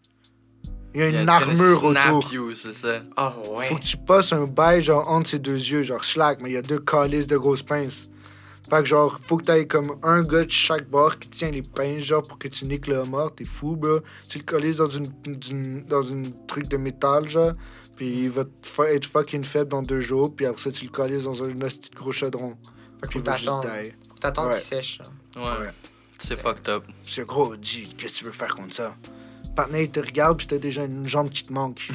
[SPEAKER 2] Il y a une armure autour.
[SPEAKER 1] you, c'est ça.
[SPEAKER 3] Ah ouais.
[SPEAKER 2] Faut que tu passes un bail, genre, entre ses deux yeux, genre, schlack, mais il y a deux calices de grosses pinces. Fait que, genre, faut que t'ailles comme un gars de chaque bord qui tient les pinces, genre, pour que tu niques le homard. T'es fou, bro. Tu le calices dans une, d'une- dans une truc de métal, genre, puis il va te fa- être fucking faible dans deux jours, puis après ça, tu le calices dans un hostie de gros chaudron.
[SPEAKER 3] Fait que
[SPEAKER 2] Puis
[SPEAKER 3] faut
[SPEAKER 2] il va juste
[SPEAKER 3] t'attendre.
[SPEAKER 2] die.
[SPEAKER 3] Faut que t'attendre
[SPEAKER 2] Ouais.
[SPEAKER 3] qu'il sèche. hein.
[SPEAKER 1] Ouais.
[SPEAKER 2] Ouais.
[SPEAKER 1] C'est fucked up.
[SPEAKER 2] C'est gros, dis, qu'est-ce que tu veux faire contre ça? Partner, il te regarde, puis t'as déjà une jambe qui te
[SPEAKER 3] *laughs*
[SPEAKER 2] manque.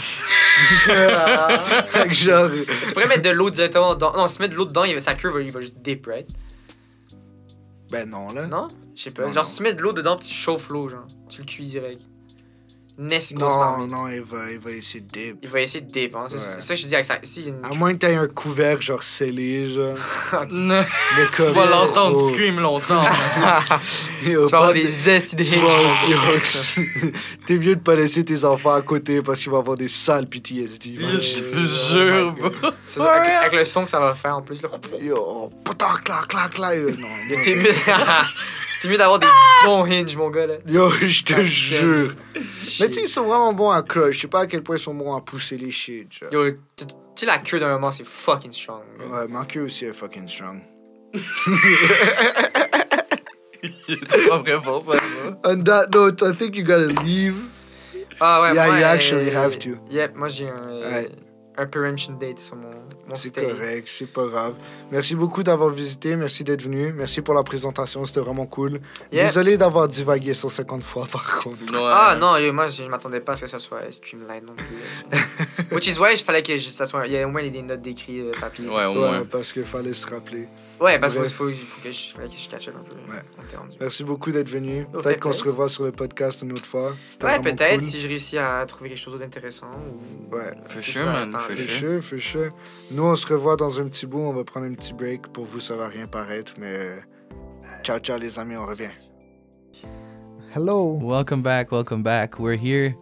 [SPEAKER 3] hein. tu
[SPEAKER 2] fait que, genre,
[SPEAKER 3] pourrais mettre de l'eau directement dans. Non, si tu mets de l'eau dedans, il va- sa queue va, il va juste dip, right?
[SPEAKER 2] ben non, là.
[SPEAKER 3] Non? Je sais pas.
[SPEAKER 2] ben Non,
[SPEAKER 3] genre,
[SPEAKER 2] Hein? non.
[SPEAKER 3] si tu mets de l'eau dedans, puis tu chauffes l'eau, genre. Tu le cuis direct. Nesco se
[SPEAKER 2] Non,
[SPEAKER 3] marmite.
[SPEAKER 2] non, il va, il va essayer de dip.
[SPEAKER 3] Il va essayer de dépenser. C'est
[SPEAKER 2] Ouais. Ah,
[SPEAKER 3] ça que je dis avec ça. S'il y a une
[SPEAKER 2] À moins que t'aies un couvert genre scellé, genre.
[SPEAKER 4] tu
[SPEAKER 2] Le
[SPEAKER 4] vas
[SPEAKER 2] couvert,
[SPEAKER 4] l'entendre
[SPEAKER 2] oh.
[SPEAKER 4] scream longtemps.
[SPEAKER 1] *laughs*
[SPEAKER 2] *laughs* Et au
[SPEAKER 3] tu vas avoir
[SPEAKER 2] euh, pas
[SPEAKER 3] des
[SPEAKER 2] de-
[SPEAKER 3] zestes
[SPEAKER 2] tu vas- yo, *laughs* T'es mieux de pas laisser tes enfants à côté parce qu'ils vont avoir des sales PTSD. man.
[SPEAKER 4] Je
[SPEAKER 3] Oh
[SPEAKER 4] te
[SPEAKER 3] my
[SPEAKER 4] jure,
[SPEAKER 3] God.
[SPEAKER 4] bro.
[SPEAKER 3] C'est ça, avec, avec le son que ça va faire en plus. Là.
[SPEAKER 2] Yo, putain, clac, clac, clac. yo, Non, non.
[SPEAKER 3] T'es mieux, *laughs* t'es mieux d'avoir des bons hinges, mon gars. Là.
[SPEAKER 2] Yo, je te
[SPEAKER 3] Ah,
[SPEAKER 2] jure. Mais tu sais, ils sont vraiment bons à crush. Je sais pas à quel point ils sont bons à pousser les shit. genre.
[SPEAKER 3] Yo, tu tu sais, la queue d'un moment, c'est fucking strong. gars.
[SPEAKER 2] Ouais, Marqué aussi est fucking strong.
[SPEAKER 4] T'es pas prêt pour ça, bro.
[SPEAKER 2] On that note, I think you gotta leave.
[SPEAKER 3] Ah ouais,
[SPEAKER 2] Yeah,
[SPEAKER 3] moi,
[SPEAKER 2] you
[SPEAKER 3] euh,
[SPEAKER 2] actually have to.
[SPEAKER 3] Yep, moi j'ai un, euh,
[SPEAKER 2] Ouais.
[SPEAKER 3] un permission date sur mon, mon
[SPEAKER 2] C'est
[SPEAKER 3] stay.
[SPEAKER 2] correct, c'est pas grave. Merci beaucoup d'avoir visité, merci d'être venu, merci pour la présentation, c'était vraiment cool.
[SPEAKER 3] Yeah.
[SPEAKER 2] Désolé d'avoir divagué 150 fois *laughs* par contre.
[SPEAKER 4] Ouais.
[SPEAKER 3] Ah non, yo, moi je m'attendais pas à ce que ça soit streamline non plus.
[SPEAKER 2] *laughs*
[SPEAKER 3] là. Which is why il fallait que je- ça soit. Il y a au moins des notes d'écrit euh, papier.
[SPEAKER 4] Ouais, au
[SPEAKER 2] Ouais,
[SPEAKER 4] moins.
[SPEAKER 2] parce qu'il fallait se rappeler.
[SPEAKER 3] Ouais, parce qu'il
[SPEAKER 2] Bref.
[SPEAKER 3] faut, il faut que je, fallait que je catch up un peu.
[SPEAKER 2] Ouais.
[SPEAKER 3] On était rendu.
[SPEAKER 2] Merci beaucoup d'être venu.
[SPEAKER 3] Au fait
[SPEAKER 2] Peut-être qu'on se
[SPEAKER 3] plaisir.
[SPEAKER 2] revoit sur le podcast une autre fois. C'était
[SPEAKER 3] Ouais,
[SPEAKER 2] vraiment
[SPEAKER 3] peut-être
[SPEAKER 2] cool.
[SPEAKER 3] si je réussis à trouver quelque chose d'intéressant. Ou...
[SPEAKER 2] Ouais.
[SPEAKER 4] For
[SPEAKER 3] Je
[SPEAKER 4] sure,
[SPEAKER 3] sais
[SPEAKER 4] man,
[SPEAKER 3] pas,
[SPEAKER 4] for
[SPEAKER 3] je-
[SPEAKER 2] Fait
[SPEAKER 4] sure.
[SPEAKER 2] chaud, fait chaud. Nous, on se revoit dans un petit bout. On va prendre un petit break. Pour vous, ça va rien paraître, mais euh, ciao, ciao, les amis, on revient. Hello,
[SPEAKER 1] Welcome back, welcome back. We're here.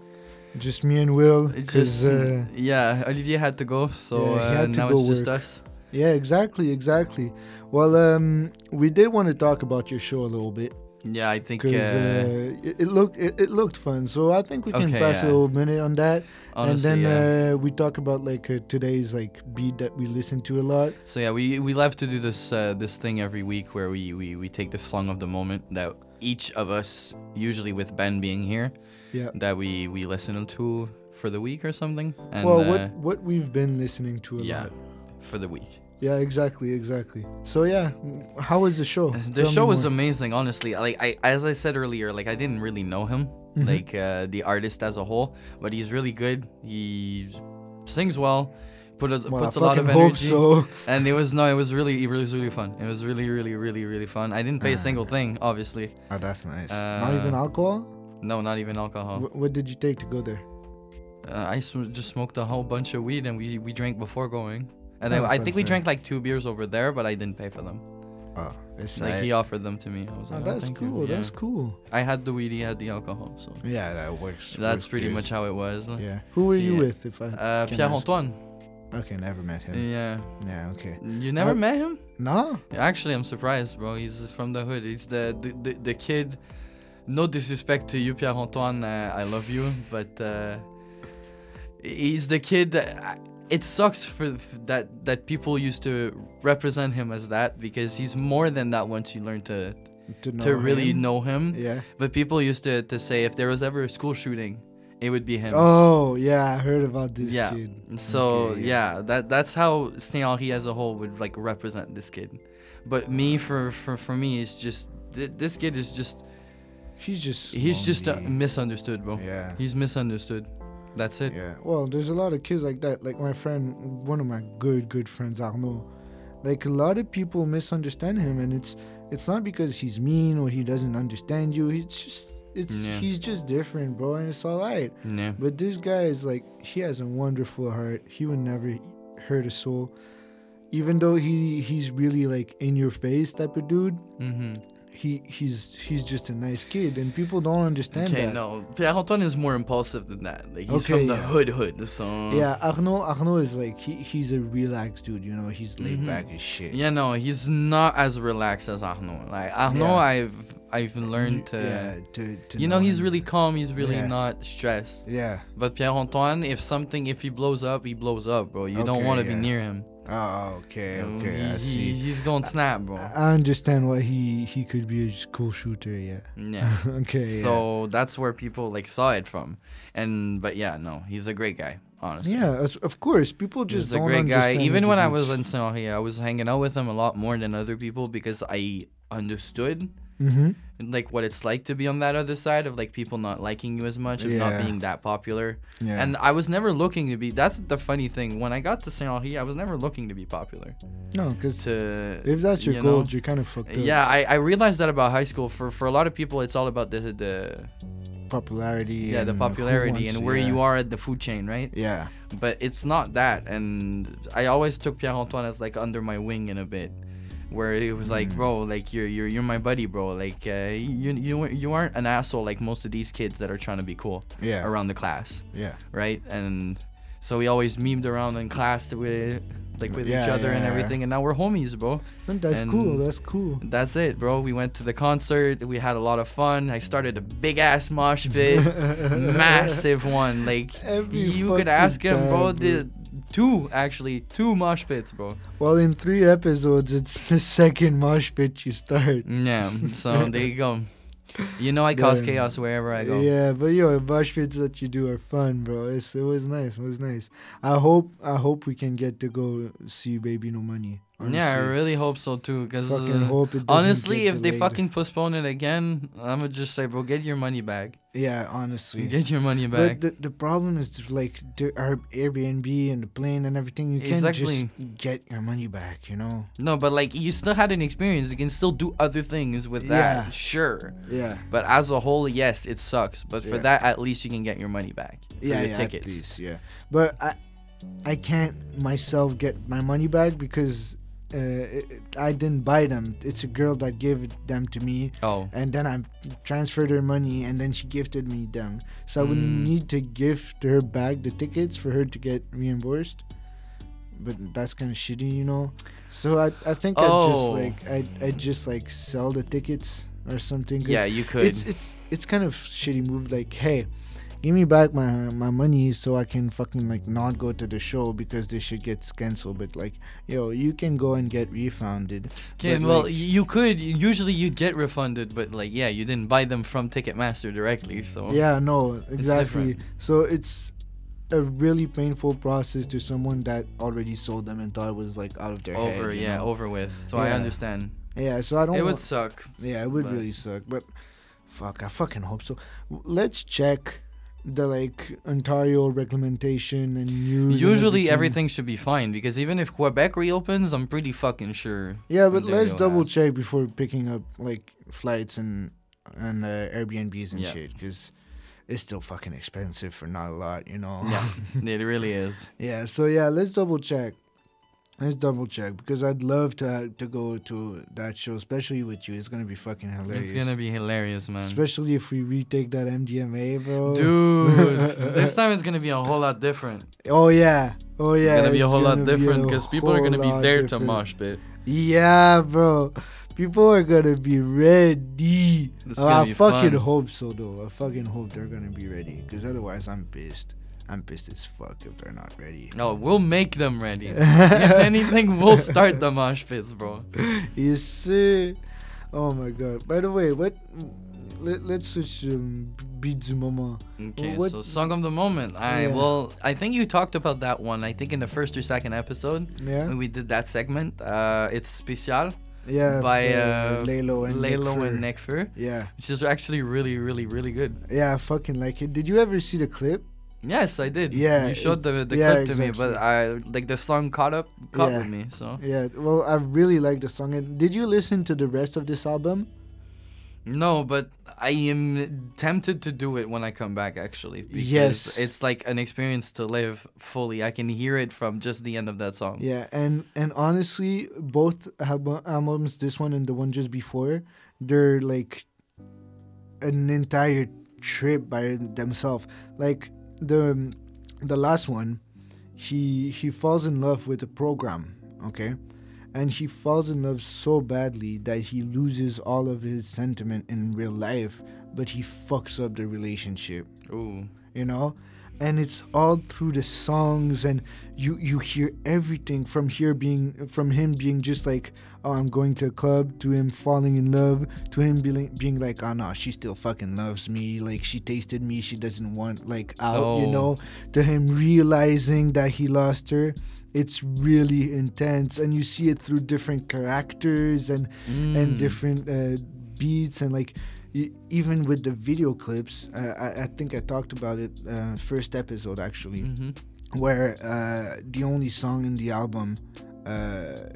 [SPEAKER 2] just me and Will.
[SPEAKER 1] It's
[SPEAKER 2] 'cause,
[SPEAKER 1] just
[SPEAKER 2] uh,
[SPEAKER 1] yeah, Olivier had to go, so
[SPEAKER 2] Yeah, he
[SPEAKER 1] uh,
[SPEAKER 2] had to
[SPEAKER 1] now
[SPEAKER 2] go
[SPEAKER 1] it's just
[SPEAKER 2] work.
[SPEAKER 1] us.
[SPEAKER 2] yeah, exactly, exactly. Well, um, we did want to talk about your show a little bit
[SPEAKER 1] Yeah, I think uh,
[SPEAKER 2] because uh, it, it looked it, it looked fun. So I think we can
[SPEAKER 1] Okay,
[SPEAKER 2] pass a
[SPEAKER 1] yeah.
[SPEAKER 2] little minute on that,
[SPEAKER 1] honestly,
[SPEAKER 2] and
[SPEAKER 1] yeah.
[SPEAKER 2] then uh, we talk about like uh, today's like beat that we listen to a lot.
[SPEAKER 1] so yeah, we we love to do this uh, this thing every week where we, we we take the song of the moment that each of us, usually with Ben being here,
[SPEAKER 2] Yeah.
[SPEAKER 1] that we we listen to for the week or something. And,
[SPEAKER 2] well,
[SPEAKER 1] uh,
[SPEAKER 2] what what we've been listening to a
[SPEAKER 1] yeah,
[SPEAKER 2] lot.
[SPEAKER 1] for the week.
[SPEAKER 2] Yeah, exactly, exactly. So yeah, how was the show?
[SPEAKER 1] The show was amazing, honestly. Like I, as I said earlier, like I didn't really know him,
[SPEAKER 2] Mm-hmm.
[SPEAKER 1] like uh, the artist as a whole, but he's really good. He sings well, put a,
[SPEAKER 2] well,
[SPEAKER 1] puts
[SPEAKER 2] I
[SPEAKER 1] a lot
[SPEAKER 2] fucking
[SPEAKER 1] of
[SPEAKER 2] hope
[SPEAKER 1] energy,
[SPEAKER 2] so.
[SPEAKER 1] and it was no, it was really, it was really fun. It was really, really, really, really fun. I
[SPEAKER 2] Ah.
[SPEAKER 1] didn't pay a single thing, obviously.
[SPEAKER 2] Oh, that's nice. Not
[SPEAKER 1] Uh, oh.
[SPEAKER 2] even alcohol.
[SPEAKER 1] No, not even alcohol.
[SPEAKER 2] Wh- what did you take to go there?
[SPEAKER 1] Uh, I sm- just smoked a whole bunch of weed, and we we drank before going. And I,
[SPEAKER 2] Oh,
[SPEAKER 1] I
[SPEAKER 2] sounds
[SPEAKER 1] think we
[SPEAKER 2] fair.
[SPEAKER 1] drank like two beers over there, but I didn't pay for them.
[SPEAKER 2] Oh, it's
[SPEAKER 1] Like he offered them to me. I was
[SPEAKER 2] Oh,
[SPEAKER 1] like,
[SPEAKER 2] that's
[SPEAKER 1] thank you."
[SPEAKER 2] cool.
[SPEAKER 1] Yeah.
[SPEAKER 2] That's cool.
[SPEAKER 1] I had the weed, he had the alcohol, so.
[SPEAKER 2] Yeah, that works.
[SPEAKER 1] That's pretty much how it was.
[SPEAKER 2] Yeah. Who were you
[SPEAKER 1] Yeah.
[SPEAKER 2] with? If I
[SPEAKER 1] Uh, mm.
[SPEAKER 2] can
[SPEAKER 1] Pierre
[SPEAKER 2] ask?
[SPEAKER 1] Antoine.
[SPEAKER 2] Okay, never met him.
[SPEAKER 1] Yeah.
[SPEAKER 2] Yeah. Okay.
[SPEAKER 1] You never
[SPEAKER 2] Uh,
[SPEAKER 1] met him?
[SPEAKER 2] No.
[SPEAKER 1] Actually, I'm surprised, bro. He's from the hood. He's the the, the, the kid. No disrespect to you, Pierre Antoine. Uh, I love you, but uh, he's the kid. That, it sucks for f- that that people used to represent him as that because he's more than that. Once you learn to
[SPEAKER 2] To, know
[SPEAKER 1] to really
[SPEAKER 2] him?
[SPEAKER 1] know him,
[SPEAKER 2] Yeah.
[SPEAKER 1] but people used to to say if there was ever a school shooting, it would be him.
[SPEAKER 2] Oh yeah, I heard about this
[SPEAKER 1] yeah.
[SPEAKER 2] kid.
[SPEAKER 1] So
[SPEAKER 2] Okay,
[SPEAKER 1] yeah. that that's how Saint Henri as a whole would like represent this kid. But me for for, for me it's just th- this kid is just
[SPEAKER 2] She's just.
[SPEAKER 1] he's just uh,
[SPEAKER 2] lonely.
[SPEAKER 1] misunderstood, bro.
[SPEAKER 2] Yeah.
[SPEAKER 1] He's misunderstood. That's it.
[SPEAKER 2] Yeah. Well, there's a lot of kids like that. Like my friend, one of my good good friends, Arnaud. Like a lot of people misunderstand him, and it's it's not because he's mean or he doesn't understand you. It's just it's
[SPEAKER 1] Yeah.
[SPEAKER 2] he's just different, bro, and it's alright.
[SPEAKER 1] Yeah.
[SPEAKER 2] But this guy is like he has a wonderful heart. He would never hurt a soul, even though he he's really like in your face type of dude.
[SPEAKER 1] Mm-hmm.
[SPEAKER 2] He he's he's just a nice kid, and people don't understand
[SPEAKER 1] Okay,
[SPEAKER 2] that.
[SPEAKER 1] no. Pierre Antoine is more impulsive than that. Like he's
[SPEAKER 2] Okay,
[SPEAKER 1] from the
[SPEAKER 2] yeah.
[SPEAKER 1] hood hood. So
[SPEAKER 2] Yeah, Arnaud Arnaud is like he, he's a relaxed dude, you know, he's laid back as shit.
[SPEAKER 1] Mm-hmm. Yeah, no, he's not as relaxed as Arnaud. Like Arnaud
[SPEAKER 2] Yeah.
[SPEAKER 1] I've I've learned to
[SPEAKER 2] yeah, to, to
[SPEAKER 1] You know, he's
[SPEAKER 2] him.
[SPEAKER 1] really calm, he's really
[SPEAKER 2] Yeah.
[SPEAKER 1] not stressed.
[SPEAKER 2] Yeah.
[SPEAKER 1] But Pierre Antoine, if something, if he blows up, he blows up, bro. You don't
[SPEAKER 2] Okay,
[SPEAKER 1] want to
[SPEAKER 2] yeah.
[SPEAKER 1] be near him.
[SPEAKER 2] Oh, okay,
[SPEAKER 1] Um,
[SPEAKER 2] okay,
[SPEAKER 1] he,
[SPEAKER 2] I
[SPEAKER 1] he-
[SPEAKER 2] see. Uh,
[SPEAKER 1] he's going to snap, bro.
[SPEAKER 2] I understand why he he could be a cool shooter, yeah. *laughs*
[SPEAKER 1] yeah.
[SPEAKER 2] okay. yeah.
[SPEAKER 1] So that's where people like saw it from, and but yeah, no, he's a great guy, honestly.
[SPEAKER 2] yeah, as- of course, people just
[SPEAKER 1] He's a
[SPEAKER 2] don't
[SPEAKER 1] great guy.
[SPEAKER 2] understand
[SPEAKER 1] Even
[SPEAKER 2] what
[SPEAKER 1] when
[SPEAKER 2] the
[SPEAKER 1] I was
[SPEAKER 2] dude's-
[SPEAKER 1] in Saint Henri, I was hanging out with him a lot more than other people because I understood
[SPEAKER 2] Mhm.
[SPEAKER 1] like what it's like to be on that other side of like people not liking you as much of
[SPEAKER 2] Yeah.
[SPEAKER 1] not being that popular.
[SPEAKER 2] Yeah.
[SPEAKER 1] And I was never looking to be. That's the funny thing. When I got to Saint Henri, I was never looking to be popular.
[SPEAKER 2] no, because
[SPEAKER 1] To
[SPEAKER 2] if that's your
[SPEAKER 1] you
[SPEAKER 2] goal,
[SPEAKER 1] know?
[SPEAKER 2] you're kind of fucked up.
[SPEAKER 1] yeah, I, I realized that about high school. For for a lot of people, it's all about the the
[SPEAKER 2] popularity.
[SPEAKER 1] yeah, the
[SPEAKER 2] and who
[SPEAKER 1] popularity
[SPEAKER 2] wants-
[SPEAKER 1] and where
[SPEAKER 2] yeah.
[SPEAKER 1] you are at the food chain, right?
[SPEAKER 2] Yeah.
[SPEAKER 1] But it's not that. And I always took Pierre Antoine as like under my wing in a bit, where it was
[SPEAKER 2] Mm.
[SPEAKER 1] like, bro, like you're you're you're my buddy, bro. Like uh, you you you aren't an asshole like most of these kids that are trying to be cool
[SPEAKER 2] Yeah.
[SPEAKER 1] around the class,
[SPEAKER 2] Yeah.
[SPEAKER 1] right? And so we always memed around in class to- with like with each
[SPEAKER 2] Yeah,
[SPEAKER 1] other and
[SPEAKER 2] yeah.
[SPEAKER 1] everything, and now we're homies, bro.
[SPEAKER 2] And that's
[SPEAKER 1] And-
[SPEAKER 2] cool. That's cool.
[SPEAKER 1] That's it, bro. We went to the concert. We had a lot of fun. I started a big ass mosh
[SPEAKER 2] *laughs*
[SPEAKER 1] pit, massive one. Like
[SPEAKER 2] Every
[SPEAKER 1] you could
[SPEAKER 2] fucking
[SPEAKER 1] ask him, bro.
[SPEAKER 2] time,
[SPEAKER 1] The, two actually, two mosh pits, bro.
[SPEAKER 2] Well, in three episodes, it's the second mosh pit you start.
[SPEAKER 1] Yeah.
[SPEAKER 2] *laughs*
[SPEAKER 1] So there you go. You know I cause
[SPEAKER 2] Damn.
[SPEAKER 1] chaos wherever I go.
[SPEAKER 2] Yeah, but yo, the mosh pits that you do are fun, bro. It's, it was nice. It was nice. I hope I hope we can get to go see Baby No Money.
[SPEAKER 1] Yeah, I
[SPEAKER 2] honestly.
[SPEAKER 1] really hope so too. Cause
[SPEAKER 2] Fucking
[SPEAKER 1] uh,
[SPEAKER 2] hope it doesn't
[SPEAKER 1] honestly,
[SPEAKER 2] get
[SPEAKER 1] if they
[SPEAKER 2] delayed.
[SPEAKER 1] fucking postpone it again, I'ma just say, bro, get your money back.
[SPEAKER 2] yeah, honestly.
[SPEAKER 1] Get your money back.
[SPEAKER 2] But the, the problem is that, like the our Airbnb and the plane and everything. You can't
[SPEAKER 1] Exactly.
[SPEAKER 2] just get your money back, you know.
[SPEAKER 1] no, but like you still had an experience. You can still do other things with that.
[SPEAKER 2] Yeah.
[SPEAKER 1] Sure.
[SPEAKER 2] Yeah,
[SPEAKER 1] But as a whole, yes, it sucks. But for
[SPEAKER 2] Yeah.
[SPEAKER 1] that, at least you can get your money back. For
[SPEAKER 2] yeah,
[SPEAKER 1] your
[SPEAKER 2] yeah.
[SPEAKER 1] tickets.
[SPEAKER 2] At least, yeah, but I, I can't myself get my money back because uh, it, it- I didn't buy them. It's a girl that gave it- them to me,
[SPEAKER 1] Oh,
[SPEAKER 2] and then I transferred her money, and then she gifted me them. So I would
[SPEAKER 1] Mm.
[SPEAKER 2] need to gift her back the tickets for her to get reimbursed. But that's kind of shitty, you know. So I, I think I just
[SPEAKER 1] Oh.
[SPEAKER 2] like I, I just like sell the tickets or something. 'cause
[SPEAKER 1] yeah, you could.
[SPEAKER 2] It's it's it's kind of shitty move. Like, hey, give me back my my money so I can fucking like not go to the show because this shit gets canceled. But like, yo, you can go and get refunded.
[SPEAKER 1] okay,
[SPEAKER 2] but,
[SPEAKER 1] well,
[SPEAKER 2] like-
[SPEAKER 1] you could. Usually, you'd get refunded, but like, yeah, you didn't buy them from Ticketmaster directly, so
[SPEAKER 2] Yeah, no,
[SPEAKER 1] Oh. different.
[SPEAKER 2] exactly. so it's a really painful process to someone that already sold them and thought it was like out of their head,
[SPEAKER 1] over,
[SPEAKER 2] you
[SPEAKER 1] yeah,
[SPEAKER 2] know?
[SPEAKER 1] over with. So I
[SPEAKER 2] Yeah.
[SPEAKER 1] understand.
[SPEAKER 2] yeah. So I don't.
[SPEAKER 1] It
[SPEAKER 2] wa-
[SPEAKER 1] would suck.
[SPEAKER 2] Yeah, it would
[SPEAKER 1] But-
[SPEAKER 2] really suck. But fuck, I fucking hope so. W- Let's check the like Ontario reglementation and news. and
[SPEAKER 1] Usually, everything should be fine because even if Quebec reopens, I'm pretty fucking sure.
[SPEAKER 2] Yeah, but
[SPEAKER 1] Ontario
[SPEAKER 2] let's double
[SPEAKER 1] has.
[SPEAKER 2] check before picking up like flights and and uh, Airbnbs and
[SPEAKER 1] Yeah.
[SPEAKER 2] shit, 'cause shit because it's still fucking expensive for not a lot, you know.
[SPEAKER 1] Yeah, it really is.
[SPEAKER 2] *laughs* Yeah, so yeah, let's double check. Let's double check because I'd love to to go to that show, especially with you. It's gonna be fucking hilarious.
[SPEAKER 1] It's gonna be hilarious, man.
[SPEAKER 2] especially if we retake that MDMA, bro.
[SPEAKER 1] Dude,
[SPEAKER 2] *laughs*
[SPEAKER 1] this time it's gonna be a whole lot different.
[SPEAKER 2] Oh yeah, oh yeah.
[SPEAKER 1] It's gonna be a whole lot
[SPEAKER 2] gonna be
[SPEAKER 1] different
[SPEAKER 2] a
[SPEAKER 1] because people are gonna
[SPEAKER 2] whole
[SPEAKER 1] be
[SPEAKER 2] lot
[SPEAKER 1] there to
[SPEAKER 2] different.
[SPEAKER 1] mosh pit.
[SPEAKER 2] Yeah, bro. People are gonna be ready.
[SPEAKER 1] This is
[SPEAKER 2] Oh,
[SPEAKER 1] gonna
[SPEAKER 2] I
[SPEAKER 1] be
[SPEAKER 2] fucking
[SPEAKER 1] fun.
[SPEAKER 2] hope so, though. I fucking hope they're gonna be ready, cause otherwise I'm pissed. I'm pissed as fuck if they're not ready.
[SPEAKER 1] No, we'll make them
[SPEAKER 2] *laughs*
[SPEAKER 1] ready. if anything, we'll start the mosh pits, bro.
[SPEAKER 2] *laughs* You see? Oh my god. By the way, what? Let, let's switch to um, beat du moment.
[SPEAKER 1] Okay,
[SPEAKER 2] What-
[SPEAKER 1] so song of the moment. I
[SPEAKER 2] Yeah.
[SPEAKER 1] well, I think you talked about that one. I think in the first or second episode
[SPEAKER 2] Yeah.
[SPEAKER 1] when we did that segment. Uh, it's special
[SPEAKER 2] Yeah.
[SPEAKER 1] by
[SPEAKER 2] for,
[SPEAKER 1] uh,
[SPEAKER 2] Lalo Oh, and Nick
[SPEAKER 1] Lalo
[SPEAKER 2] Fury.
[SPEAKER 1] and Nick Fury,
[SPEAKER 2] Yeah.
[SPEAKER 1] which is actually really, really, really good.
[SPEAKER 2] Yeah. I fucking like it. Did you ever see the clip?
[SPEAKER 1] Yes, I did.
[SPEAKER 2] Yeah,
[SPEAKER 1] you showed the the
[SPEAKER 2] yeah,
[SPEAKER 1] clip to me, but
[SPEAKER 2] exactly.
[SPEAKER 1] I like the song caught up caught
[SPEAKER 2] Yeah.
[SPEAKER 1] with me. So
[SPEAKER 2] Yeah. Well, I really like the song. And did you listen to the rest of this album?
[SPEAKER 1] no, but I am tempted to do it when I come back. Actually, because
[SPEAKER 2] Yes.
[SPEAKER 1] it's like an experience to live fully. I can hear it from just the end of that song.
[SPEAKER 2] Yeah, and and honestly, both albu- albums, this one and the one just before, they're like an entire trip by themselves. Like the the last one, he he falls in love with the program, okay, and he falls in love so badly that he loses all of his sentiment in real life, but he fucks up the relationship
[SPEAKER 1] Ooh,
[SPEAKER 2] you know and it's all through the songs and you you hear everything from here being from him being just like oh i'm going to a club to him falling in love to him being being like oh no she still fucking loves me like she tasted me she doesn't want like out you
[SPEAKER 1] No.
[SPEAKER 2] know to him realizing that he lost her it's really intense and you see it through different characters and and different uh, beats and like e- even with the video clips uh, I, I think i talked about it uh, first episode actually
[SPEAKER 1] hmm
[SPEAKER 2] where uh, the only song in the album uh,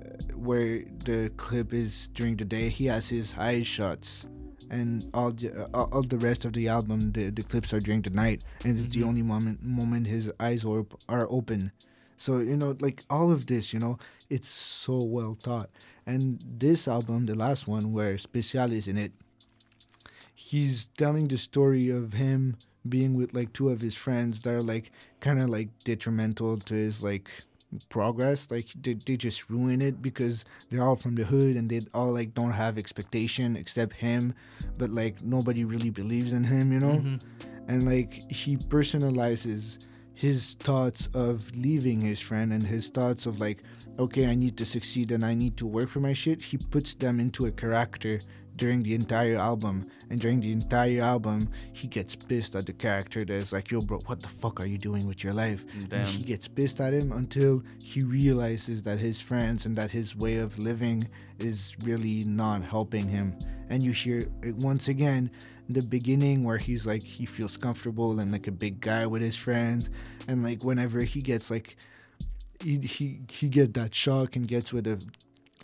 [SPEAKER 2] where the clip is during the day he has his eye shots and all the uh, all- all the rest of the album, the, the clips are during the night, and it's the only moment moment his eyes are, op- are open. So you know, like all of this, you know, it's so well thought. And this album, the last one where Special is in it, he's telling the story of him being with like two of his friends that are like kind of like detrimental to his like progress like they, they just ruin it because they're all from the hood and they all like don't have expectation except him but like nobody really believes in him you know and like he personalizes his thoughts of leaving his friend and his thoughts of like okay i need to succeed and i need to work for my shit he puts them into a character during the entire album and during the entire album he gets pissed at the character that's like yo bro what the fuck are you doing with your life
[SPEAKER 5] Damn.
[SPEAKER 2] and he gets pissed at him until he realizes that his friends and that his way of living is really not helping him and you hear it once again the beginning where he's like he feels comfortable and like a big guy with his friends and like whenever he gets like he he, he get that shock and gets with a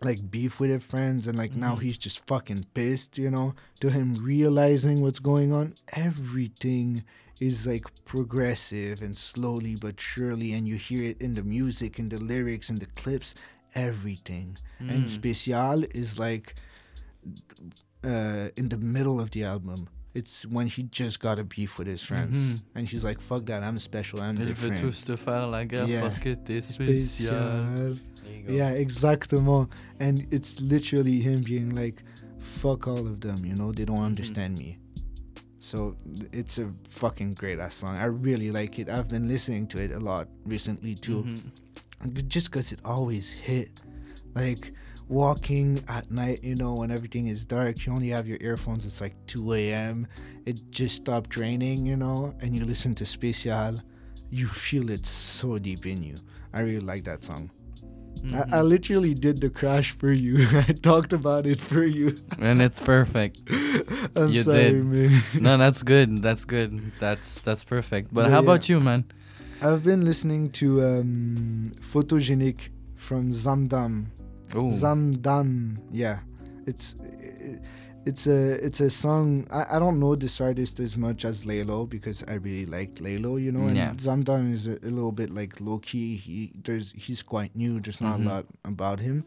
[SPEAKER 2] like beef with his friends and like now he's just fucking pissed you know to him realizing what's going on everything is like progressive and slowly but surely and you hear it in the music in the lyrics in the clips everything and special is like uh, in the middle of the album it's when he just got a beef with his friends
[SPEAKER 5] Mhm.
[SPEAKER 2] and he's like fuck that i'm special i'm
[SPEAKER 5] Il veut
[SPEAKER 2] different
[SPEAKER 5] tous te faire la guerre
[SPEAKER 2] Yeah.
[SPEAKER 5] parce que t'es spécial.
[SPEAKER 2] Yeah, exactement. And it's literally him being like, fuck all of them, you know, they don't understand me. So th- it's a fucking great ass song. I really like it. I've been listening to it a lot recently
[SPEAKER 1] Mm-hmm.
[SPEAKER 2] too,
[SPEAKER 5] Mm-hmm.
[SPEAKER 2] G- just because it always hit. Like walking at night, you know, when everything is dark, you only have your earphones, it's like 2 a.m. It just stopped raining, you know, and you listen to Special, you feel it so deep in you. I really like that song. I,
[SPEAKER 5] Mm-hmm.
[SPEAKER 2] I literally did the crash for you. *laughs* I talked about it for you. *laughs*
[SPEAKER 5] And it's perfect.
[SPEAKER 2] I'm
[SPEAKER 5] You
[SPEAKER 2] sorry,
[SPEAKER 5] did.
[SPEAKER 2] man.
[SPEAKER 5] no, that's good. That's good. That's that's perfect. But
[SPEAKER 2] But
[SPEAKER 5] how
[SPEAKER 2] yeah.
[SPEAKER 5] about you, man?
[SPEAKER 2] I've been listening to um, Photogenic from Zamdam.
[SPEAKER 5] Ooh.
[SPEAKER 2] Zamdam. Yeah, it's it- it's a it's a song. I, I don't know this artist as much as Lalo because I really liked Lalo, you know. And
[SPEAKER 5] Yeah.
[SPEAKER 2] Zamdam is a, a little bit like low key. He there's he's quite new. There's not
[SPEAKER 5] Mhm.
[SPEAKER 2] a lot about him.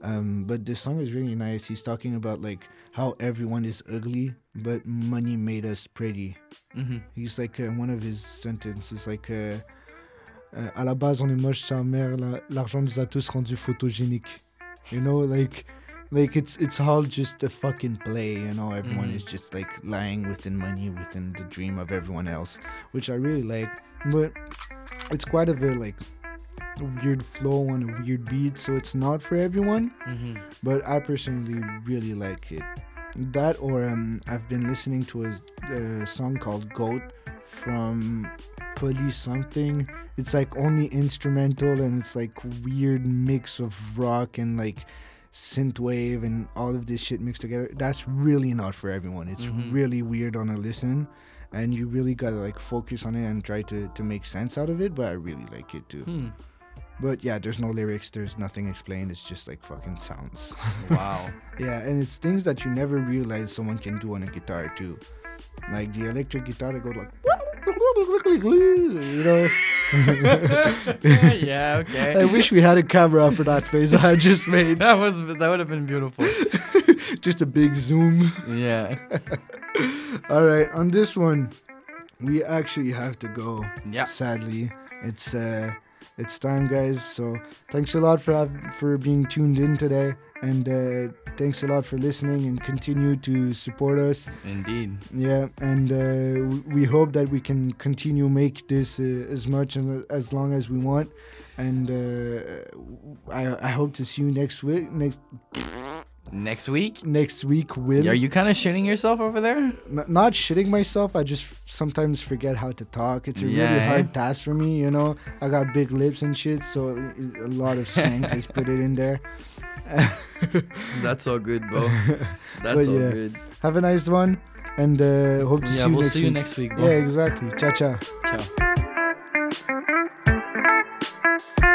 [SPEAKER 2] Um, but this song is really nice. He's talking about like how everyone is ugly, but money made us pretty.
[SPEAKER 5] Mhm.
[SPEAKER 2] He's like uh, one of his sentences, like uh, uh, à la base on est moche sa mère, la- l'argent nous a tous rendus photogéniques. You know, like, like it's it's all just a fucking play. You know, everyone
[SPEAKER 5] Mhm.
[SPEAKER 2] is just like lying within money, within the dream of everyone else, which I really like. But it's quite a very like weird flow on a weird beat, so it's not for everyone
[SPEAKER 5] Mhm.
[SPEAKER 2] but I personally really like it. That or um, I've been listening to a, a song called "Goat" from Police Something. It's like only instrumental and it's like weird mix of rock and like synthwave and all of this shit mixed together. That's really not for everyone. It's
[SPEAKER 5] Mhm.
[SPEAKER 2] really weird on a listen, and you really gotta like focus on it and try to to make sense out of it. But I really like it too.
[SPEAKER 5] Hmm.
[SPEAKER 2] But yeah, there's no lyrics. There's nothing explained. It's just like fucking sounds. *laughs*
[SPEAKER 5] Wow.
[SPEAKER 2] Yeah, and it's things that you never realize someone can do on a guitar too. Like the electric guitar that goes like you know.
[SPEAKER 5] *laughs* yeah.
[SPEAKER 2] I
[SPEAKER 5] Okay.
[SPEAKER 2] wish we had a camera for that face I just
[SPEAKER 5] *laughs*
[SPEAKER 2] made.
[SPEAKER 5] That was that would have been beautiful.
[SPEAKER 2] Just a big zoom.
[SPEAKER 5] yeah.
[SPEAKER 2] *laughs* Alright, on this one, we actually have to go.
[SPEAKER 5] Yeah.
[SPEAKER 2] Sadly. It's uh it's time guys, so thanks a lot for hav- for being tuned in today and uh, thanks a lot for listening and continue to support us.
[SPEAKER 5] Indeed.
[SPEAKER 2] Yeah, and uh, w- we hope that we can continue make this uh, as much and as long as we want. And uh, I, I hope to see you next week. Next
[SPEAKER 5] Next week.
[SPEAKER 2] next week with
[SPEAKER 5] Are you kind of shitting yourself over there?
[SPEAKER 2] n- not shitting myself. I just f- sometimes forget how to talk. It's a really
[SPEAKER 5] Yeah, eh?
[SPEAKER 2] hard task for me. You know, I got big lips and shit, so a lot of strength is put it in there.
[SPEAKER 5] That's all good,
[SPEAKER 2] *laughs*
[SPEAKER 5] bro. That's
[SPEAKER 2] But
[SPEAKER 5] all
[SPEAKER 2] yeah.
[SPEAKER 5] good.
[SPEAKER 2] Have a nice one, and uh, hope
[SPEAKER 5] *laughs*
[SPEAKER 2] to
[SPEAKER 5] Yeah,
[SPEAKER 2] see you
[SPEAKER 5] we'll
[SPEAKER 2] next
[SPEAKER 5] see you
[SPEAKER 2] week.
[SPEAKER 5] next week,
[SPEAKER 2] yeah,
[SPEAKER 5] bro.
[SPEAKER 2] exactly. Ciao, ciao.
[SPEAKER 5] Ciao.